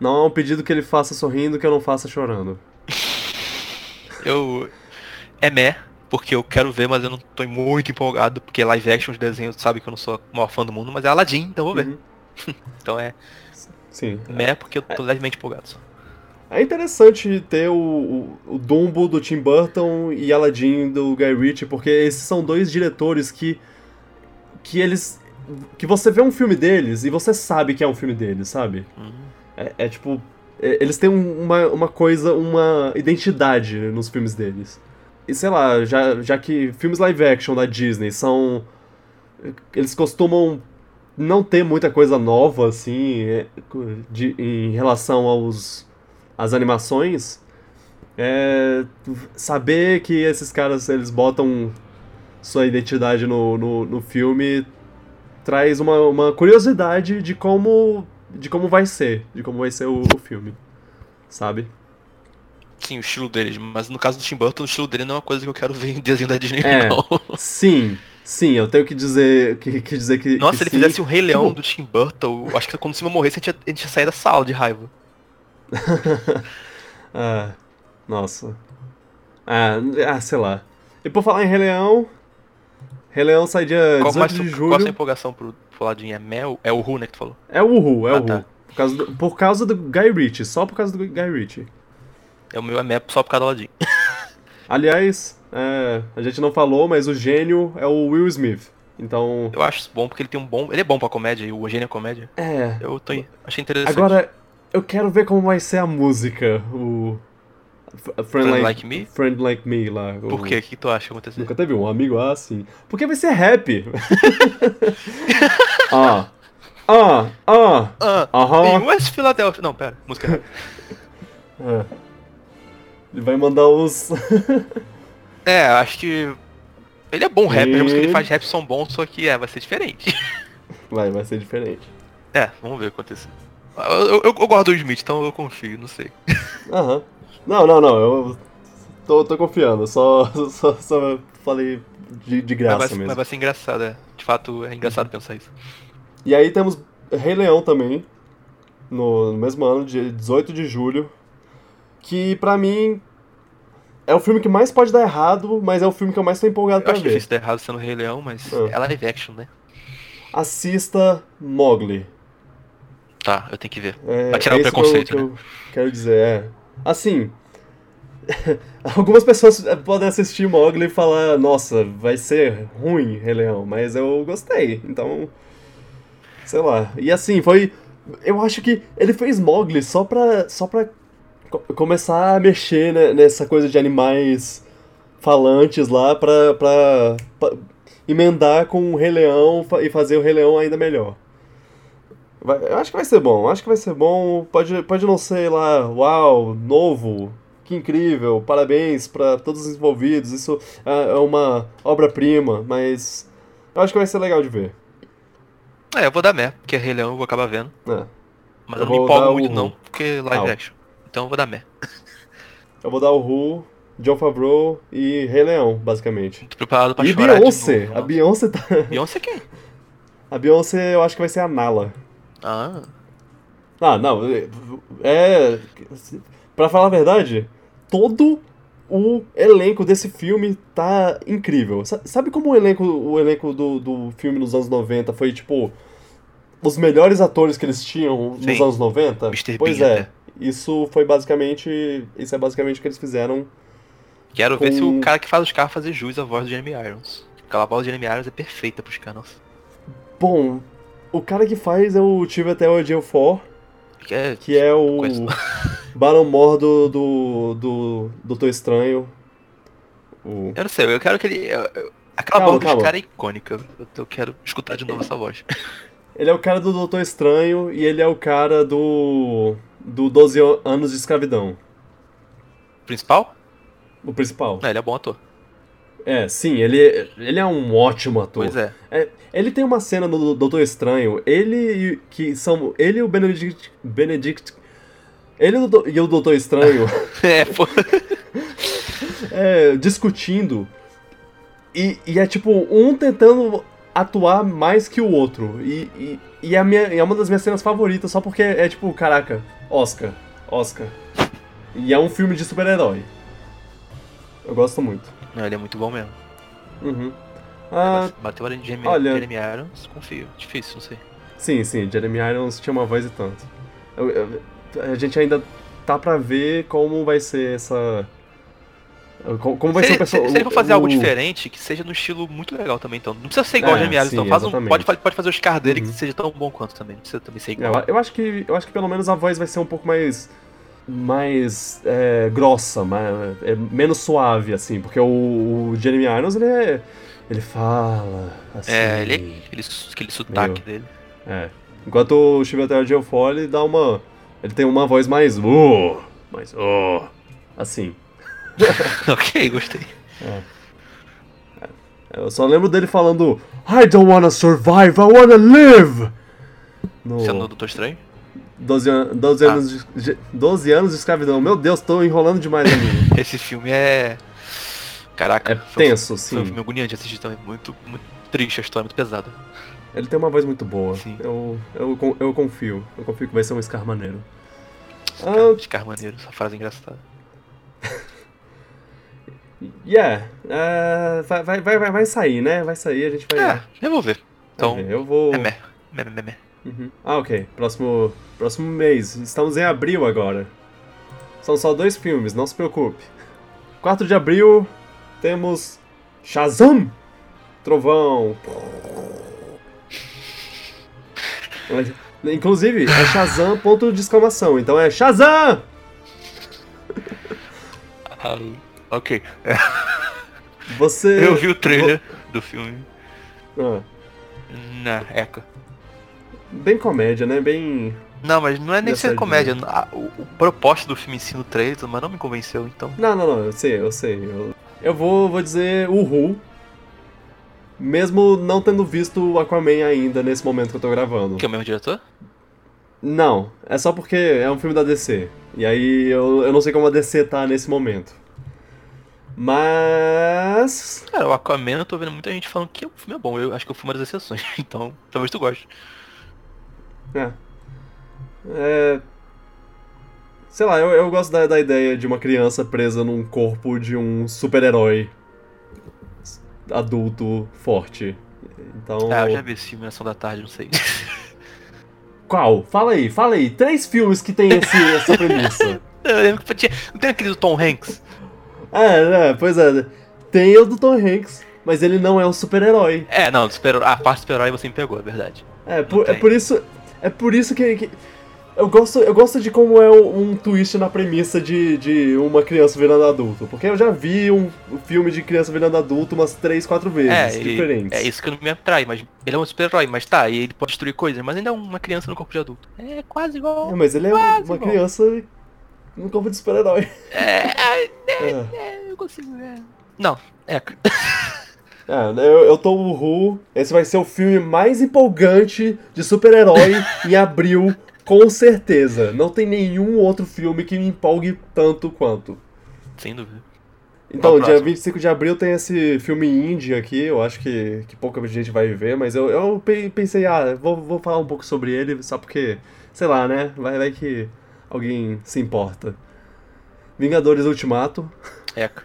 Não há um pedido que ele faça sorrindo que eu não faça chorando.
Eu. É meh, porque eu quero ver, mas eu não tô muito empolgado, porque live action de desenho sabe que eu não sou o maior fã do mundo, mas é Aladdin, então eu vou ver.
Uhum.
Então é
Sim.
meh, porque eu tô levemente empolgado só.
É interessante ter o, o, o Dumbo do Tim Burton e Aladdin do Guy Ritchie, porque esses são dois diretores que. que eles. que você vê um filme deles e você sabe que é um filme deles, sabe?
Hum.
É, é tipo. é- eles têm um- uma, uma coisa, uma identidade nos filmes deles. E sei lá, já, já que filmes live action da Disney são. Eles costumam não ter muita coisa nova, assim, é, co- de- em relação aos às animações. É, saber que esses caras eles botam sua identidade no, no, no filme traz uma, uma curiosidade de como de como vai ser, de como vai ser o, o filme, sabe?
Sim, o estilo deles, mas no caso do Tim Burton, o estilo dele não é uma coisa que eu quero ver em desenho da Disney,
É.
não.
Sim, sim, eu tenho que dizer que, que dizer que
Nossa,
que
ele
sim.
fizesse o Rei Leão
Tipo-
do Tim Burton, eu acho que quando o Simon morresse, a gente, ia, a gente ia sair da sala de raiva.
Ah, nossa. Ah, ah, sei lá. E por falar em Rei Leão, Rei Leão sai dia
Qual,
18
mais,
É, de
qual é a sua
julho.
empolgação pro, pro Aladdin? É Mel? É o Ru, né, que tu falou?
É o Uhu, é o
Ah,
Uhu.
tá.
Por, causa do, por causa do Guy Ritchie, só por causa do Guy Ritchie.
É o meu é Mel só por causa do Aladdin.
Aliás, é, a gente não falou, mas o gênio é o Will Smith. Então,
Eu acho isso bom porque ele tem um bom. Ele é bom pra comédia, e o Eugênio é comédia.
é,
Eu tô, achei interessante.
Agora, eu quero ver como vai ser a música, o. F- Friend,
Friend
like,
Like Me?
Friend Like Me lá. o-
Por quê? O que tu acha que aconteceu?
Nunca teve um amigo assim. Porque vai ser rap. ah. Ah, ah.
Ah,
Aham.
em West Philadelphia. Não, pera, música errada.
É.
um-
Ele vai mandar os.
É, acho que. Ele é bom rapper,
E-
as músicas que ele faz rap são bons, só que é, vai ser diferente.
Vai, vai ser diferente.
É, vamos ver o que acontece. Eu, eu, eu gosto do Smith, então eu confio, não sei.
Aham. Não, não, não. Eu tô, tô confiando. Só, só, só falei de, de graça
mas, vai,
mesmo. Uhum.
mas vai ser engraçado, é. De fato, é engraçado pensar isso.
E aí temos Rei Leão também, no, no mesmo ano, dia 18 de julho, que pra mim é o filme que mais pode dar errado, mas é o filme que eu mais tô empolgado
Eu
pra
acho
ver.
difícil dar errado sendo Rei Leão, mas
Ah.
é live action, né?
Assista Mogli.
Tá, eu tenho que ver.
É,
Pra tirar o
é isso que eu-
preconceito, né?
que eu, quero dizer, é. Assim. algumas pessoas podem assistir Mogli e falar, nossa, vai ser ruim, Rei Leão, mas eu gostei, então. Sei lá. E assim, foi. Eu acho que ele fez Mogli só pra. só pra co- começar a mexer né, nessa coisa de animais falantes lá pra. pra, pra emendar com o Rei Leão fa- e fazer o Rei Leão ainda melhor. Vai- eu acho que vai ser bom, acho que vai ser bom. Pode, pode não ser lá, uau, novo, que incrível, parabéns pra todos os envolvidos, isso é é uma obra-prima, mas eu acho que vai ser legal de ver.
É, eu vou dar mé, porque Rei Leão eu vou acabar vendo.
É,
Mas
Eu
eu, não me
vou
empolgo
dar
muito
o-
não, porque live
Au.
action. Então eu vou dar mé.
eu vou dar o Who, John Favreau e Rei Leão, basicamente.
Tô preparado pra
E
chorar de
Beyoncé,
novo,
a
não.
Beyoncé tá...
Beyoncé quem?
A Beyoncé eu acho que vai ser a Nala.
Ah,
Ah, não, é... é pra falar a verdade, todo o elenco desse filme tá incrível. Sa- Sabe como o elenco, o elenco do, do filme nos anos 90 foi, tipo, os melhores atores que eles tinham nos
Sim.
anos 90?
Mr.
Pois
Bean né?
é,
até.
isso foi basicamente, isso é basicamente o que eles fizeram.
quero ver se
Com-
o cara que faz os carros fazer jus à voz do Jeremy Irons. Aquela voz do Jeremy Irons é perfeita pros caras.
Bom, o cara que faz eu tive até o Geo 4,
É,
que é o
Coisa.
Baron Mordo do, do, do Tô Estranho. O...
eu não sei, eu quero que ele... eu- eu- Aquela
é- Calma,
voz desse
calma.
cara é icônica. Eu, eu quero escutar de novo essa voz.
Ele é o cara do Doutor Estranho e ele é o cara do. do 12 an- anos de escravidão.
Principal?
O principal.
Não, ele é bom ator.
É, sim, ele, ele é um ótimo ator.
Pois é.
Ele tem uma cena no Doutor Estranho, ele e- que são. Ele e o Benedict. Benedict. Ele e o Doutor- e o Doutor Estranho
É, pô.
é, discutindo. E, e é tipo, um tentando atuar mais que o outro. E, e, e é, a minha, é uma das minhas cenas favoritas, só porque é tipo, caraca, Oscar, Oscar. E é um filme de super-herói. Eu gosto muito.
Não, ele é muito bom mesmo.
Uhum. Ah,
Bateu a Jeremy,
olha-
Jeremy Irons, confio. Difícil, não sei.
sim, sim, Jeremy Irons tinha uma voz e tanto. Eu- eu- a gente ainda tá pra ver como vai ser essa. Como, como vai
se,
ser o
ele- se-
pessoal.
se ele for fazer algo
o-
diferente, que seja no estilo muito legal também, então. Não precisa ser igual
É,
ao Jeremy Irons,
sim,
então. Faz um,
exatamente.
pode, fa- pode fazer os carros dele
Uhum.
que seja tão bom quanto também. Não precisa também ser
Eu,
igual.
eu acho que eu acho que pelo menos a voz vai ser um pouco mais mais é, grossa, mais, é, menos suave assim, porque o, o Jeremy Irons ele é, ele fala assim.
É, ele, aquele, su- aquele sotaque dele.
é. Enquanto o Chivetel Geofoli ele dá uma ele tem uma voz mais uh, mais uh, assim.
ok, gostei.
Eu só lembro dele falando I don't wanna survive, I wanna live. No-
Sendo do Doutor Estranho?
12, an 12
é Ah.
anos de, de- 12 anos de escravidão. Meu Deus, tô enrolando demais ali.
Esse filme é. Caraca.
É
foi um-
tenso,
Foi um
sim.
filme agoniante de assistir também. Muito, muito triste a história, muito pesada.
Ele tem uma voz muito boa.
Sim.
Eu, eu, con- eu confio. Eu confio que vai ser um Scar maneiro.
Cara,
Ah,
de carro maneiro, essa frase é engraçada.
yeah. Ah, vai, vai, vai, vai- vai sair, né? Vai sair, a gente vai. vai
É, eu vou ver. Então,
ver. eu vou.
é meh. Meh, meh, meh.
Uhum. Ah, ok. Próximo, próximo mês. Estamos em abril agora. São só dois filmes, não se preocupe. 4 de abril temos Shazam! Trovão. Mas, Inclusive, é Shazam ponto de exclamação, então é Shazam!
Ah, ok.
Você...
Eu vi o trailer do filme
Ah,
na ECA.
bem comédia, né? Bem...
Não, mas não é nem
Dessa
ser comédia. A- o, o propósito do filme ensino trailer, mas não me convenceu, então.
Não, não, não, eu sei, eu sei. Eu, eu vou, vou dizer uhul. Mesmo não tendo visto o Aquaman ainda nesse momento que eu tô gravando.
Que é o mesmo diretor?
Não, é só porque é um filme da DC. E aí eu, eu não sei como a DC tá nesse momento. Mas.
Cara, o Aquaman eu tô vendo muita gente falando que o filme é bom. Eu acho que eu fui uma das exceções, então talvez tu goste.
É. É. Sei lá, eu, eu gosto da, da ideia de uma criança presa num corpo de um super-herói adulto forte. Então.
Ah, eu já vi esse filme na Sessão da Tarde, não sei.
Qual? Fala aí, fala aí. Três filmes que tem esse, essa premissa.
Eu lembro que tinha- Não tem aquele do Tom Hanks?
É, é, pois é. Tem o do Tom Hanks, mas ele não é um super-herói.
É, não, do super a parte do super-herói você me pegou, é verdade.
É, por, é
tem.
por isso. É por isso que. que- eu, gosto, eu gosto de como é um, um twist na premissa de, de uma criança virando adulto. Porque eu já vi um, um filme de criança virando adulto umas três, quatro vezes.
É, ele-
diferentes.
é isso que não me atrai, mas ele é um super-herói, mas tá, e ele pode destruir coisas, mas ainda é uma criança no corpo de adulto. É quase igual.
É, mas ele é
Quase,
uma
irmão.
criança num corpo de super-herói.
É, é,
É.
é, eu consigo, é. Não, é.
Ah, eu, eu tô o Ru. Esse vai ser o filme mais empolgante de super-herói em abril, com certeza. Não tem nenhum outro filme que me empolgue tanto quanto.
Sem dúvida.
Então,
Qual o
dia
próximo?
25 de abril tem esse filme indie aqui, eu acho que, que pouca gente vai ver, mas eu, eu pe- pensei, ah, vou, vou falar um pouco sobre ele, só porque, sei lá, né? Vai, vai que alguém se importa. Vingadores Ultimato.
Eca.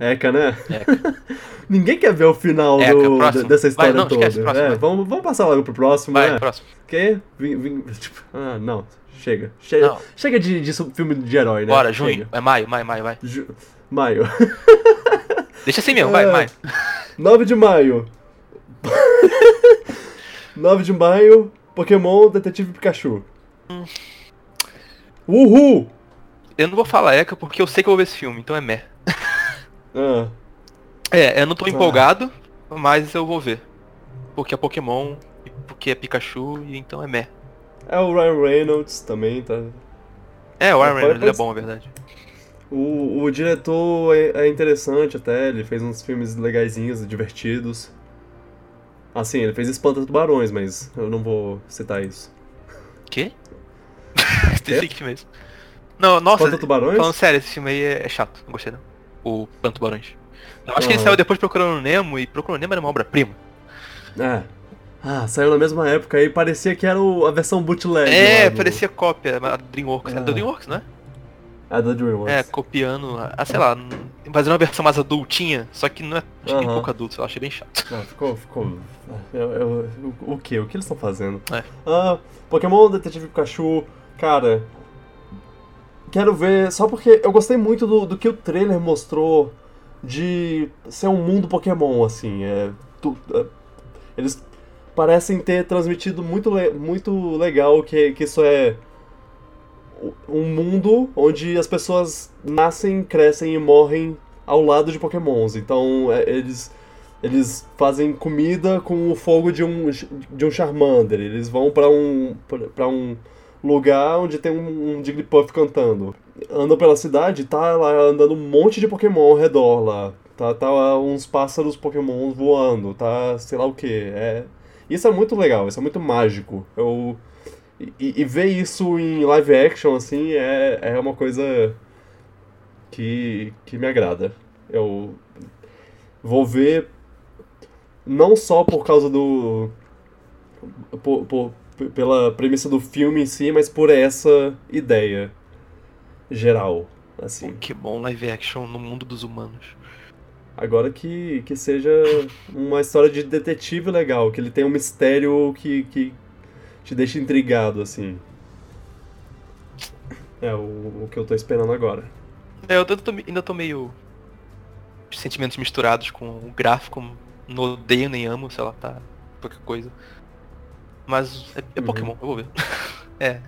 Eca, né?
Eca.
Ninguém quer ver o final
É,
do-
próximo.
dessa
Vai,
história
não,
toda.
esquece, próximo,
É,
vai.
vamos, vamos passar logo pro próximo,
Vai,
né?
próximo.
Que? Vim- vim- tipo, ah, não. Chega. Chega,
Não.
chega de, de su- filme de herói, né?
Bora,
Chega.
junho. É maio, maio, maio, vai.
Ju- Maio.
Deixa assim mesmo, vai,
É.
maio.
9 de maio. 9 de maio, Pokémon Detetive Pikachu. Uhul!
Eu não vou falar Eca porque eu sei que eu vou ver esse filme, então é meh.
Ah,
É, eu não tô
Ah.
empolgado, mas eu vou ver. Porque é Pokémon, e porque é Pikachu, e então é meh.
é o Ryan Reynolds também, tá?
É, o Iron Man,
Pode-
ele é
pode-
bom, é verdade.
O, o diretor é, é interessante até, ele fez uns filmes legaisinhos, divertidos. Assim, ele fez Espanta Tubarões, mas eu não vou citar isso.
Quê? Esse filme mesmo. Não, nossa,
Espanta Tubarões?
falando sério, esse filme aí é é chato, não gostei não. O Planto Barões. Eu acho que ele
Ah.
saiu depois procurando o Nemo, e procurando o Nemo era uma obra-prima.
É. Ah, saiu na mesma época e parecia que era o- a versão bootleg.
É,
lá do-
parecia cópia, a Dreamworks, era
Ah.
do Dreamworks, né?
A da DreamWorks.
É, copiando, a- a, sei lá, n- fazendo uma versão mais adultinha, só que não é acho que é
Aham.
pouco adulto, eu achei bem chato.
Não, ficou. ficou... eu- eu- o, o que? O que eles estão fazendo?
É.
Ah, Pokémon Detetive Pikachu, cara. Quero ver, só porque eu gostei muito do, do que o trailer mostrou de ser um mundo Pokémon, assim. é, tu- é, eles parecem ter transmitido muito, le- muito legal que, que isso é um mundo onde as pessoas nascem, crescem e morrem ao lado de Pokémons. Então é, eles eles fazem comida com o fogo de um, de um Charmander. Eles vão pra um para um lugar onde tem um, um Jigglypuff cantando. Andam pela cidade, tá lá andando um monte de Pokémon ao redor lá. Tá, tá lá uns pássaros Pokémon voando, tá sei lá o que. É, isso é muito legal, isso é muito mágico. Eu, e, e ver isso em live action, assim, é, é uma coisa que, que me agrada. Eu vou ver não só por causa do. por- por- p- pela premissa do filme em si, mas por essa ideia geral, assim.
Que bom live action no mundo dos humanos.
Agora que, que seja uma história de detetive legal, que ele tem um mistério que, que te deixa intrigado, assim. É o, o que eu tô esperando agora.
É, eu tô- tô- ainda tô meio. sentimentos misturados com o gráfico, não odeio nem amo, sei lá, tá. pouca coisa. Mas é, é
Uhum.
Pokémon, eu vou ver. é,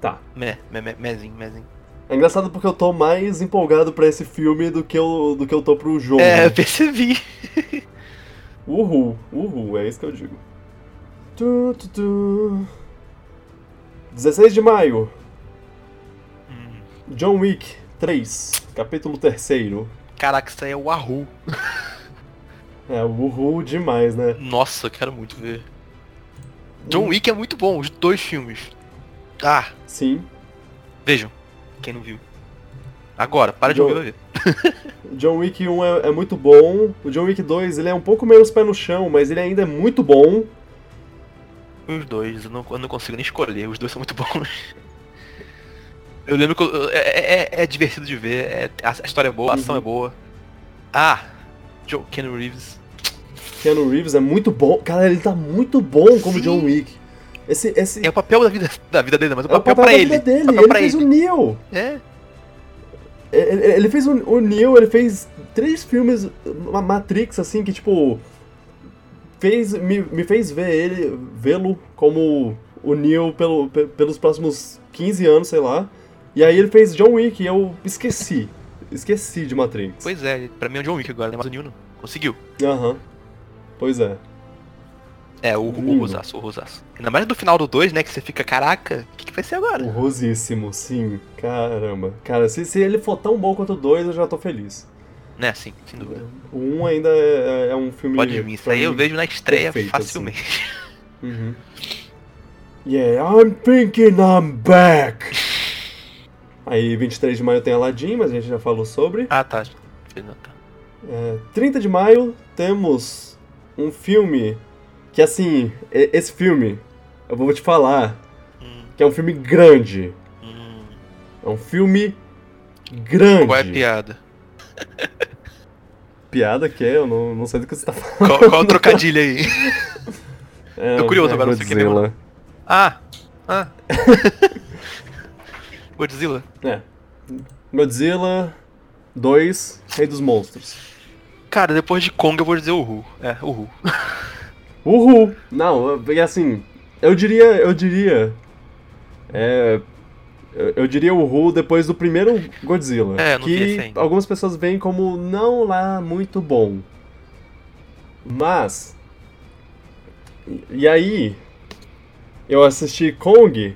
Tá.
meh, meh, meh, mezinho, mezinho.
É engraçado porque eu tô mais empolgado pra esse filme do que eu, do que eu tô pro jogo.
É, eu percebi.
Uhul, uhul, é isso que eu digo. Tu, tu, tu. 16 de maio,
Hum,
John Wick 3, capítulo 3.
Caraca, isso aí é o Wahoo.
É, uhul demais, né?
Nossa, eu quero muito ver. John Wick é muito bom, os dois filmes. Ah,
Sim,
vejam. Quem não viu. Agora, para de
John-
ouvir, vai ver.
John Wick 1 é, é muito bom. O John Wick 2 ele é um pouco menos pé no chão, mas ele ainda é muito bom.
Os dois, eu não, eu não consigo nem escolher, os dois são muito bons. Eu lembro que eu- é, é- é divertido de ver, é- a, a história é boa, a ação
Uhum.
é boa. Ah, Joe Ken Reeves.
Keanu Reeves é muito bom. Cara, ele tá muito bom como
Sim.
John Wick. Esse, esse
É o papel da vida, da vida dele, mas o
é o
papel,
papel
pra
da
ele.
vida dele.
Papel
Ele
pra
fez um-
ele.
o Neo.
É.
Ele, ele fez o, o Neo, ele fez três filmes, uma Matrix, assim, que, tipo, fez, me, me fez ver ele, vê-lo como o Neo pelo, pe- pelos próximos 15 anos, sei lá. E aí ele fez John Wick e eu esqueci. Esqueci de Matrix.
Pois é, pra mim é o John Wick agora, né? Mas o Neo não. Conseguiu.
Aham. Pois é.
É, o, o
Neo.
Rosaço, o Rosaço. Ainda mais do final do 2, né? Que você fica, caraca, o que, que vai ser agora?
O Rosíssimo, sim. Caramba. Cara, se, se ele for tão bom quanto o 2, eu já tô feliz.
Né, sim, sem dúvida.
O 1 um ainda é, é um filme...
Pode vir, isso
pra
aí eu
mim,
vejo na estreia
perfeito, assim.
facilmente.
Uhum. Yeah, I'm thinking I'm back. Aí, 23 de maio tem Aladdin, mas a gente já falou sobre.
Ah, tá. Não, tá.
É, 30 de maio temos um filme que, assim, e- esse filme, eu vou te falar,
Hum,
que é um filme grande.
hum.
É um filme grande.
Qual é a piada?
Piada que é? Eu não, não sei do que você tá falando.
Qual, qual o trocadilho aí?
É,
Tô curioso
é
agora, não sei o que é mesmo.
Godzilla.
Ah! Ah! Godzilla?
É. Godzilla 2, Rei dos Monstros.
Cara, depois de Kong eu vou dizer Uhu. É, Uhu.
Uhul! Não, eu- e assim, eu diria, eu diria. É. Eu, eu diria Uhul depois do primeiro Godzilla.
É, eu não vi
que
esse ainda.
algumas pessoas veem como não lá muito bom. Mas. e- E aí. Eu assisti Kong.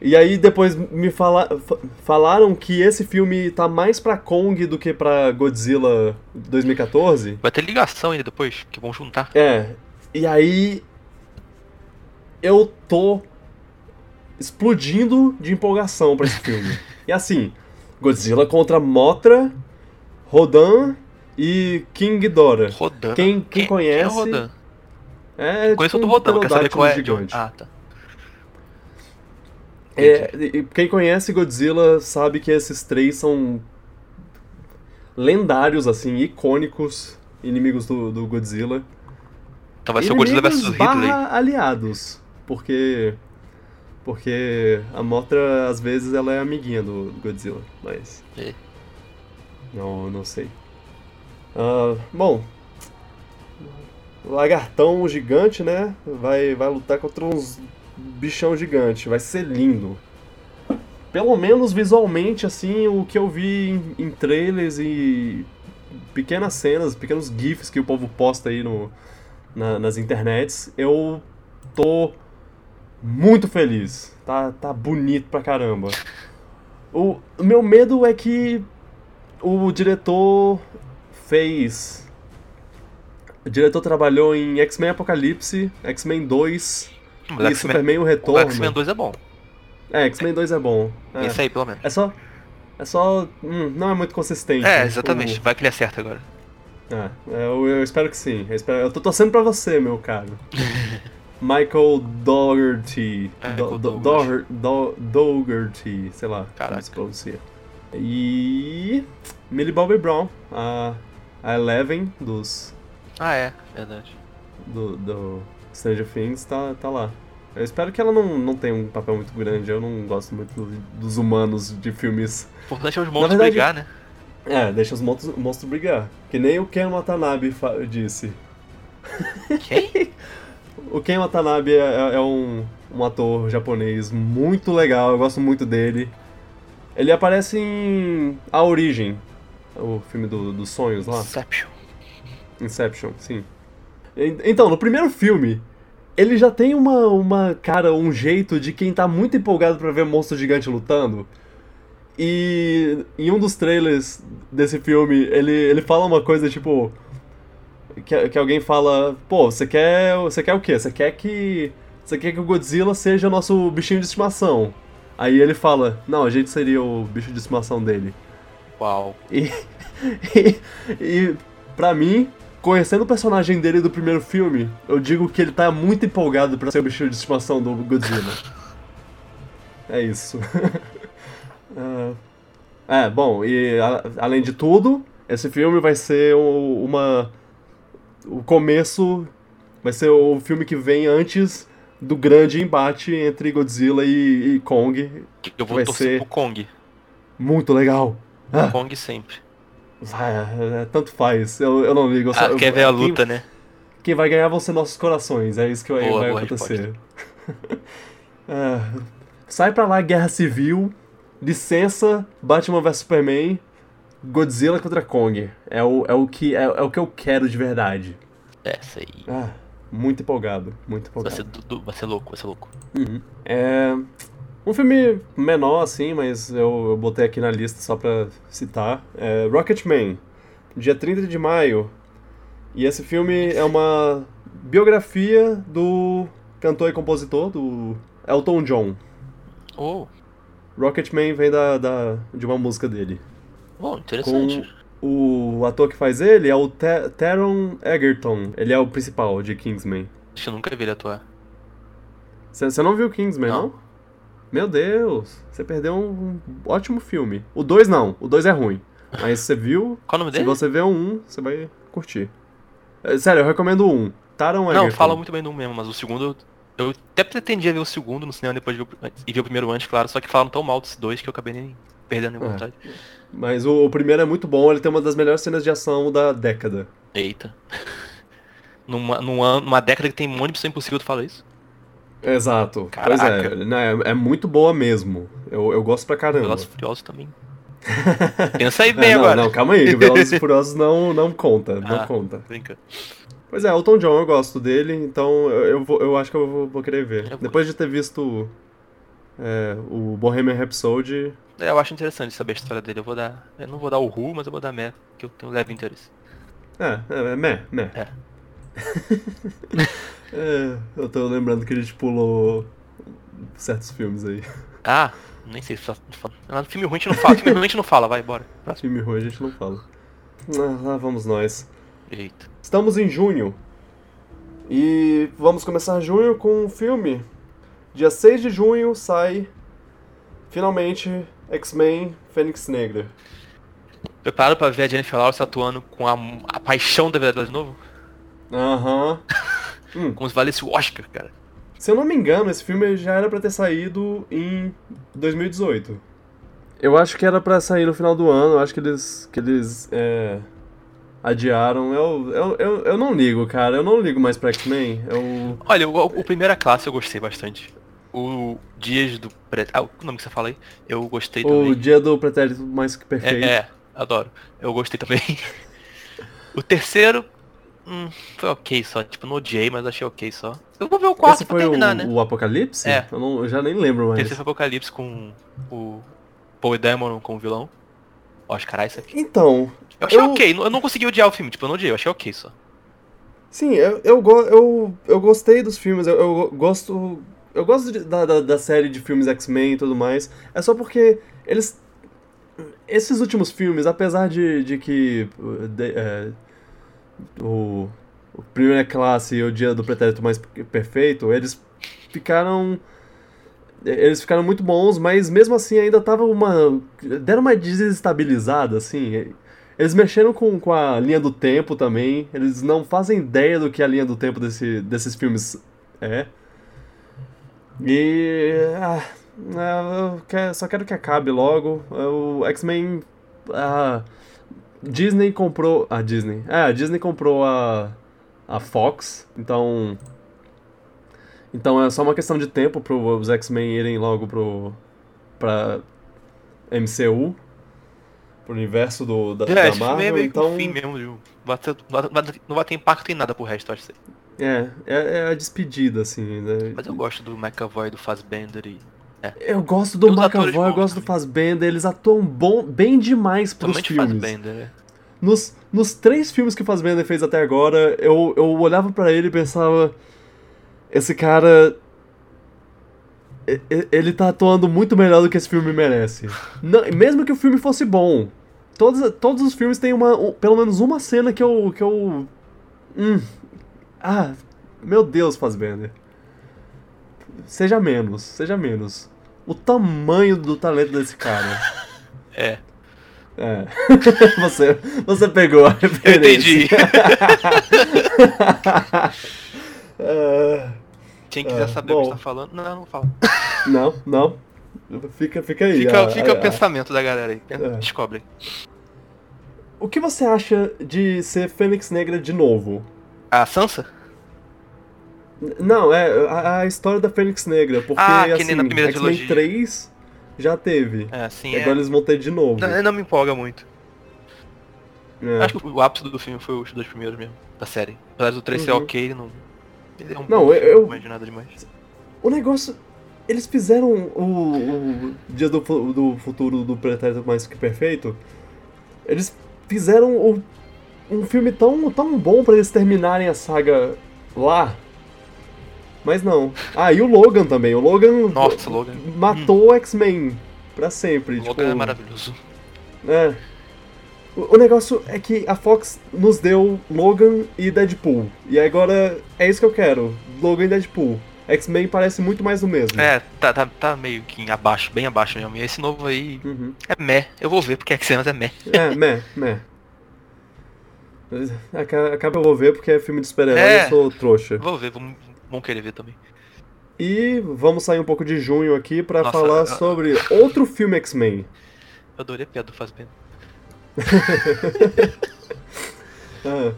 E aí depois me fala, fa- falaram que esse filme tá mais pra Kong do que pra Godzilla 2014.
Vai ter ligação ainda depois, que vão juntar.
É, e aí eu tô explodindo de empolgação pra esse filme. e assim, Godzilla contra Mothra, Rodan e King Ghidorah.
Rodan.
Quem, quem
é o
conhece?
Rodan?
é,
Conheço o
tipo
do
um
Rodan, quer saber qual é. de onde-
gigante.
Ah, tá.
É, e- e quem conhece Godzilla sabe que esses três são lendários, assim, icônicos inimigos do, do Godzilla.
Então vai ser o Godzilla vs
Inimigos
Ridley.
barra aliados. Porque. Porque a Mothra, às vezes, ela é amiguinha do do Godzilla, mas.
É.
Não, não sei. Ah, bom. Lagartão gigante, né? Vai, vai lutar contra uns bichão gigante. Vai ser lindo. Pelo menos visualmente, assim, o que eu vi em, em trailers e pequenas cenas, pequenos GIFs que o povo posta aí no, na- nas internets, eu tô muito feliz. Tá, tá bonito pra caramba. O, o meu medo é que o diretor fez. O diretor trabalhou em X-Men Apocalipse, X-Men 2
Mas
e
X-Men-
Superman O
o
Retorno.
X-Men 2 é bom.
É, X-Men 2 é bom. né? É,
Esse aí, pelo menos.
é só. É só. hum, não é muito consistente.
É, exatamente. Vai que ele acerta agora.
O- é, eu, eu espero que sim. Eu, espero- eu tô torcendo pra você, meu caro. Michael Dougherty.
É,
Do-
Michael
Do-
Dougherty.
Dougher- Do- Dougherty, sei lá
Caraca.
como se pronuncia. E. Millie Bobby Brown, a, a Eleven dos,
Ah, é. Verdade.
do, do Stranger Things, tá, tá lá. Eu espero que ela não, não tenha um papel muito grande, eu não gosto muito do- dos humanos de filmes
O importante é os monstros
verdade-
brigar, né?
É, deixa os monstros, monstros brigar. Que nem o Ken Watanabe fa- disse.
Quem?
O Ken Watanabe é, é um, um ator japonês muito legal, eu gosto muito dele. Ele aparece em A Origem, o filme do- dos sonhos lá.
Inception.
Inception, sim. En- Então, no primeiro filme, ele já tem uma, uma cara, um jeito de quem tá muito empolgado pra ver monstro gigante lutando. E em um dos trailers desse filme, ele, ele fala uma coisa tipo. Que, que alguém fala: pô, você quer, você quer o quê? Você quer que. Você quer que o Godzilla seja nosso bichinho de estimação? Aí ele fala: não, a gente seria o bicho de estimação dele.
Uau.
E, e, e pra mim, conhecendo o personagem dele do primeiro filme, eu digo que ele tá muito empolgado pra ser o bicho de estimação do Godzilla. é isso. Ah, é, bom, e a- além de tudo, esse filme vai ser o- uma o começo vai ser o filme que vem antes do grande embate entre Godzilla e, e Kong.
Que eu vou
Vai
torcer
ser-
pro Kong.
Muito legal. Ah.
Kong sempre.
Ah, tanto faz, eu, eu não ligo. eu só-
Ah,
eu-
quer ver a
quem-
luta, né?
Quem, vai ganhar vão ser nossos corações, é isso que vai,
Boa,
vai
boa
acontecer. Ah, sai pra lá, Guerra Civil, licença, Batman vs Superman, Godzilla contra Kong. É o, é o, que, é, é o que eu quero de verdade.
Essa É, aí.
Ah, muito empolgado, muito
Vai
empolgado.
ser, du- du- vai ser louco, vai ser louco.
É um filme menor, assim, mas eu, eu botei aqui na lista só pra citar. É Rocketman, dia 30 de maio. E esse filme é uma biografia do cantor e compositor, do Elton John.
Oh,
Rocketman vem da, da- de uma música dele.
bom, oh, interessante.
O ator que faz ele é o Te- Taron Egerton. Ele é o principal de Kingsman.
Acho que eu nunca vi ele atuar.
Você não viu Kingsman, não?
Não.
Meu Deus, você perdeu um um ótimo filme. O 2 não, o 2 é ruim. Mas você viu,
Qual o nome
se
dele?
você vê o 1, um, você vai curtir. É, Sério, eu recomendo o 1. Um. Taron
Não,
Egerton.
fala muito bem do um mesmo, mas o segundo. Eu eu até pretendia ver o segundo no cinema depois de ver, o- e ver o primeiro antes, claro, só que falaram tão mal dos dois que eu acabei nem perdendo a
É.
vontade.
Mas o, o primeiro é muito bom, ele tem uma das melhores cenas de ação da década.
Eita. Numa, numa, numa década que tem um monte de pessoa impossível, tu fala isso?
Exato.
Caraca.
Pois é, né, é, é muito boa mesmo. Eu, eu gosto pra caramba.
Velozes e Furiosos também. Pensa aí
É,
bem
não,
agora.
não, calma aí, Velozes e Furiosos não, não conta, não
Ah.
conta.
Brinca.
Pois é, Elton John eu gosto dele, então eu, eu, vou- eu acho que eu vou, vou querer ver.
Eu vou.
Depois de ter visto é, o Bohemian Rhapsody,
É, Eu acho interessante saber a história dele. Eu vou dar. Eu não vou dar o Ru, mas eu vou dar Meh, que eu tenho leve interesse.
é, é, é meh, meh.
É.
É, eu tô lembrando que a gente pulou certos filmes aí.
Ah, nem sei se fa- fa- ah, Filme ruim a gente não fala. Filme ruim a gente não fala, vai, bora. Próximo.
Filme ruim a gente não fala. Ah, lá vamos nós.
Eita.
Estamos em junho. E vamos começar junho com um filme. Dia 6 de junho sai finalmente X-Men Fênix Negra.
Preparado pra ver a Jennifer Lawrence atuando com a, a paixão da vida dela de novo?
Aham.
Como se valesse o Oscar, cara.
Se eu não me engano, esse filme já era pra ter saído em 2018. Eu acho que era pra sair no final do ano, eu acho que eles. que eles. é, adiaram. Eu, eu, eu, eu não ligo, cara. Eu não ligo mais pra X-Men. Eu.
Olha, o, o primeira classe eu gostei bastante. O Dias do Pre... Ah, o nome que você fala aí? Eu gostei
O
também.
dia do pretérito mais que perfeito.
É, é, adoro. Eu gostei também. o terceiro. hum, foi ok só. Tipo, não odiei, mas achei ok só. Eu vou ver o quarto
Esse
pra
foi o, um
terminar, né?
o Apocalipse?
É.
Eu, não- eu já nem lembro
O
mais.
terceiro foi Apocalipse com o Paul Dameron como vilão. Ó, acho caralho, isso aqui.
Então,
Eu achei
Eu-
ok, não- eu não consegui odiar o filme, tipo, eu não odiei, eu achei ok só.
sim, eu, eu, go- eu, eu gostei dos filmes, eu, eu go- gosto. Eu gosto de- da, da, da série de filmes X-Men e tudo mais. É só porque eles. Esses últimos filmes, apesar de, de que. uh, de- é, o, o Primeira Classe e o Dia do Pretérito Mais Perfeito, eles ficaram. Eles ficaram muito bons, mas mesmo assim ainda tava uma. Deram uma desestabilizada, assim. Eles mexeram com, com a linha do tempo também. Eles não fazem ideia do que é a linha do tempo desse, desses filmes é. E. Ah, ah, eu que- só quero que acabe logo. O X-Men. A Disney comprou. A Disney. É, a Disney comprou a. A Fox. Então. Então é só uma questão de tempo para os X-Men irem logo pro. pra. MCU. Pro universo do, da,
É,
da
esse filme é
Marvel.
meio que um
Então.
fim mesmo, viu? Vai ter- vai- vai- Não vai ter impacto em nada pro resto, eu acho.
É, é, é a despedida, assim, né?
Mas eu gosto do McAvoy, do Fassbender e...
Eu gosto do
Tem uns atores
McAvoy, eu
bons
gosto do
também.
Fassbender, eles atuam bom, bem demais pros
Principalmente
filmes.
Fassbender, né?
Nos, nos três filmes que o Fassbender fez até agora, eu, eu olhava pra ele e pensava... Esse cara... e- e- Ele tá atuando muito melhor do que esse filme merece. Não, mesmo que o filme fosse bom. Todos, todos os filmes têm uma, um- pelo menos uma cena que eu... Que eu hum, ah, meu Deus, Fassbender. Seja menos, seja menos. O tamanho do talento desse cara.
É.
É. você, você pegou a
Eu
referência.
entendi.
Ah,
Quem quiser
É,
saber o que
bom.
você tá falando. Não, não fala.
não, não. Fica, fica aí.
Fica,
ah,
fica
ah,
o pensamento da galera aí.
É.
Descobre.
O que você acha de ser Fênix Negra de novo?
A Sansa?
N- Não, é a, a história da Fênix Negra, porque
Ah, que nem
assim,
na primeira
X-Men
trilogia.
3 já teve.
É, sim.
E
É.
agora eles vão ter de novo.
Não, não me empolga muito.
É.
Acho que o ápice do filme foi os dois primeiros mesmo, da série. Apesar do 3 ser
Uhum.
ok, ele não. Ele é um
Não,
bom
eu-
filme,
eu-
não é de nada demais.
O negócio. Eles fizeram o, o Dia do, Fu- do Futuro do Pretérito Mais Que Perfeito. Eles fizeram o- um filme tão, tão bom pra eles terminarem a saga lá. Mas não. Ah, e o Logan também. O Logan
Nossa, Logan.
matou o X-Men pra sempre.
Logan
tipo,
é maravilhoso.
é. O, o negócio é que a Fox nos deu Logan e Deadpool. E agora é isso que eu quero. Logan e Deadpool. X-Men parece muito mais do mesmo.
É, tá, tá, tá meio que abaixo, bem abaixo mesmo. E esse novo aí
Uhum.
é meh. Eu vou ver porque é que mas é meh.
É, meh, meh. Aca- Acaba eu vou ver porque é filme de super-herói
É.
eu sou trouxa.
Vou ver, vão, vão querer ver também.
E vamos sair um pouco de junho aqui pra
Nossa,
falar
eu-
sobre outro filme X-Men.
Eu adorei a piada do Fazbender.
É.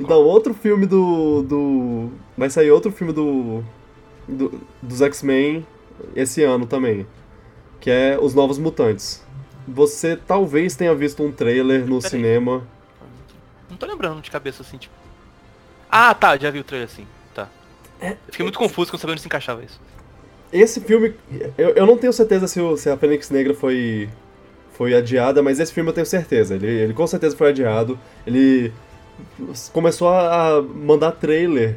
Então, outro filme do, do. Vai sair outro filme do. do- dos X-Men esse ano também. Que é Os Novos Mutantes. Você talvez tenha visto um trailer no
Peraí.
cinema.
Não tô lembrando de cabeça assim, tipo. Ah, tá, já vi o trailer assim. Tá.
É,
Eu fiquei muito confuso quando sabia onde se encaixava isso.
Esse filme. Eu, eu não tenho certeza se, o- se a Fênix Negra foi. foi adiada, mas esse filme eu tenho certeza. Ele, ele com certeza foi adiado. Ele começou a, a mandar trailer.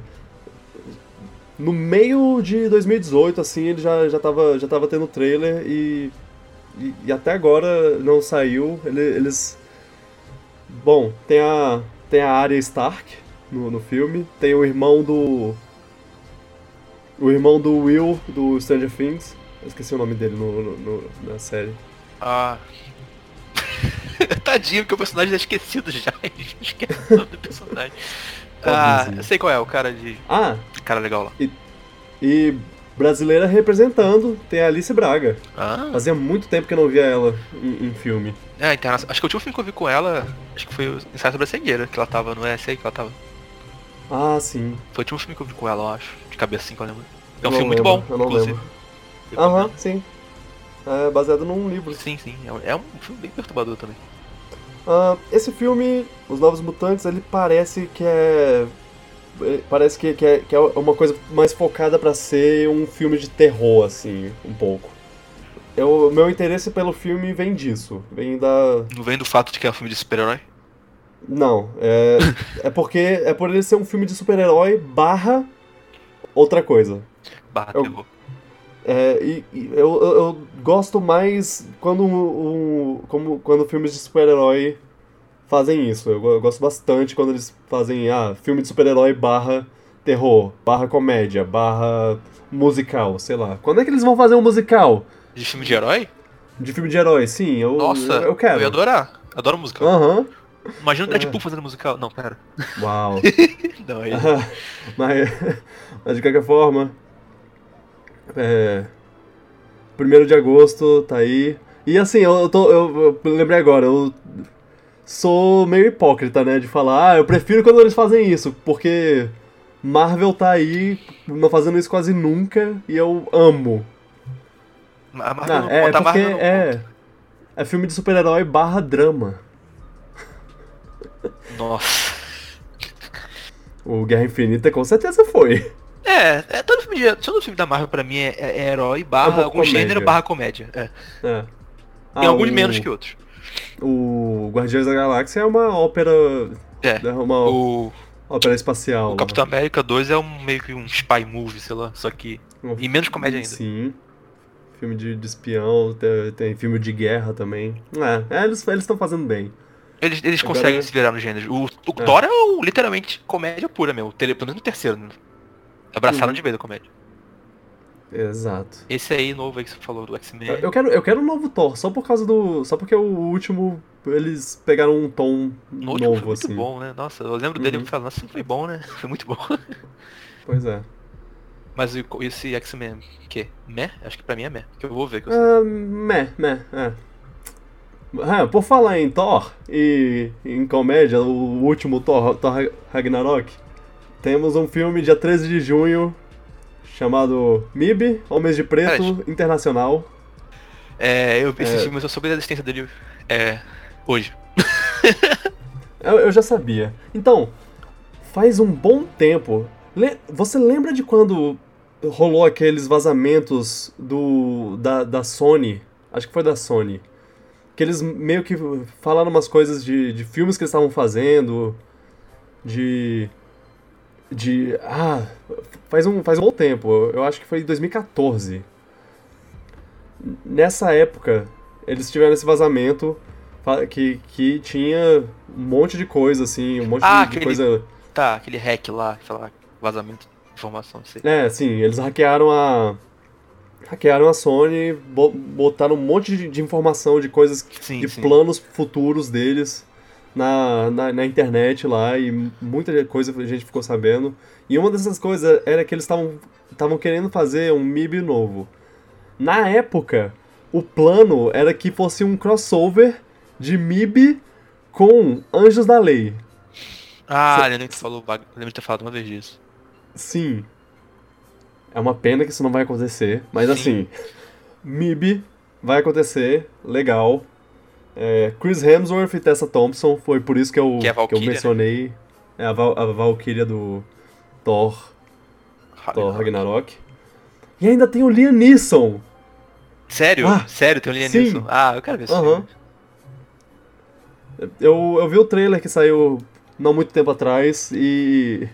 No meio de 2018, assim, ele já, já, tava, já tava tendo trailer e, e. e até agora não saiu. Ele- eles. Bom, tem a. Tem a Arya Stark no, no filme. Tem o irmão do. O irmão do Will, do Stranger Things. Eu esqueci o nome dele no, no- no- na série.
Ah. Tadinho, porque o personagem é esquecido já. A gente Esquece o nome do personagem. Ah,
Pobrezinho.
eu sei qual é, o cara de.
Ah,
Cara legal lá.
e brasileira representando tem a Alice Braga.
Ah,
Fazia muito tempo que eu não via ela em, em filme.
é, interna... acho que o último filme que eu vi com ela, acho que foi o Ensaio sobre a Cegueira, que ela tava, não é esse aí que ela tava.
Ah, sim.
Foi o último filme que eu vi com ela, eu acho. De cabeça assim que eu lembro. É
Eu
um
não
filme muito bom,
lembro, eu não
inclusive.
Aham, sim. É baseado num livro.
Sim, sim. é um- É um filme bem perturbador também.
Ah, esse filme, Os Novos Mutantes, ele parece que é. é, Parece que, que é, que é uma coisa mais focada pra ser um filme de terror, assim, um pouco. Eu, meu interesse pelo filme vem disso. Vem da,
Não vem do fato de que é um filme de super-herói?
Não, é, é porque é por ele ser um filme de super-herói barra outra coisa.
Barra
Eu-
terror.
É, e, e eu, eu, eu gosto mais quando um, um- como quando filmes de super-herói fazem isso. Eu, go- eu gosto bastante quando eles fazem ah, filme de super-herói barra terror, barra comédia, barra musical, sei lá. Quando é que eles vão fazer um musical
De filme de herói?
de filme de herói? Sim, eu,
Nossa,
eu, eu quero. É.
ia adorar. Adoro musical.
Aham.
Imagina o Deadpool fazendo musical. Não, pera.
Uau.
Não, aí.
mas, mas de qualquer forma, é, 1 de agosto tá aí. E assim, eu, eu tô, eu, eu lembrei agora, eu sou meio hipócrita, né? De falar, ah, eu prefiro quando eles fazem isso, porque Marvel tá aí, não fazendo isso quase nunca, e eu amo.
A Marvel
Não,
não
é
conta, a
porque
Marvel não
é, é filme de super-herói barra drama.
conta. Nossa.
O Guerra Infinita com certeza foi.
É, é todo filme de, todo filme da Marvel pra mim é, é- é herói barra
pouco
algum
comédia.
gênero barra comédia. É.
É.
Tem
Ah,
alguns
o-
menos que outros.
O Guardiões da Galáxia é uma ópera.
É.
É uma
O,
ópera espacial. né?
o Capitão América 2 é um meio que um spy movie, sei lá, só que.
Um-
E menos comédia ainda.
Sim. Filme de, de espião, tem, tem filme de guerra também. É, é, eles estão fazendo bem.
Eles, eles
Agora-
conseguem se virar no gênero. O, o
É.
Thor é o- literalmente comédia pura mesmo. o tele- Pelo menos no terceiro, né? Abraçaram
Uhum.
de vez a comédia.
Exato.
Esse aí novo aí que você falou do X-Men.
Eu- Eu quero, eu quero um novo Thor, só por causa do. Só porque o último eles pegaram um tom novo,
No último foi muito
assim.
bom, né? Nossa, eu lembro dele
Uhum.
e falando, nossa, foi bom, né? Foi muito bom.
Pois é.
Mas e co- esse X-Men, o quê? Meh? Acho que pra mim é Meh, que eu vou ver. Que eu sei.
Ah, meh, meh, é. Ah, por falar em Thor e em comédia, o último Thor, Thor Ragnarok, temos um filme dia 13 de junho chamado MIB, Homens de Preto Internacional.
É, eu vi
É.
esse filme, mas eu soube da existência dele é, hoje.
Eu, eu já sabia. Então, faz um bom tempo. Le- você lembra de quando rolou aqueles vazamentos do da, da Sony? Acho que foi da Sony. Que eles meio que falaram umas coisas de, de filmes que eles estavam fazendo. De. De. Ah, faz um, faz um bom tempo. Eu- Eu acho que foi em 2014. Nessa época, eles tiveram esse vazamento fa- que, que tinha um monte de coisa, assim, um monte de,
Ah,
de
aquele-
coisa.
Tá, aquele hack lá, sei lá, vazamento de informação, não sei.
É, sim, eles hackearam a. Hackearam a Sony, bo- botaram um monte de, de informação de coisas, que-
Sim,
de
sim.
planos futuros deles na, na, na internet lá e muita coisa a gente ficou sabendo. E uma dessas coisas era que eles estavam estavam querendo fazer um MIB novo. Na época, o plano era que fosse um crossover de MIB com Anjos da Lei.
Ah, eu lembro que tu falou, bag- eu lembro de ter falado uma vez disso.
Sim. É uma pena que isso não vai acontecer, mas
Sim.
assim, MIB vai acontecer, legal. É, Chris Hemsworth e Tessa Thompson, foi por isso que eu,
Que é a
eu
Valkyria, né?
mencionei é a, Val, a Valkyria do Thor, Thor Ragnarok. E ainda tem o Liam Neeson.
Sério?
Ah,
Sério, tem um linha
sim.
nisso? Ah, eu quero ver esse
Aham.
filme.
Eu, eu vi o trailer que saiu não muito tempo atrás e.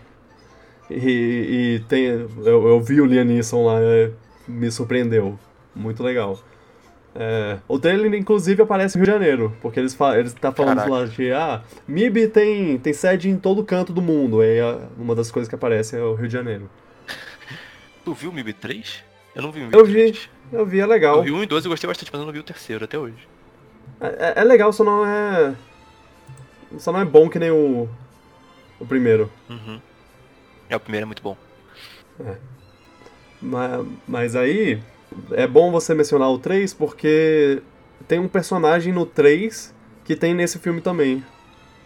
E, e tem, eu, eu vi o Liam Neeson lá, é, me surpreendeu. Muito legal. É, o trailer, inclusive, aparece no Rio de Janeiro, porque eles fa eles tá falando
Caraca.
lá de. Ah, MIB tem, tem sede em todo canto do mundo. E a- uma das coisas que aparece é o Rio de Janeiro.
Tu viu o MIB 3? Eu não vi o MIB
Eu
3.
vi, eu vi, é
Eu
legal.
vi o 1 e 2 eu gostei bastante, mas eu não vi o terceiro até hoje.
É, é- é legal, só não é. Só não é bom que nem o. O primeiro.
Uhum. É, o primeiro é muito bom.
Ma- Mas aí, é bom você mencionar o 3 porque tem um personagem no 3 que tem nesse filme também.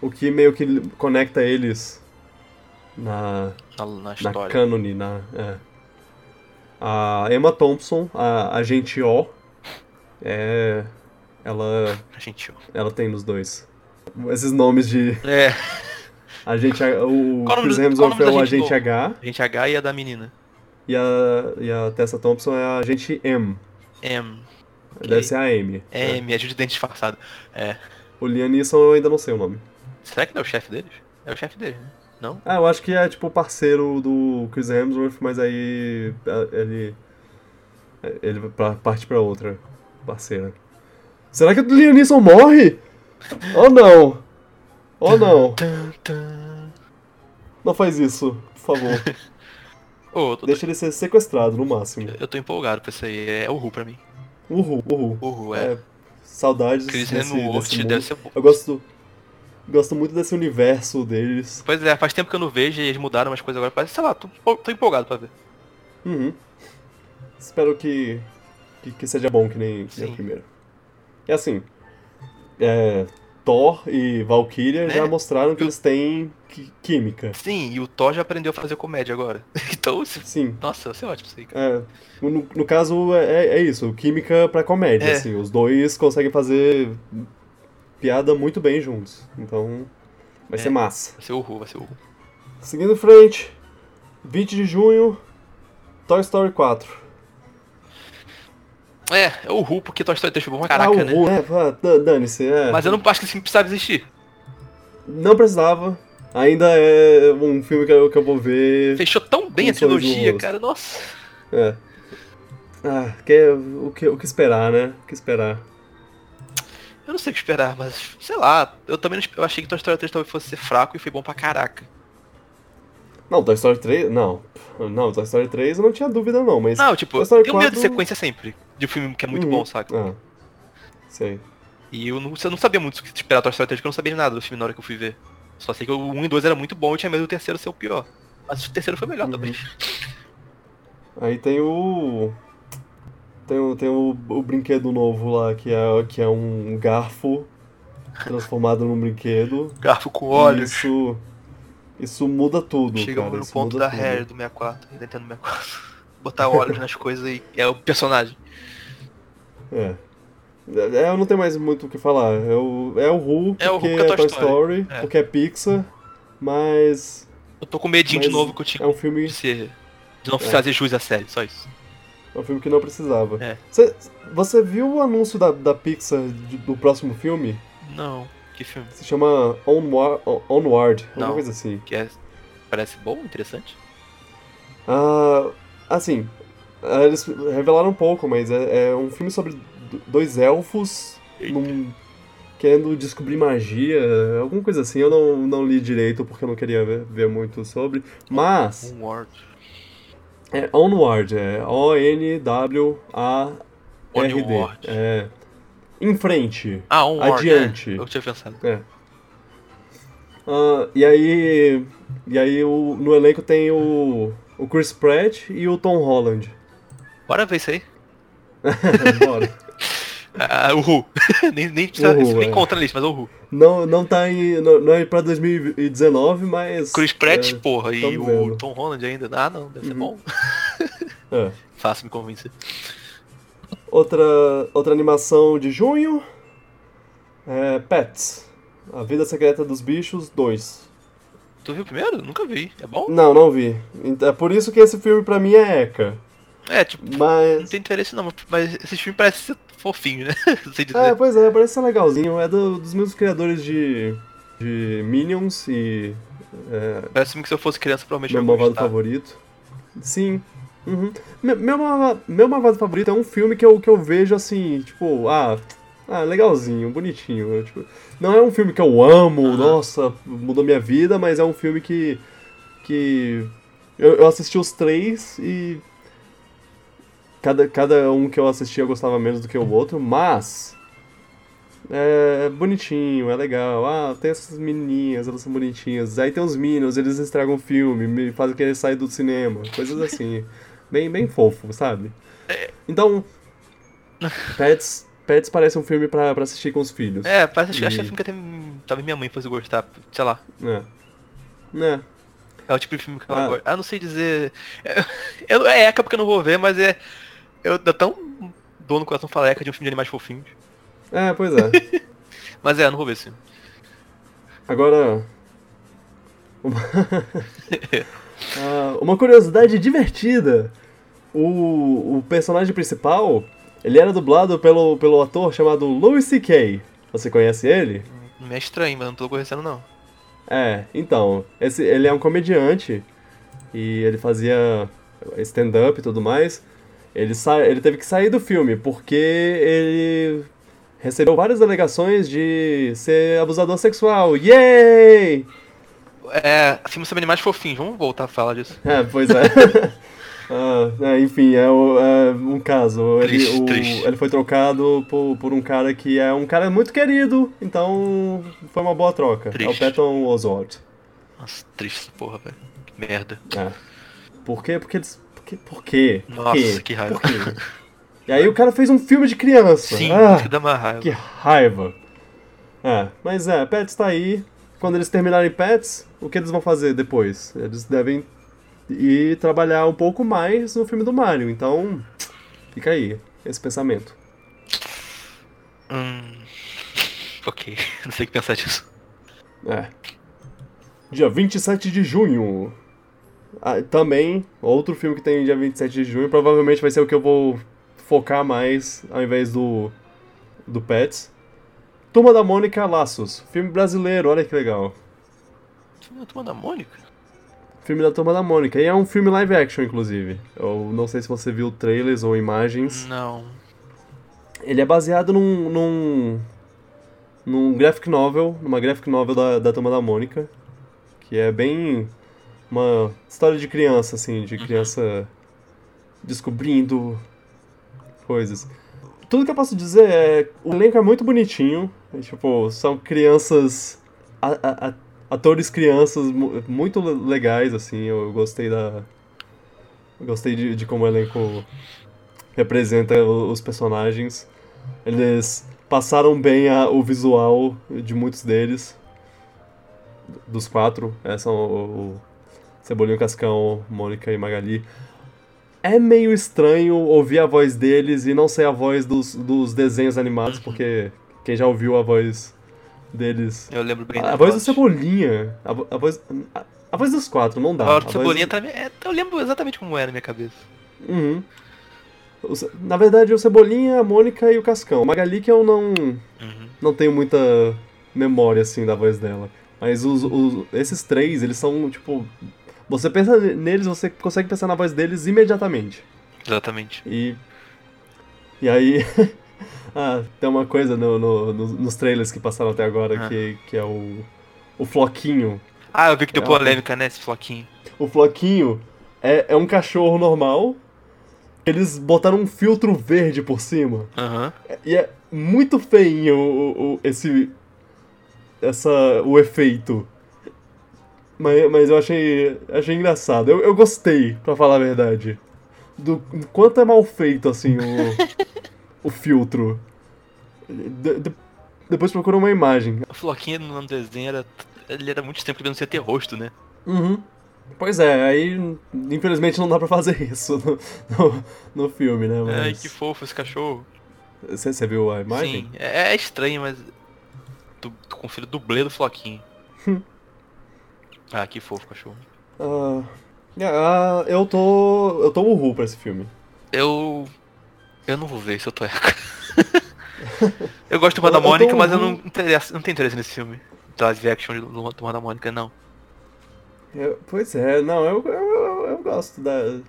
O que meio que li- conecta eles na,
Na, na
na
história.
cânone. Na, é. A Emma Thompson, a agente O, é, ela,
A gente.
ela tem nos dois. Esses nomes de
É,
agente H, o
Qual o nome
Chris
do-
Hemsworth
qual
é
o nome
o
do
agente
agente novo?
H
a gente H e a da menina.
e a, e a Tessa Thompson é a agente M.
M. Ok.
Deve ser a M.
É, M, é de dente disfarçado. É.
O Liam Neeson eu ainda não sei o nome.
Será que não é o chefe deles? É o chefe deles, né? Não?
Ah, eu acho que é tipo parceiro do Chris Hemsworth, mas aí ah, ele. é, Ele pra- parte pra outra parceira. Será que o Liam Neeson morre? Ou não? Ou não?
Tan, tan.
Não faz isso, por favor.
Ô, eu, tô,
Deixa ele ser sequestrado no máximo.
eu tô empolgado pra isso aí. É o Ru pra mim.
Uhul, uhul.
O Ru, é.
É, Saudades
Chris
desse, desse
Hemsworth
mundo.
deve ser um bom.
Eu gosto. Gosto muito desse universo deles.
Pois é, faz tempo que eu não vejo e eles mudaram umas coisas agora. Parece, sei lá, tô, tô empolgado pra ver.
Uhum. Espero que, que, que seja bom que nem, que nem o
Sim.
primeiro. E assim, é, Thor e Valkyria
Né?
já mostraram que eles têm qui- química.
Sim, e o Thor já aprendeu a fazer comédia agora. Então, se...
Sim.
nossa, vai ser ótimo isso aí, cara.
É, no, no caso, é, é isso. Química pra comédia,
É.
assim. Os dois conseguem fazer piada muito bem juntos. Então, vai
É.
ser massa.
Vai ser o Ru, vai ser o Ru.
Seguindo em frente, 20 de junho, Toy Story 4.
É, é o Ru, porque Toy Story 3 foi bom pra caraca,
ah, o
né?
Ru, né? Ah, dan- Dane-se, é.
Mas eu não acho que isso precisava existir.
Não precisava. Ainda é um filme que eu, que eu vou ver.
Fechou tão bem
Um
a trilogia,
sorriso
cara. Nossa.
É. Ah, que, o, que, o que esperar, né? O que esperar.
Eu não sei o que esperar, mas sei lá. Eu também não, espe- eu achei que Toy Story 3 talvez fosse ser fraco e foi bom pra caraca.
Não, Toy Story 3. Não. Não, Toy Story 3 eu não tinha dúvida não, mas...
Não, tipo,
Toy
eu
Story
tenho medo de
4
sequência sempre. De um filme que é muito
Uhum.
bom, saca?
Ah, sei.
E eu não, eu não sabia muito o que esperar Toy Story 3, porque eu não sabia nada do filme na hora que eu fui ver. Só sei que o 1 e 2 era muito bom e eu tinha medo do terceiro ser o pior. Mas o terceiro foi melhor,
Uhum.
talvez.
Aí tem o... Tem o, tem o, o brinquedo novo lá, que é, que é um garfo transformado num brinquedo.
Garfo com óleo.
Isso, isso muda tudo,
Chegamos
cara. é
no
isso
ponto
muda
da
tudo.
Harry do 64, da Nintendo 64. Botar óleo nas coisas e é o personagem.
É. É, Eu não tenho mais muito o que falar. É o, é o Hulk,
É o
porque
Who, porque
é Toy Story,
é.
porque é Pixar, mas
Eu tô com medinho de
Mas
novo que eu tinha
é um filme,
de ser. De não
É.
fazer jus à série, só isso.
é um filme que não precisava.
É.
Você, você viu o anúncio da, da Pixar de- do próximo filme?
Não, que filme.
Se chama Onward, Onward alguma
Não.
coisa assim.
Que é. Parece bom, interessante.
Ah, assim, ah, eles revelaram um pouco, mas é, é um filme sobre do- dois elfos num- querendo descobrir magia, alguma coisa assim. Eu não, não li direito porque eu não queria ver, ver muito sobre. Mas
Um Word.
é Onward, é O-N-W-A-R-D.
Onward.
É, em frente.
Ah, um Word.
Adiante.
É, eu tinha pensado.
É. Ah, e aí, e aí o- no elenco tem o, o Chris Pratt e o Tom Holland.
Bora ver isso aí.
Bora.
Ah, o Ru. nem nem, precisa,
O Who,
isso nem
é.
conta na lista, mas o Ru.
Não, não tá em. Não, não é pra 2019, mas.
Chris Pratt,
É,
porra, e
tamo
o
vendo. Uhum.
Tom Holland ainda. Ah, não, deve ser bom.
é.
Fácil me convencer.
Outra, outra animação de junho. É Pets. A Vida Secreta dos Bichos 2.
Tu viu primeiro? Nunca vi. É bom?
Não, não vi. Ent- É por isso que esse filme pra mim é Eca.
É, tipo, não
Mas.
tem interesse não, mas esse filme parece ser fofinho, né? Não sei dizer.
É, pois é, parece ser legalzinho. É do- dos mesmos criadores de. de Minions e. é,
Parece filme que se eu fosse criança, provavelmente
Meu
eu ia
Malvado
gostar.
Favorito. Sim. Uhum. Meu, meu, Malva- meu Malvado Favorito é um filme que eu, que eu vejo assim, tipo, ah, ah, legalzinho, bonitinho. Eu, tipo, não é um filme que eu amo,
Aham.
nossa, mudou minha vida, mas é um filme que. que. Eu, eu assisti os três e. Cada, cada um que eu assisti eu gostava menos do que o outro, mas. É bonitinho, é legal. Ah, tem essas menininhas, elas são bonitinhas. Aí tem os Minions, eles estragam o filme, me fazem querer sair do cinema, coisas assim. bem, bem fofo, sabe? Então. Pets, Pets parece um filme pra, pra assistir com os filhos.
É, parece acho que achei
E-
filme que até hum, talvez minha mãe fosse gostar, sei lá.
É. É.
É o tipo de filme que ela
Ah.
gosta. Ah, não sei dizer. É, eu- é Eca porque eu não vou ver, mas é. Eu dou tão dou no coração falar Eca de um filme de animais fofinhos.
É, pois é.
Mas é, eu não vou ver esse filme.
Agora. Uma, Ah, uma curiosidade divertida. O, o personagem principal, ele era dublado pelo, pelo ator chamado Louis C.K. Você conhece ele?
Não é estranho, mas eu não tô conhecendo não.
É, então, esse, ele é um comediante e ele fazia stand-up e tudo mais. Ele, sa ele teve que sair do filme porque ele recebeu várias alegações de ser abusador sexual. Yay!
É, filme sobre animais fofinhos, vamos voltar a falar disso.
É, pois é. Ah, é, enfim, é, o- é um caso. Ele,
Triste,
o-
triste.
ele foi trocado por, por um cara que é um cara muito querido, então foi uma boa troca. É o
Triste.
Patton Oswalt.
Nossa, triste essa porra, velho. Que merda.
É. Por quê? Porque eles. Por quê? Por quê? Por
Nossa,
quê?
que raiva.
Por quê? E aí o cara fez um filme de criança.
Sim,
ah,
isso que dá uma raiva.
que raiva. É, mas é, Pets tá aí. Quando eles terminarem Pets, o que eles vão fazer depois? Eles devem ir trabalhar um pouco mais no filme do Mario. Então, fica aí esse pensamento.
Hum. Ok, não sei o que pensar disso.
É. Dia 27 de junho. Ah, também, outro filme que tem dia 27 de junho, provavelmente vai ser o que eu vou focar mais ao invés do do Pets. Turma da Mônica Laços, filme brasileiro, olha que legal.
Tu é Turma da Mônica?
Filme da Turma da Mônica, e é um filme live action inclusive. Eu não sei se você viu trailers ou imagens.
Não.
Ele é baseado num. num. num graphic novel, numa graphic novel da, da Turma da Mônica, que é bem. uma história de criança, assim, de criança descobrindo coisas. Tudo que eu posso dizer é. O elenco é muito bonitinho. é, tipo, são crianças. a- a- a- atores crianças mu- muito le- legais, assim. Eu gostei da. eu gostei de, de como o elenco representa o- os personagens. Eles passaram bem a- o visual de muitos deles. Dos quatro. É, são o, o Cebolinho Cascão, Mônica e Magali. É meio estranho ouvir a voz deles e não ser a voz dos, dos desenhos animados, porque quem já ouviu a voz deles.
Eu lembro bem.
Ah, A,
da
a voz do Cebolinha. A, vo- a voz. A, a voz dos quatro, não dá.
A voz do
A voz-
Cebolinha tá- também. é, eu lembro exatamente como era na minha cabeça.
Uhum. O Ce- Na verdade, o Cebolinha, a Mônica e o Cascão. O Magali que eu não,
Uhum.
não tenho muita memória, assim, da voz dela. Mas os, os- esses três, eles são, tipo... Você pensa neles, você consegue pensar na voz deles imediatamente.
Exatamente.
E... E aí... ah, tem uma coisa no, no- no- nos trailers que passaram até agora,
Ah.
que, que é o... O Floquinho.
Ah, eu vi que deu
É,
polêmica, né, esse floquinho.
O Floquinho é, é um cachorro normal. Eles botaram um filtro verde por cima.
Aham.
E é muito feinho o, o- esse. Essa. o efeito. Mas, mas eu achei. achei engraçado. Eu, eu gostei, pra falar a verdade. Do, do quanto é mal feito, assim, o. o filtro. De- de- depois procura uma imagem.
O floquinho no desenho era. Ele era muito tempo que ele não sei ter rosto, né?
Uhum. Pois é, aí infelizmente não dá pra fazer isso no, no, no filme, né?
Ai, É, que
Mas.
fofo esse cachorro.
Você você viu a imagem?
Sim, é, é estranho, mas. Tu, tu confira o dublê do Floquinho. ah, que fofo, cachorro.
Ah, ah, eu tô. Eu tô uhul pra esse filme.
Eu. Eu não vou ver se eu tô eco. eu gosto do Turma da
Eu- eu
Mônica,
tô
mas eu não,
ouvindo-
interessa, não tenho interesse nesse filme. Da live action do do Turma da Mônica, não.
Eu- pois é, não, eu, eu, eu gosto da.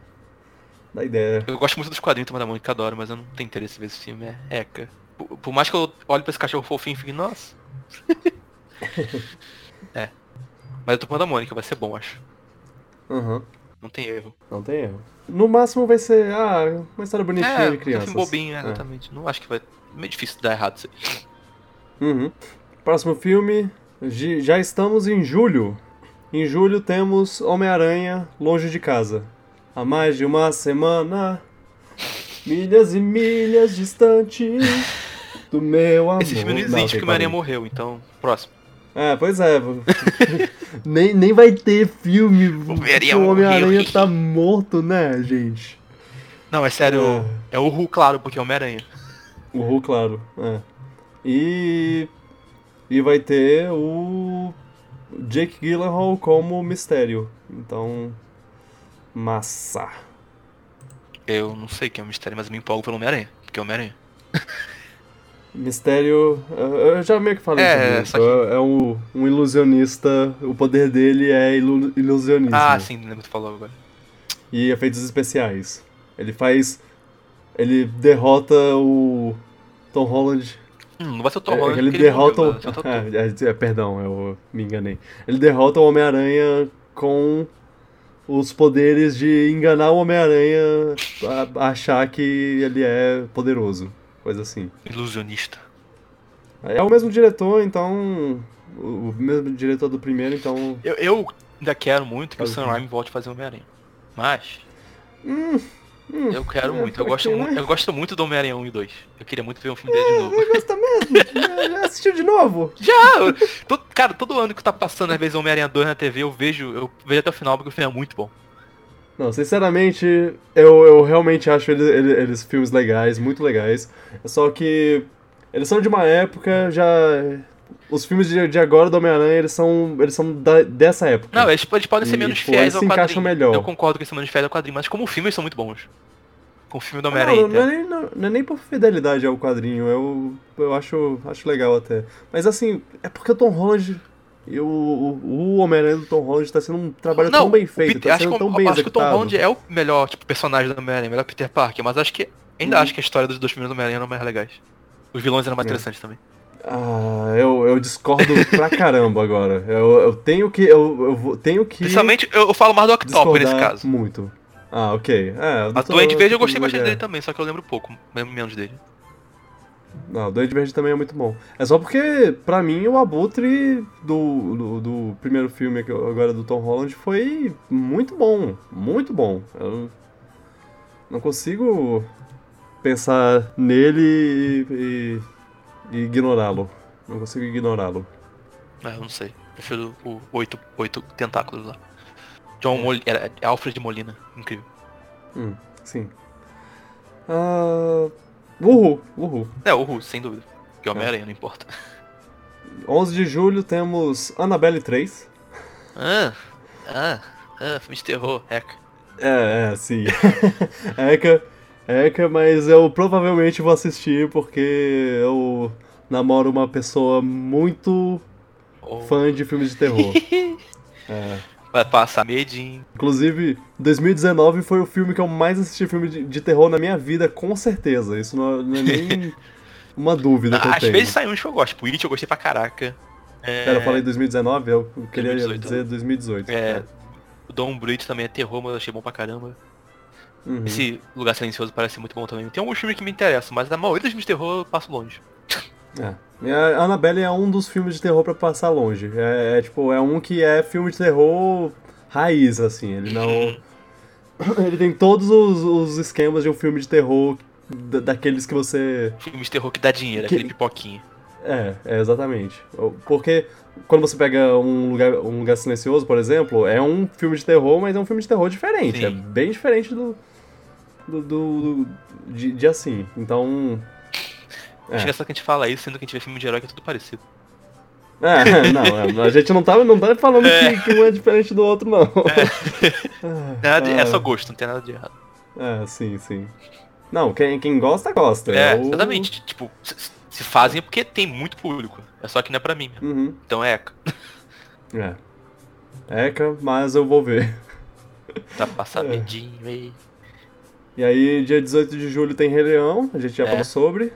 da ideia.
Eu gosto muito dos quadrinhos do Turma da Mônica, adoro, mas eu não tenho interesse em ver esse filme, é eca. Por, por mais que eu olhe pra esse cachorro fofinho e fique, nossa. é. Mas o Turma da Mônica vai ser bom, acho. Uhum.
Aham.
Não tem erro.
Não tem erro. No máximo vai ser. Ah, uma história bonitinha
É,
de crianças.
Um filme bobinho, é,
É.
exatamente. Não acho que vai. Meio difícil dar errado isso aí.
Uhum. Próximo filme. ji- Já estamos em julho. Em julho temos Homem-Aranha Longe de Casa. Há mais de uma semana. Milhas e milhas distante do meu amor.
Esse filme não
Tá Não,
existe
ok,
porque o
parei.
Maria morreu, então. Próximo.
É, pois é. nem, nem vai ter filme.
Homem-Aranha
porque O Homem-Aranha
morreu.
tá morto, né, gente?
Não, é sério. É o Ru, claro, porque é Homem-Aranha.
O Hulk, claro. É. E. E vai ter o. Jake Gyllenhaal como mistério. Então. Massa.
Eu não sei quem é o mistério, mas eu me empolgo pelo Homem-Aranha. Porque é Homem-Aranha.
Mistério. eh, Eu já meio que falei
É,
sobre
só
isso. É, é um, um ilusionista. O poder dele é ilu ilusionismo.
Ah, sim, lembro que tu falou agora.
e efeitos especiais. Ele faz. Ele derrota o. Tom Holland.
Hum, não vai ser o Tom
É,
Holland.
ele
porque ele
derrota
morreu, né? Já tá
o. É, é, é, perdão, eu me enganei. Ele derrota o Homem-Aranha com os poderes de enganar o Homem-Aranha a- a achar que ele é poderoso. Coisa assim.
Ilusionista.
É o mesmo diretor, então. O o mesmo diretor do primeiro, então.
Eu, eu ainda quero muito que o
Faz É o
Sam
quê?
Raimi volte a fazer o Homem-Aranha. Mas.
Hum, hum,
Eu quero
É,
muito. Eu
pra
gosto,
quê,
mu-
né?
eu gosto muito do Homem-Aranha 1 e 2. Eu queria muito ver um filme dele de novo.
Você gosta mesmo? Já- Já assistiu de novo?
Já! eu- to- cara, todo ano que tá passando, às vezes, Homem-Aranha 2 na TV, eu vejo, eu vejo até o final, porque o filme é muito bom.
Não, sinceramente, eu, eu realmente acho ele- ele- eles, filmes legais, muito legais. Só que eles são de uma época já. Os filmes de, de agora do Homem-Aranha, eles são, eles são da- dessa época.
Não, é eles, eles podem ser
E,
menos
tipo,
fiéis
eles
ao
se encaixam
quadrinho.
melhor.
Eu concordo que eles são menos fiéis ao quadrinho, mas como filme eles são muito bons. Com o filme do Homem-Aranha. então.
não, não, é
entendeu?
nem, não, não é nem por fidelidade ao quadrinho, eu, eu acho, acho legal até. Mas assim, é porque o Tom Holland. E o, o, o Homem-Aranha do Tom Holland tá sendo um trabalho
Não,
tão bem
o
feito,
Peter-
tá
acho
sendo
que, o-
tão bem
acho que o Tom
executado.
Holland é o melhor tipo, personagem do Homem-Aranha, o melhor Peter Parker, mas acho que. Ainda
Uhum.
acho que a história dos dois primeiros do Homem-Aranha eram mais legais. Os vilões eram mais
É.
interessantes também.
Ah, eu, eu discordo pra caramba agora. Eu, eu tenho que. Eu, eu vou- tenho que.
Principalmente, eu, eu falo mais do Octopus
discordar
nesse caso.
Muito. Ah, ok. É,
A Duende Verde eu gostei bastante dele também, só que eu lembro pouco, lembro menos dele.
Não, o Duende Verde também é muito bom. É só porque, pra mim, o Abutre do, do, do primeiro filme que eu- agora do Tom Holland foi muito bom. Muito bom. Eu não consigo pensar nele e, e- e ignorá-lo. Não consigo ignorá-lo.
É, eu não sei. Prefiro o oito, oito tentáculos lá. John Mol era é Alfred Molina, incrível.
Hum, sim. Ah, uhul, uhul.
É, o Hulk, sem dúvida.
É.
Que Homem-Aranha, não importa.
11 de julho temos Annabelle 3.
Ah, ah, ah, filme de terror, heck.
É, é, sim. É Eca, Eca, mas eu provavelmente vou assistir porque eu namoro uma pessoa muito
Oh.
fã de filmes de terror. É.
Vai passar medinho.
Inclusive, 2019 foi o filme que eu mais assisti filme de, de terror na minha vida, com certeza. Isso não, não é nem uma dúvida que eu
Ah, às
tenho.
vezes saem uns que eu gosto. Tipo, It eu gostei pra caraca. É,
Pera, eu falei 2019, eu queria
2018,
dizer 2018.
né? é, o Dom Breed também é terror, mas eu achei bom pra caramba.
Uhum.
Esse Lugar Silencioso parece muito bom também. Tem alguns filmes que me interessam, mas na maioria dos filmes de terror eu passo longe.
É. E a Annabelle é um dos filmes de terror pra passar longe. É, é, tipo, é um que é filme de terror raiz, assim. Ele não. Ele tem todos os, os esquemas de um filme de terror da- daqueles que você.
Filmes de terror que dá dinheiro,
Que-
aquele pipoquinho.
É, é, exatamente. Porque quando você pega um lugar, um lugar silencioso, por exemplo, é um filme de terror, mas é um filme de terror diferente.
Sim.
É bem diferente do. do. do- do- de, de assim. Então. É.
Acho que é só que a gente fala isso, sendo que a gente vê filme de herói que é tudo parecido.
É, não, é, a gente não tá, não tá falando
É.
que, que um é diferente do outro, não.
Nada,
Ah,
é só gosto, não tem nada de errado.
É, sim, sim. Não, quem, quem gosta, gosta.
É,
o-
exatamente. Tipo, se, se fazem é porque tem muito público. É só que não é pra mim mesmo.
Uhum,
Então é,
é. Eca, mas eu vou ver.
pra passar
É.
medinho e...
E aí, dia 18 de julho tem Rei Leão, a gente já
É.
falou sobre.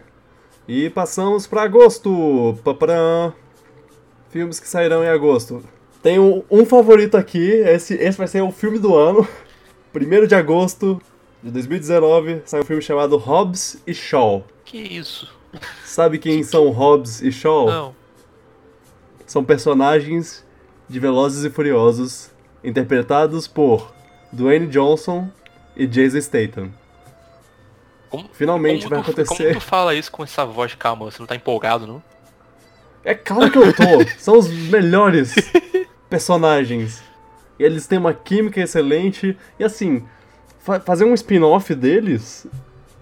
E passamos pra agosto. Paparã. Filmes que sairão em agosto. Tem um, um favorito aqui, esse, esse vai ser o filme do ano. 1 de agosto de 2019, sai um filme chamado Hobbs e Shaw.
Que isso?
Sabe quem são Hobbs e Shaw?
Não.
São personagens de Velozes e Furiosos, interpretados por Dwayne Johnson e Jason Statham.
Como-
Finalmente vai
como tu,
acontecer.
Como tu fala isso com essa voz calma? Você não tá empolgado, não?
É claro que eu tô! São os melhores personagens. E eles têm uma química excelente. E assim, fa- fazer um spin-off deles,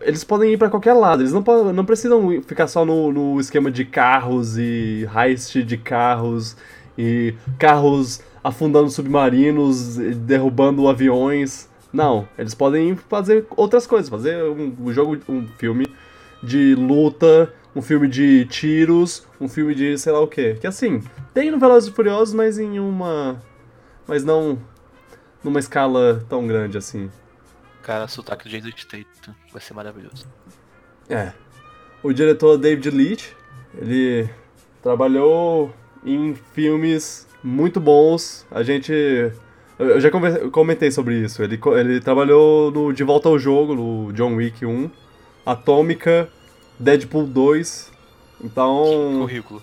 eles podem ir pra qualquer lado. Eles não, po- não precisam ir- ficar só no, no esquema de carros e heist de carros e carros afundando submarinos, e derrubando aviões. Não, eles podem fazer outras coisas, fazer um, um jogo, um filme de luta, um filme de tiros, um filme de sei lá o quê. Que assim, tem no Velozes e Furiosos, mas em uma. Mas não numa escala tão grande assim.
Cara, sotaque do Jason Statham tá, vai ser maravilhoso.
É. O diretor David Leitch, ele trabalhou em filmes muito bons. A gente. Eu eu já conver- eu comentei sobre isso. Ele, co- ele trabalhou no De Volta ao Jogo, no John Wick 1, Atômica, Deadpool 2. Então.
Currículo.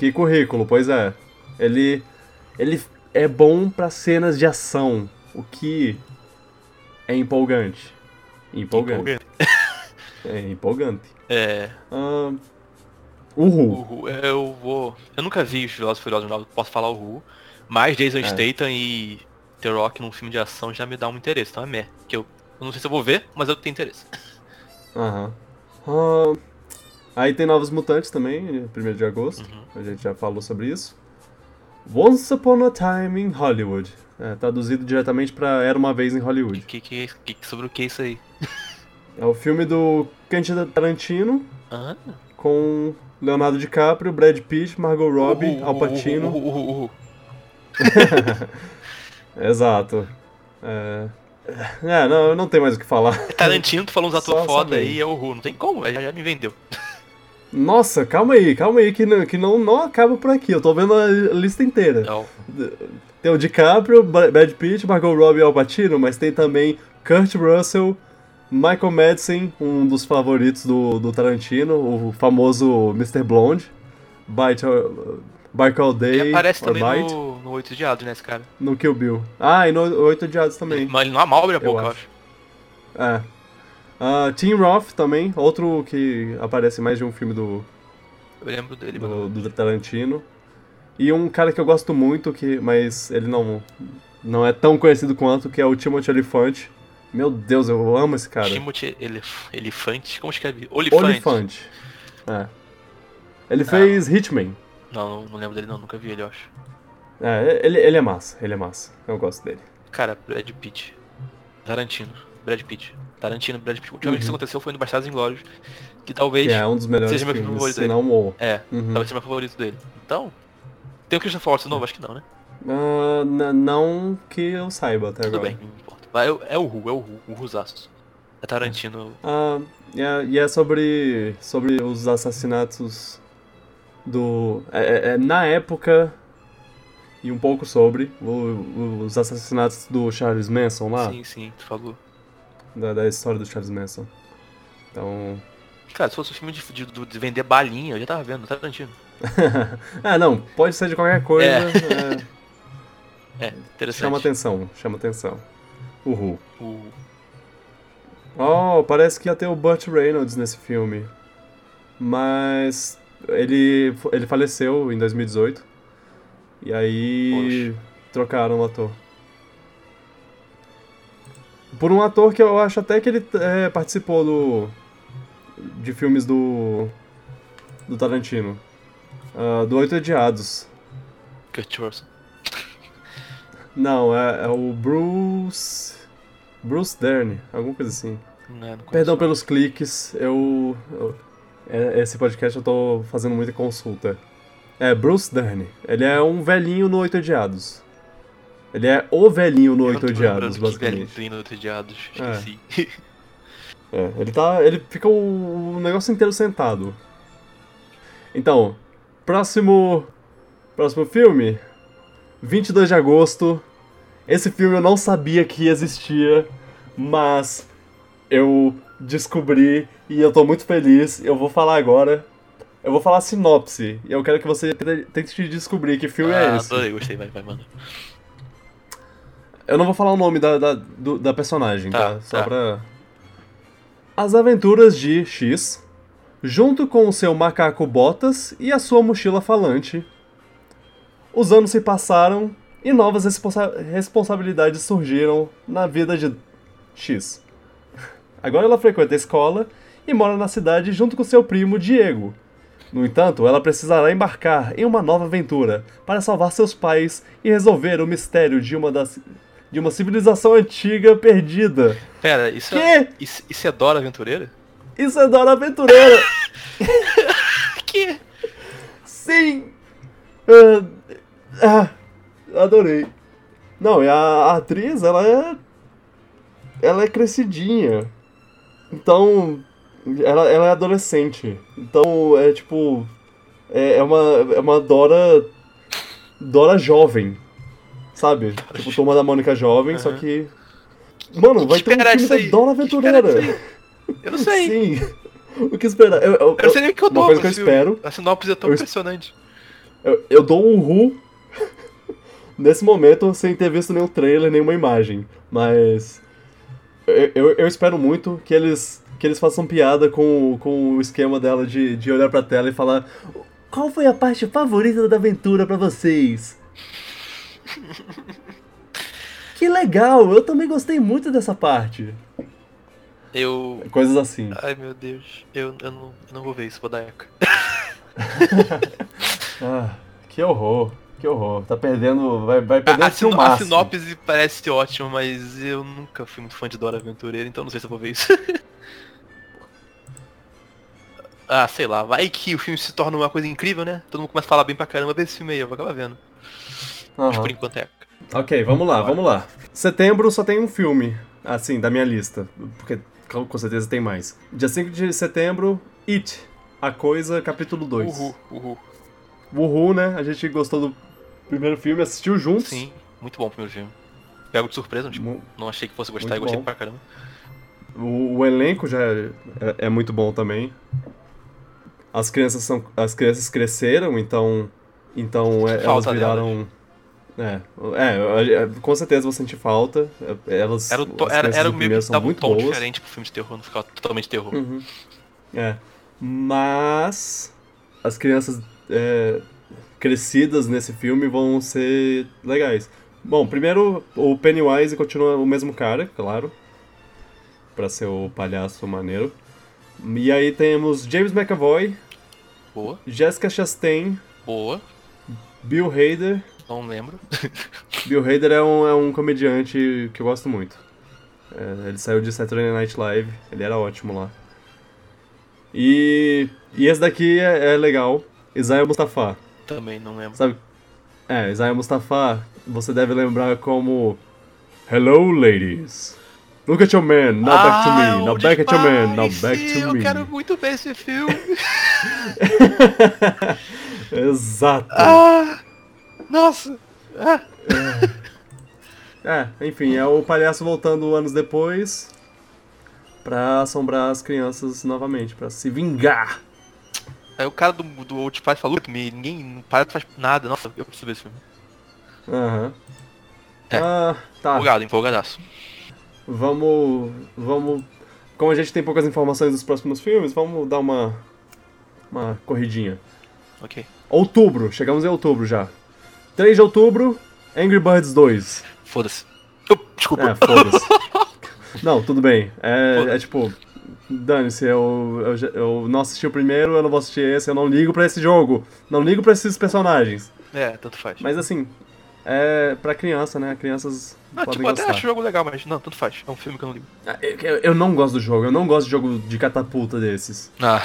Que currículo, pois é. Ele ele é bom pra cenas de ação, o que é empolgante. Empolgante. É empolgante.
É,
Ah, uhul.
o Ru, eu vou... Eu nunca vi os Velozes e Furiosos, não posso falar o Ru, mas Jason
É.
Statham e The Rock num filme de ação já me dá um interesse, então é meh. Que eu, eu não sei se eu vou ver, mas eu tenho interesse.
Aham. Ah, aí tem Novos Mutantes também, 1 de agosto.
Uhum.
A gente já falou sobre isso. Once Upon a Time in Hollywood. É, traduzido diretamente pra Era Uma Vez em Hollywood.
Que, que, que, sobre o que é isso aí?
É o filme do Quentin Tarantino,
Ah,
com Leonardo DiCaprio, Brad Pitt, Margot Robbie,
Uhu,
Al Pacino.
uhu, uhu, uhu, uhu.
Exato. É... é, não, eu não tenho mais o que falar.
É Tarantino, tu falou uns
Só
atores foda
saber.
aí, é o Ru, não tem como, já, já me vendeu.
Nossa, calma aí, calma aí, que não, que não, não acaba por aqui. Eu tô vendo a lista inteira.
Não.
Tem o DiCaprio, Ba- Brad Pitt, Margot Robbie e Al Pacino, mas tem também Kurt Russell, Michael Madsen, um dos favoritos do, do Tarantino, o famoso Mr. Blonde, Bite, uh, Bike All Day,
Ele aparece
or
também
Bite,
no, no Oito Diados, né, esse cara?
no... Kill Bill. Ah, e no Oito Odiados também.
Mas ele não mal abre
Eu
a boca, eu
acho.
acho.
É. Ah, Tim Roth também, outro que aparece em mais de um filme do,
Eu lembro dele, mano.
do, do Tarantino. E um cara que eu gosto muito, que, mas ele não, não é tão conhecido quanto, que é o Timothy Olyphant. Meu Deus, eu amo esse cara.
Timothy Elef- Elefante? Como escreve? Olifante.
Olyphant. É. Ele fez
É.
Hitman.
Não, não- não lembro dele não, nunca vi ele, eu acho.
É, ele, ele é massa, ele é massa. Eu gosto dele.
Cara, Brad Pitt. Tarantino. Brad Pitt. Tarantino, Brad Pitt. O última vez que isso aconteceu foi no Bastardos Inglórios, que talvez...
Que Uhum. é um dos melhores
seja meu
filmes,
favorito
se
dele.
não o...
É,
Uhum.
talvez seja meu favorito dele. Então, tem o Christopher Waltz de novo? Acho que não, né?
Ah, n- não que eu saiba até
Tudo
agora.
bem, não importa. Mas é, é o Ru, é o Ru, o Ruzaço. É Tarantino.
Ah, e é, e é sobre, sobre os assassinatos do. É, é- é na época e um pouco sobre o- os assassinatos do Charles Manson lá,
Sim, sim, tu falou.
da, da história do Charles Manson. Então.
Cara, se fosse um filme de, de- do- de vender balinha, eu já tava vendo, Tarantino.
ah, não, pode ser de qualquer coisa.
É.
é,
É,
chama
interessante.
atenção, chama atenção. Uhul.
O,
Oh, parece que ia ter o Burt Reynolds nesse filme. Mas ele, ele faleceu em 2018. E aí trocaram o ator. Por um ator que eu acho até que ele é, participou do de filmes do do Tarantino. Ah, do Oito Odiados.
Kurt Russell.
Não, é, é o Bruce Bruce Dern, alguma coisa assim.
Não, é, não conheço.
Perdão pelos cliques, eu, eu- é- Esse podcast eu tô fazendo muita consulta. É, Bruce Dern. Ele é um velhinho no Oito Odiados. Ele é o velhinho no
Eu
Oito
tô
Odiados,
lembrando que velho
basicamente.
tem no Oito Odiados,
É.
esqueci.
É, ele tá. Ele fica o, o negócio inteiro sentado. Então, próximo. Próximo filme. 22 de agosto. Esse filme eu não sabia que existia, mas eu descobri e eu tô muito feliz. Eu vou falar agora. Eu vou falar a sinopse. E eu quero que você te- tente descobrir que filme
ah,
é esse.
adorei, gostei, vai, vai, mano.
Eu não vou falar o nome da, da, do- da personagem, tá?
Tá,
Só
tá.
pra. As aventuras de X, junto com o seu macaco Botas e a sua mochila falante. Os anos se passaram e novas responsa- responsabilidades surgiram na vida de X. Agora ela frequenta a escola e mora na cidade junto com seu primo Diego. No entanto, ela precisará embarcar em uma nova aventura para salvar seus pais e resolver o mistério de uma das de uma civilização antiga perdida.
Pera, isso é,
Que?
isso, isso é Dora Aventureira?
Isso é Dora Aventureira!
Que?
Sim! Ah, ah, adorei. Não, e a, a atriz, ela é. Ela é crescidinha. Então. Ela, ela é adolescente. Então, é tipo. É, é uma, é uma Dora. Dora jovem. Sabe? Tipo, Turma da Mônica jovem, só
Aham.
que. Mano, vai ter um
esperar
filme
disso
da
aí?
Dora
Que esperar
Aventureira.
disso aí? Eu não sei.
Sim. O que esperar? Eu, eu,
Eu não sei nem o que eu
uma
dou.
coisa que eu
pra esse filme.
espero
A sinopse é tão
Eu es-
impressionante.
eu, eu dou um ru nesse momento sem ter visto nenhum trailer, nenhuma imagem. Mas eu, eu, eu espero muito que eles, que eles façam piada com, o- com o esquema dela de, de olhar pra tela e falar qual foi a parte favorita da aventura pra vocês? que legal, eu também gostei muito dessa parte.
Eu.
Coisas assim.
Ai meu Deus, eu, eu, não, eu não vou ver isso, vou dar eco.
Ah, que horror, que horror. Tá perdendo, vai, vai perder
A, a,
o
sino- a
filmaço.
sinopse parece ótima, mas eu nunca fui muito fã de Dora Aventureira, então não sei se eu vou ver isso. ah, sei lá, vai que o filme se torna uma coisa incrível, né? Todo mundo começa a falar bem pra caramba, vê esse filme aí, eu vou acabar vendo. Mas
Aham.
por enquanto é eco.
Ok, vamos lá, vamos lá. Setembro só tem um filme, assim, da minha lista, porque com com certeza tem mais. Dia 5 de setembro, It, a A Coisa, capítulo 2.
Uhul, uhul.
Uhul, né? A gente gostou do primeiro filme, assistiu juntos.
Sim, muito bom o primeiro filme. Pego de surpresa, tipo,
Mu-
não achei que fosse gostar
Muito
e gostei
bom.
pra caramba.
O, o elenco já é, é muito bom também. As crianças são, as crianças cresceram, então, então é, elas
Falta
viraram. É, é, é, com certeza vou sentir falta. É, Elas,
Era, o to-
as
era,
crianças
era
do
o meio
primeiro
que
são
dava um
muito
tom
boas.
diferente pro filme de terror, não ficava totalmente terror.
Uhum. É. Mas as crianças é, crescidas nesse filme vão ser legais. Bom, primeiro o Pennywise continua o mesmo cara, claro. Pra ser o palhaço maneiro. E aí temos James McAvoy,
Boa,
Jessica Chastain,
boa,
Bill Hader.
não lembro.
Bill Hader é um, é um comediante que eu gosto muito. É, ele saiu de Saturday Night Live, ele era ótimo lá. E, e esse daqui é, é legal, Isaiah Mustafa.
Também não lembro.
Sabe? É, Isaiah Mustafa, você deve lembrar como Hello ladies. Look at your man, now back to
Ah,
me, now
o
back at your man, now
Despise,
back to
eu
me.
quero muito ver esse filme.
Exato.
ah, nossa. Ah,
É, enfim, é o palhaço voltando anos depois pra assombrar as crianças novamente, pra se vingar.
aí o cara do, do Old Spice falou que me- ninguém não para faz nada. Nossa, eu preciso ver esse filme.
Aham.
É.
Ah, tá.
Empolgado, empolgadaço.
Vamos. Vamos. Como a gente tem poucas informações dos próximos filmes, vamos dar uma. Uma corridinha.
Ok.
Outubro, chegamos em outubro já. 3 de outubro, Angry Birds 2.
Foda-se. Eu- Desculpa.
É, foda-se. Não, tudo bem. É,
Foda-se.
é tipo, dane-se, eu, eu já- eu não assisti o primeiro, eu não vou assistir esse, eu não ligo pra esse jogo, não ligo pra esses personagens.
É, tanto faz.
Mas assim, é pra criança, né? Crianças
não,
podem
tipo, até
gostar. Ah,
acho o jogo legal, mas não, tanto faz. É um filme que eu não ligo.
Eu, eu- eu não gosto do jogo, eu não gosto de jogo de catapulta desses.
Ah,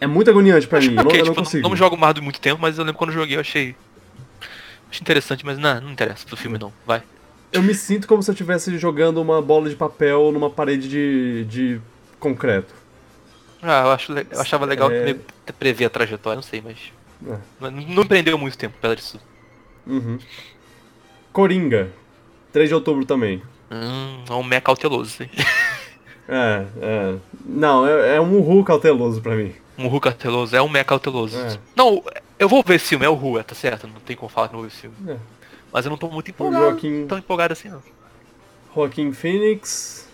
É muito agoniante pra mim, eu não,
ok,
eu não
tipo,
consigo.
não, não jogo mais do muito tempo, mas eu lembro quando eu joguei eu achei. Achei interessante, mas não, não interessa pro filme não. Vai.
Eu me sinto como se eu estivesse jogando uma bola de papel numa parede de, de concreto.
Ah, eu, acho, le- eu achava legal
É.
meio que prever a trajetória, não sei, mas.
É.
mas Não, não prendeu muito tempo pela disso.
Uhum. Coringa, 3 de outubro também.
Hum, é um meh cauteloso, hein?
É, é. Não, é, é um Ru cauteloso pra mim.
Um Ru cauteloso, é um meh cauteloso.
É.
Não, eu vou ver esse filme, é o Ru, é, tá certo? Não tem como falar que não vou ver esse filme.
É.
Mas eu não tô muito
O
empolgado.
Joaquim,
Tão empolgado assim não.
Joaquim Phoenix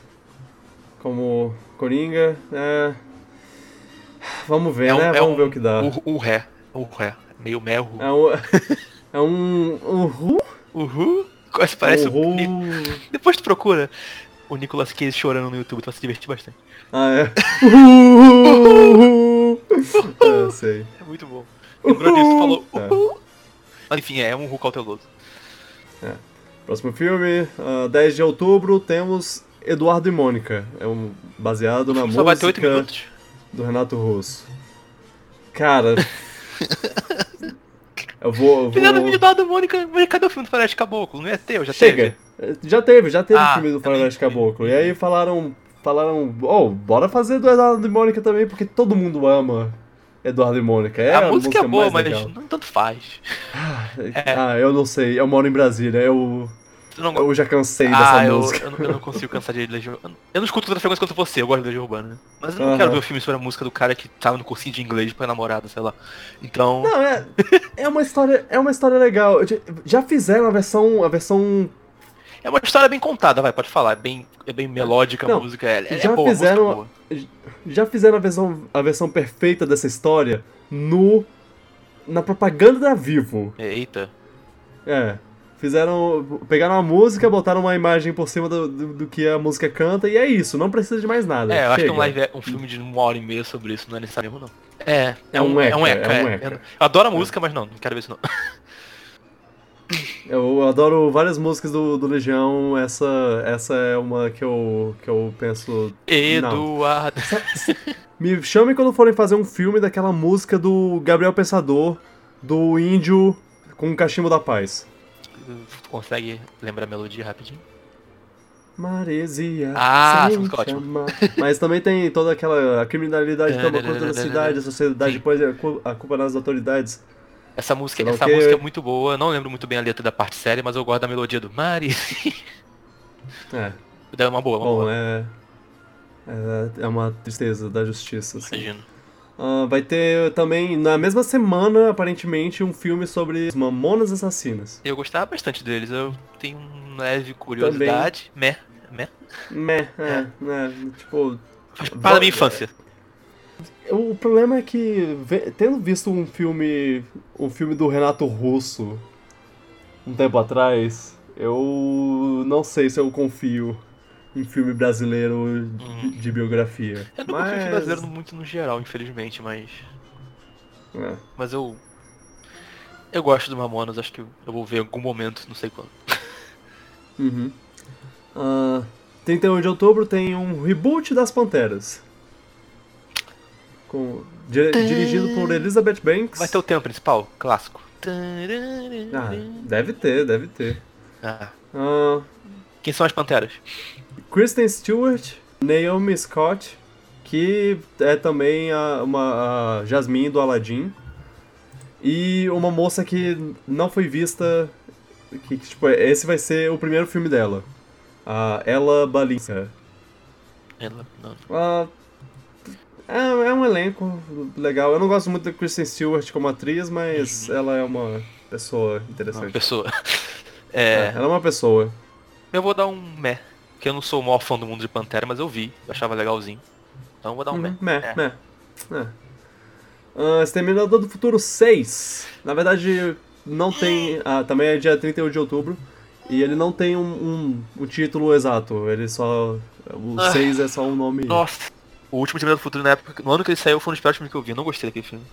como Coringa. É... Vamos ver,
É um-
né?
é
Vamos
um-
ver o que dá.
O, o ré. O ré. Meio meh, o Ru.
É um. É um. Um Ru?
O Ru? Quase parece
um
o
Ru.
Ni- Depois tu procura o Nicolas Cage chorando no YouTube, tu vai se divertir bastante.
Ah, é. Ru. É, sei.
É muito bom. Lembrou disso, falou.
É.
"Uhul". Mas enfim, é um Ru cauteloso.
Próximo filme, ah, 10 de outubro, temos Eduardo e Mônica. É um baseado na
Só vai ter 8
música
minutos.
do Renato Russo. Cara. eu vou. Eu
Fizeram o
vou...
vídeo da Ada Mônica, mas cadê o filme do Floresta Caboclo? Não é teu, já
Chega!
teve.
Já teve, já teve
Ah,
filme do
também
Faroeste
teve.
Caboclo. E aí falaram. Falaram. Oh, bora fazer do Eduardo e Mônica também, porque todo mundo ama Eduardo e Mônica. É
a música é boa,
mais
mas
legal.
não tanto faz. é.
Ah, eu não sei. Eu moro em Brasília. Eu,
Tu não gosta.
eu já cansei
Ah,
dessa
eu,
música.
eu, não, eu não consigo cansar de Legião. Eu não- eu não escuto tanta frequência quanto você, eu gosto de Legião Urbana. né? Mas eu não
Aham.
quero ver o filme sobre a música do cara que tava no cursinho de inglês pra namorada, sei lá. Então.
Não, é, é uma história, é uma história legal. Eu já- Já fizeram a versão, a versão
É uma história bem contada, vai, pode falar. É bem, é bem melódica a
Não,
música. É, é
já
boa, a música é
fizeram-
boa.
já fizeram a versão, a versão perfeita dessa história no na propaganda da Vivo.
Eita.
É. Fizeram. Pegaram a música, botaram uma imagem por cima do, do, do que a música canta e é isso, não precisa de mais nada.
É, eu acho que
Chega.
um, live, um filme de uma hora e meia sobre isso não é necessário mesmo, não. É,
É um
é um
eca,
eca.
é um
é.
eca.
Eu adoro a música, mas não, não quero ver isso não.
Eu adoro várias músicas do, do Legião, essa, essa é uma que eu, que eu penso.
Eduardo.
Me chame quando forem fazer um filme daquela música do Gabriel Pensador, do índio com o cachimbo da paz.
Tu consegue lembrar a melodia rapidinho?
Maresia.
Ah,
sem
essa música é ótima.
chamar. Mas também tem toda aquela a criminalidade que toma conta da cidade, a sociedade
Sim.
põe a cu- a culpa nas autoridades.
Essa música,
Sei lá o
essa
quê.
música é muito boa, eu não lembro muito bem a letra da parte séria, mas eu gosto da melodia do Mari.
É,
É uma boa, uma
bom,
boa.
é. É é uma tristeza da justiça. assim.
Imagino.
Ah, vai ter também, na mesma semana, aparentemente, um filme sobre as mamonas assassinas.
Eu gostava bastante deles, eu tenho uma leve curiosidade. Meh, meh.
Meh, é, é, tipo,
Faz parte da minha infância.
O problema é que, ve- tendo visto um filme. um filme do Renato Russo um tempo atrás, eu não sei se eu confio em filme brasileiro de-
Hum.
de biografia.
Eu não confio em brasileiro muito no geral, infelizmente, mas.
É.
Mas eu. Eu gosto do Mamonas, acho que eu eu vou ver em algum momento, não sei quando.
Uhum. Ah, 31 de outubro tem um reboot das Panteras. Com, dire- dirigido por Elizabeth Banks.
Vai ter o tema principal? Clássico.
Ah, deve ter, deve ter.
Ah,
Ah,
Quem são as panteras?
Kristen Stewart, Naomi Scott, que é também a, uma a Jasmine do Aladdin, e uma moça que não foi vista, que, que, tipo, esse vai ser o primeiro filme dela, a Ella Balinska.
Ela- não.
Ah, é, é um elenco legal. Eu não gosto muito da Kristen Stewart como atriz, mas ela é uma pessoa
Uhum. Uma
interessante.
pessoa. É,
Ela é uma pessoa.
Eu vou dar um meh. Porque eu não sou o maior fã do mundo de Pantera, mas eu vi, eu achava legalzinho. Então eu vou dar um meh.
Uhum, Meh,
É.
meh. É. Ah, Exterminador do Futuro 6. Na verdade, não tem. Ah, também é dia 31 de outubro. E ele não tem um, um, um título exato. Ele só. O
Ah.
6 é só um nome.
Nossa! O último Terminador do Futuro, na época, no ano que ele saiu, foi um dos piores filmes que eu vi. Eu não gostei daquele filme.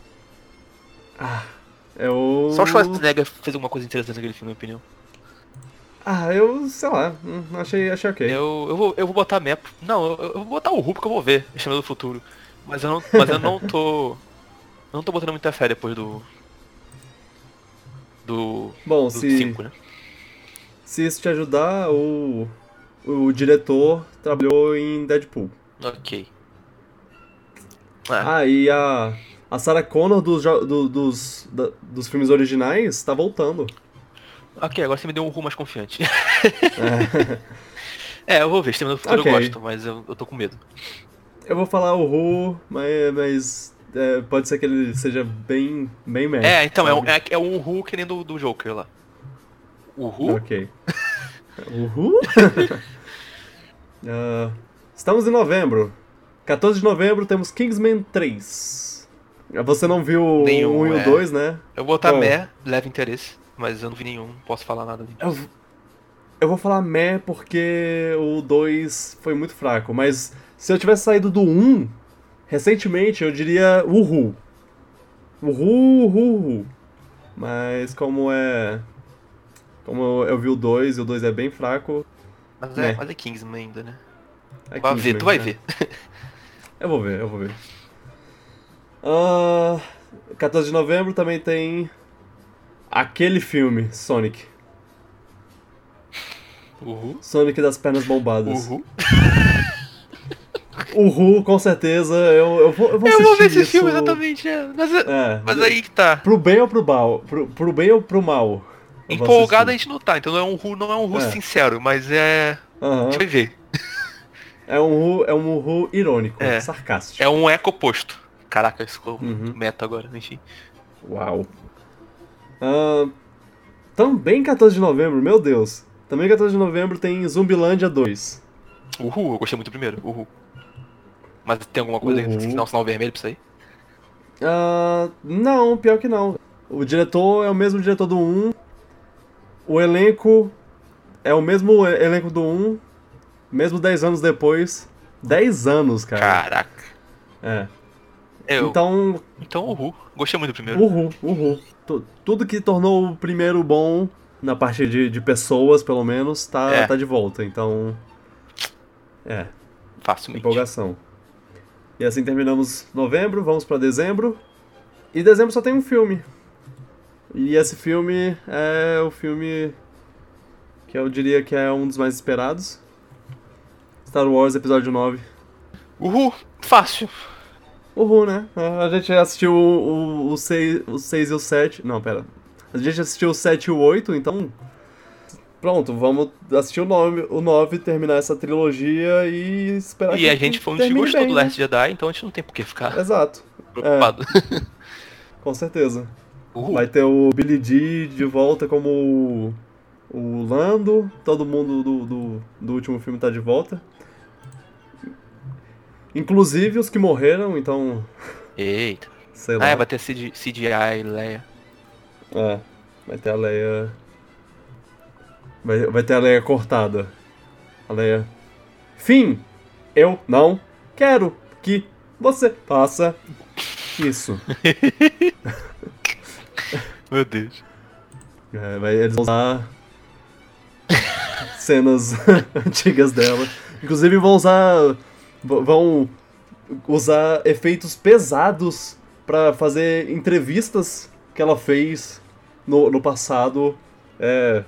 É o.
Só o Schwarzenegger fez alguma coisa interessante naquele filme, na minha opinião.
Ah, eu sei lá. hum, Achei, achei ok.
Eu, eu, vou, eu vou botar meh. Não, eu, eu vou botar o Hulk porque eu vou ver Terminador do Futuro. Mas eu não, mas eu não tô... eu Não tô botando muita fé depois do... Do...
Bom,
Do
se,
5, né?
se isso te ajudar, o, o diretor trabalhou em Deadpool.
Ok. Ah,
Ah, e a, a Sarah Connor dos, jo- do- dos, da- dos filmes originais tá voltando.
ok, agora você me deu um rumo mais confiante.
É.
é, eu vou ver. Terminador do Futuro
Ok.
eu gosto, mas eu, eu tô com medo.
Eu vou falar o Who, mas, mas é, pode ser que ele seja bem, bem merda.
É, então, é, um-
sabe?
é, é um Uhu que nem do, do Joker lá. Uhu?
Ok. o Who? Ah, estamos em novembro. 14 de novembro temos Kingsman 3. Você não viu o
Nenhum,
1 e o
é.
2, né?
Eu vou botar
Bom.
Mé, leva interesse, mas eu não vi nenhum, não posso falar nada. dele.
Eu, eu vou falar meh porque o 2 foi muito fraco, mas se eu tivesse saído do 1 recentemente, eu diria uhul. Uhul, uhul, uhul. Mas como é. Como eu, eu vi o 2 e o 2 é bem fraco.
Mas é,
Mé.
mas é Kingsman ainda, né?
É
vai
Kingsman,
ver, tu vai
né?
ver.
Eu vou ver, eu vou ver. Ah, 14 de novembro também tem. Aquele filme, Sonic.
Uhu.
Sonic das pernas bombadas.
Uhu.
O Ru, com certeza, eu, eu vou, eu vou
Eu vou
assistir
ver esse
isso-
filme exatamente, é. Mas, é-
É,
mas aí que tá.
Pro bem ou pro mal? Pro, pro bem ou pro mal? eu vou
Empolgado a
assistir.
gente não tá, então não é um Uhu, não é um Uhu
É.
sincero, mas é.
Aham.
A gente vai ver.
É um Ru, é um Ru irônico,
É.
sarcástico.
É um eco oposto. Caraca, isso ficou
Uhum.
meta agora, né, enfim.
Uau. Ah, também 14 de novembro, meu Deus. Também 14 de novembro tem Zumbilândia 2.
Uhu, eu gostei muito do primeiro. Uhu. Mas tem alguma coisa
Uhu.
que dá um sinal vermelho pra isso aí?
Ah, não, pior que não. O diretor é o mesmo diretor do 1. O elenco é o mesmo e- elenco do 1. Mesmo 10 anos depois. 10 anos, cara.
Caraca.
É.
Eu, então,
Então,
Uhu. Gostei muito do primeiro.
uhul, uhul. Tu- Tudo que tornou o primeiro bom, na parte de, de pessoas, pelo menos, tá,
É.
tá de volta. Então. É,
Facilmente.
empolgação. E assim terminamos novembro, vamos pra dezembro. E dezembro só tem um filme. E esse filme é o filme que eu diria que é um dos mais esperados. Star Wars Episódio 9.
Uhul, fácil.
Uhul, né? É, A gente assistiu o 6 o, seis e o 7. Não, pera. A gente assistiu o 7 e o 8, então. Pronto, vamos assistir o 9, o 9 terminar essa trilogia e esperar
E a gente foi um que
termine
gostou
bem,
do
né? É.
Last Jedi, então a gente não tem por que ficar
Exato,
preocupado.
com certeza.
Uhul.
Vai ter o Billy D de volta como o, o Lando. Todo mundo do, do, do último filme tá de volta. Inclusive os que morreram, então.
Eita.
Sei lá.
Ah, é, vai ter CG CGI, Leia.
É, vai ter a Leia. Vai, vai ter a Leia cortada. A Leia. Fim! Eu não quero que você faça isso.
Meu Deus.
É, vai, eles vão usar cenas antigas dela. Inclusive vão usar. v- Vão usar efeitos pesados pra fazer entrevistas que ela fez no, no passado. É,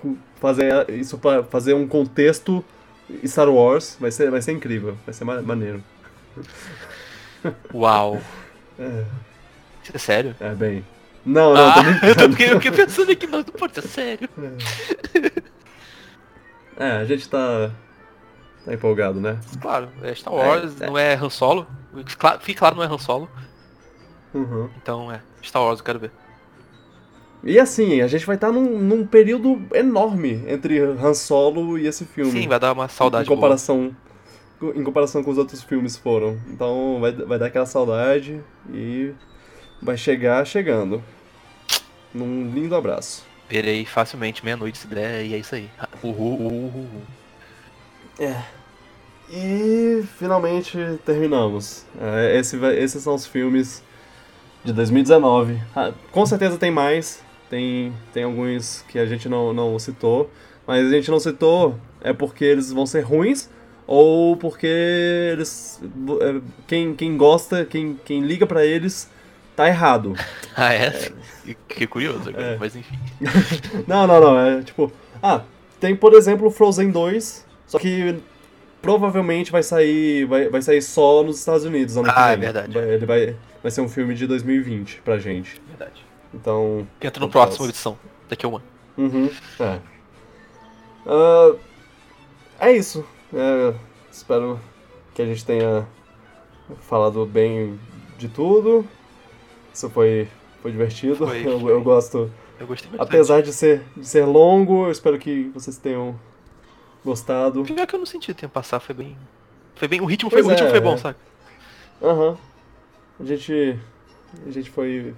cu- fazer isso pra fazer um contexto Star Wars. Vai ser, vai ser incrível, vai ser ma- maneiro.
Uau.
É.
Isso é sério?
É bem. Não, não, tô
ah, eu,
brincando.
tô, fiquei- eu fiquei pensando aqui, não, pô, isso é sério.
É, a gente tá. tá empolgado, né?
Claro, é Star Wars,
É, é.
não é Han Solo. Cla- Fique claro, não é Han Solo.
Uhum.
Então é, Star Wars, eu quero ver.
E assim, a gente vai estar num, num período enorme entre Han Solo e esse filme.
Sim, vai dar uma saudade
Em
boa.
comparação, co- em comparação com os outros filmes foram. Então vai, vai dar aquela saudade e vai chegar chegando. Num lindo abraço.
Verei facilmente meia-noite se der, e é isso aí. Uhul, uhul, uhul.
É. E finalmente terminamos. É, esse vai- esses são os filmes de 2019. Ah, com certeza tem mais. Tem, tem alguns que a gente não, não citou. Mas a gente não citou é porque eles vão ser ruins ou porque eles. é, Quem, quem gosta, quem, quem liga pra eles, tá errado.
Ah, é? Que- Que curioso agora,
É.
mas enfim.
Não, não, não. É tipo. Ah, tem, por exemplo, o Frozen 2, só que provavelmente vai sair. Vai, vai sair só nos Estados Unidos ano que
Ah, é
vem.
verdade.
Vai, ele vai, vai ser um filme de 2020 pra gente.
é Verdade.
Então.
Entra no
Então,
próximo
posso.
edição, daqui a um ano.
Uhum. É. Ah, é isso. É, espero que a gente tenha falado bem de tudo. Isso foi, foi divertido.
Foi,
Eu-
foi.
eu gosto.
Eu gostei bastante.
Apesar de ser, de ser longo, eu espero que vocês tenham gostado.
Pior que eu não senti o tempo passar, foi bem. Foi bem. O ritmo foi,
Pois
o ritmo
é.
foi bom, sabe?
Aham. A gente. A gente foi.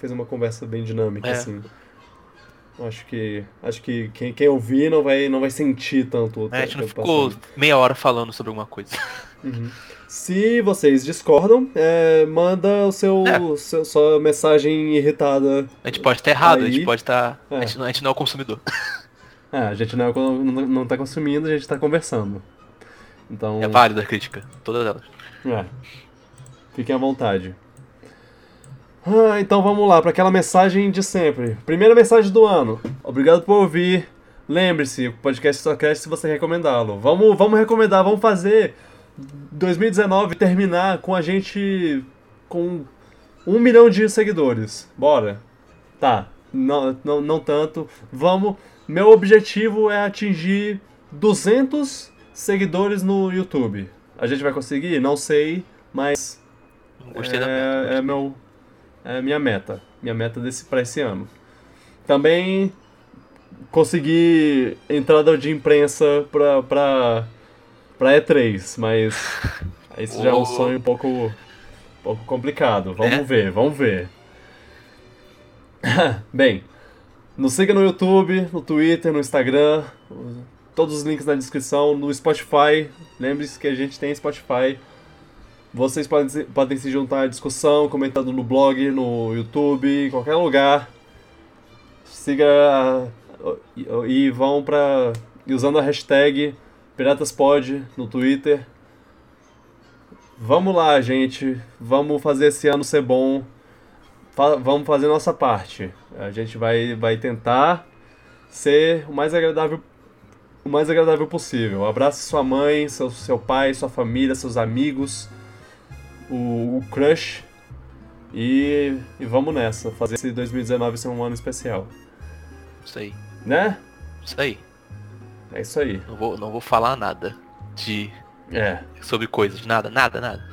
fez uma conversa bem dinâmica,
É.
assim. Acho que. Acho que quem, quem ouvir não vai, não vai sentir tanto o
É, a gente não
tempo
ficou
passando.
meia hora falando sobre alguma coisa.
Uhum. Se vocês discordam, é, manda o seu,
É.
seu- sua mensagem irritada.
A gente pode estar errado, a
Aí-
gente pode estar.
É.
A, gente, não- a gente não é o consumidor.
Ah, a gente não, é- não, não tá consumindo, a gente tá conversando. Então.
É válida a crítica, todas elas.
É. Fiquem à vontade. Ah, então vamos lá, para aquela mensagem de sempre. Primeira mensagem do ano. Obrigado por ouvir. Lembre-se, o podcast só cresce se você recomendá-lo. Vamos, vamos recomendar, vamos fazer 2019 terminar com a gente com um milhão de seguidores. Bora. Tá, não, não, não tanto. Vamos. Meu objetivo é atingir 200 seguidores no YouTube. A gente vai conseguir? Não sei, mas
Não Gostei
é,
da meta.
é meu é minha meta, minha meta desse para esse ano. Também consegui entrada de imprensa pra para para E3, mas isso já é um
Oh.
sonho um pouco um pouco complicado. Vamos
É?
ver, vamos ver. Bem, nos siga no YouTube, no Twitter, no Instagram, todos os links na descrição, no Spotify. Lembre-se que a gente tem Spotify. Vocês podem, se- podem se juntar à discussão, comentando no blog, no YouTube, em qualquer lugar. Siga a- e, e vão pra. e usando a hashtag PiratasPod no Twitter. Vamos lá, gente. Vamos fazer esse ano ser bom. Fa- vamos fazer nossa parte. A gente vai, vai tentar ser o mais agradável o mais agradável possível. Abrace sua mãe, seu, seu pai, sua família, seus amigos, o, o crush. E, e vamos nessa, fazer esse 2019 ser um ano especial.
Isso aí.
Né?
Isso aí.
É isso aí.
Não vou, não vou falar nada de
É.
sobre coisas. Nada, nada, nada.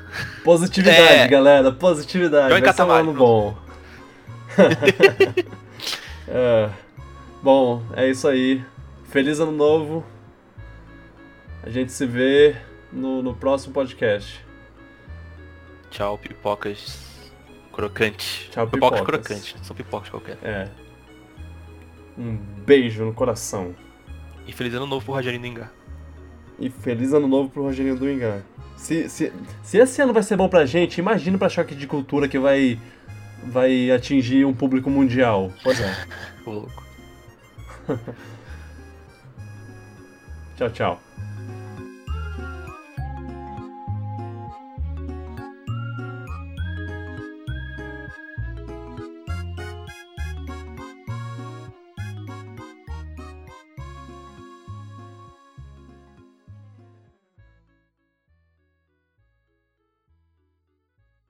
Positividade,
É.
galera. Positividade. Vai
Joey
ser um
Catamari,
ano bom. É. Bom, é isso aí. Feliz ano novo. A gente se vê no, no próximo podcast.
Tchau, pipocas crocantes.
Tchau,
pipocas
pipocas.
crocantes. São pipocas qualquer.
É. Um beijo no coração.
E feliz ano novo pro Rogerinho do Engar.
E feliz ano novo pro Rogerinho do Engar. Se, se, se esse ano vai ser bom pra gente, imagina pra choque de cultura que vai, vai atingir um público mundial. Pois é.
Ô louco.
Tchau, tchau.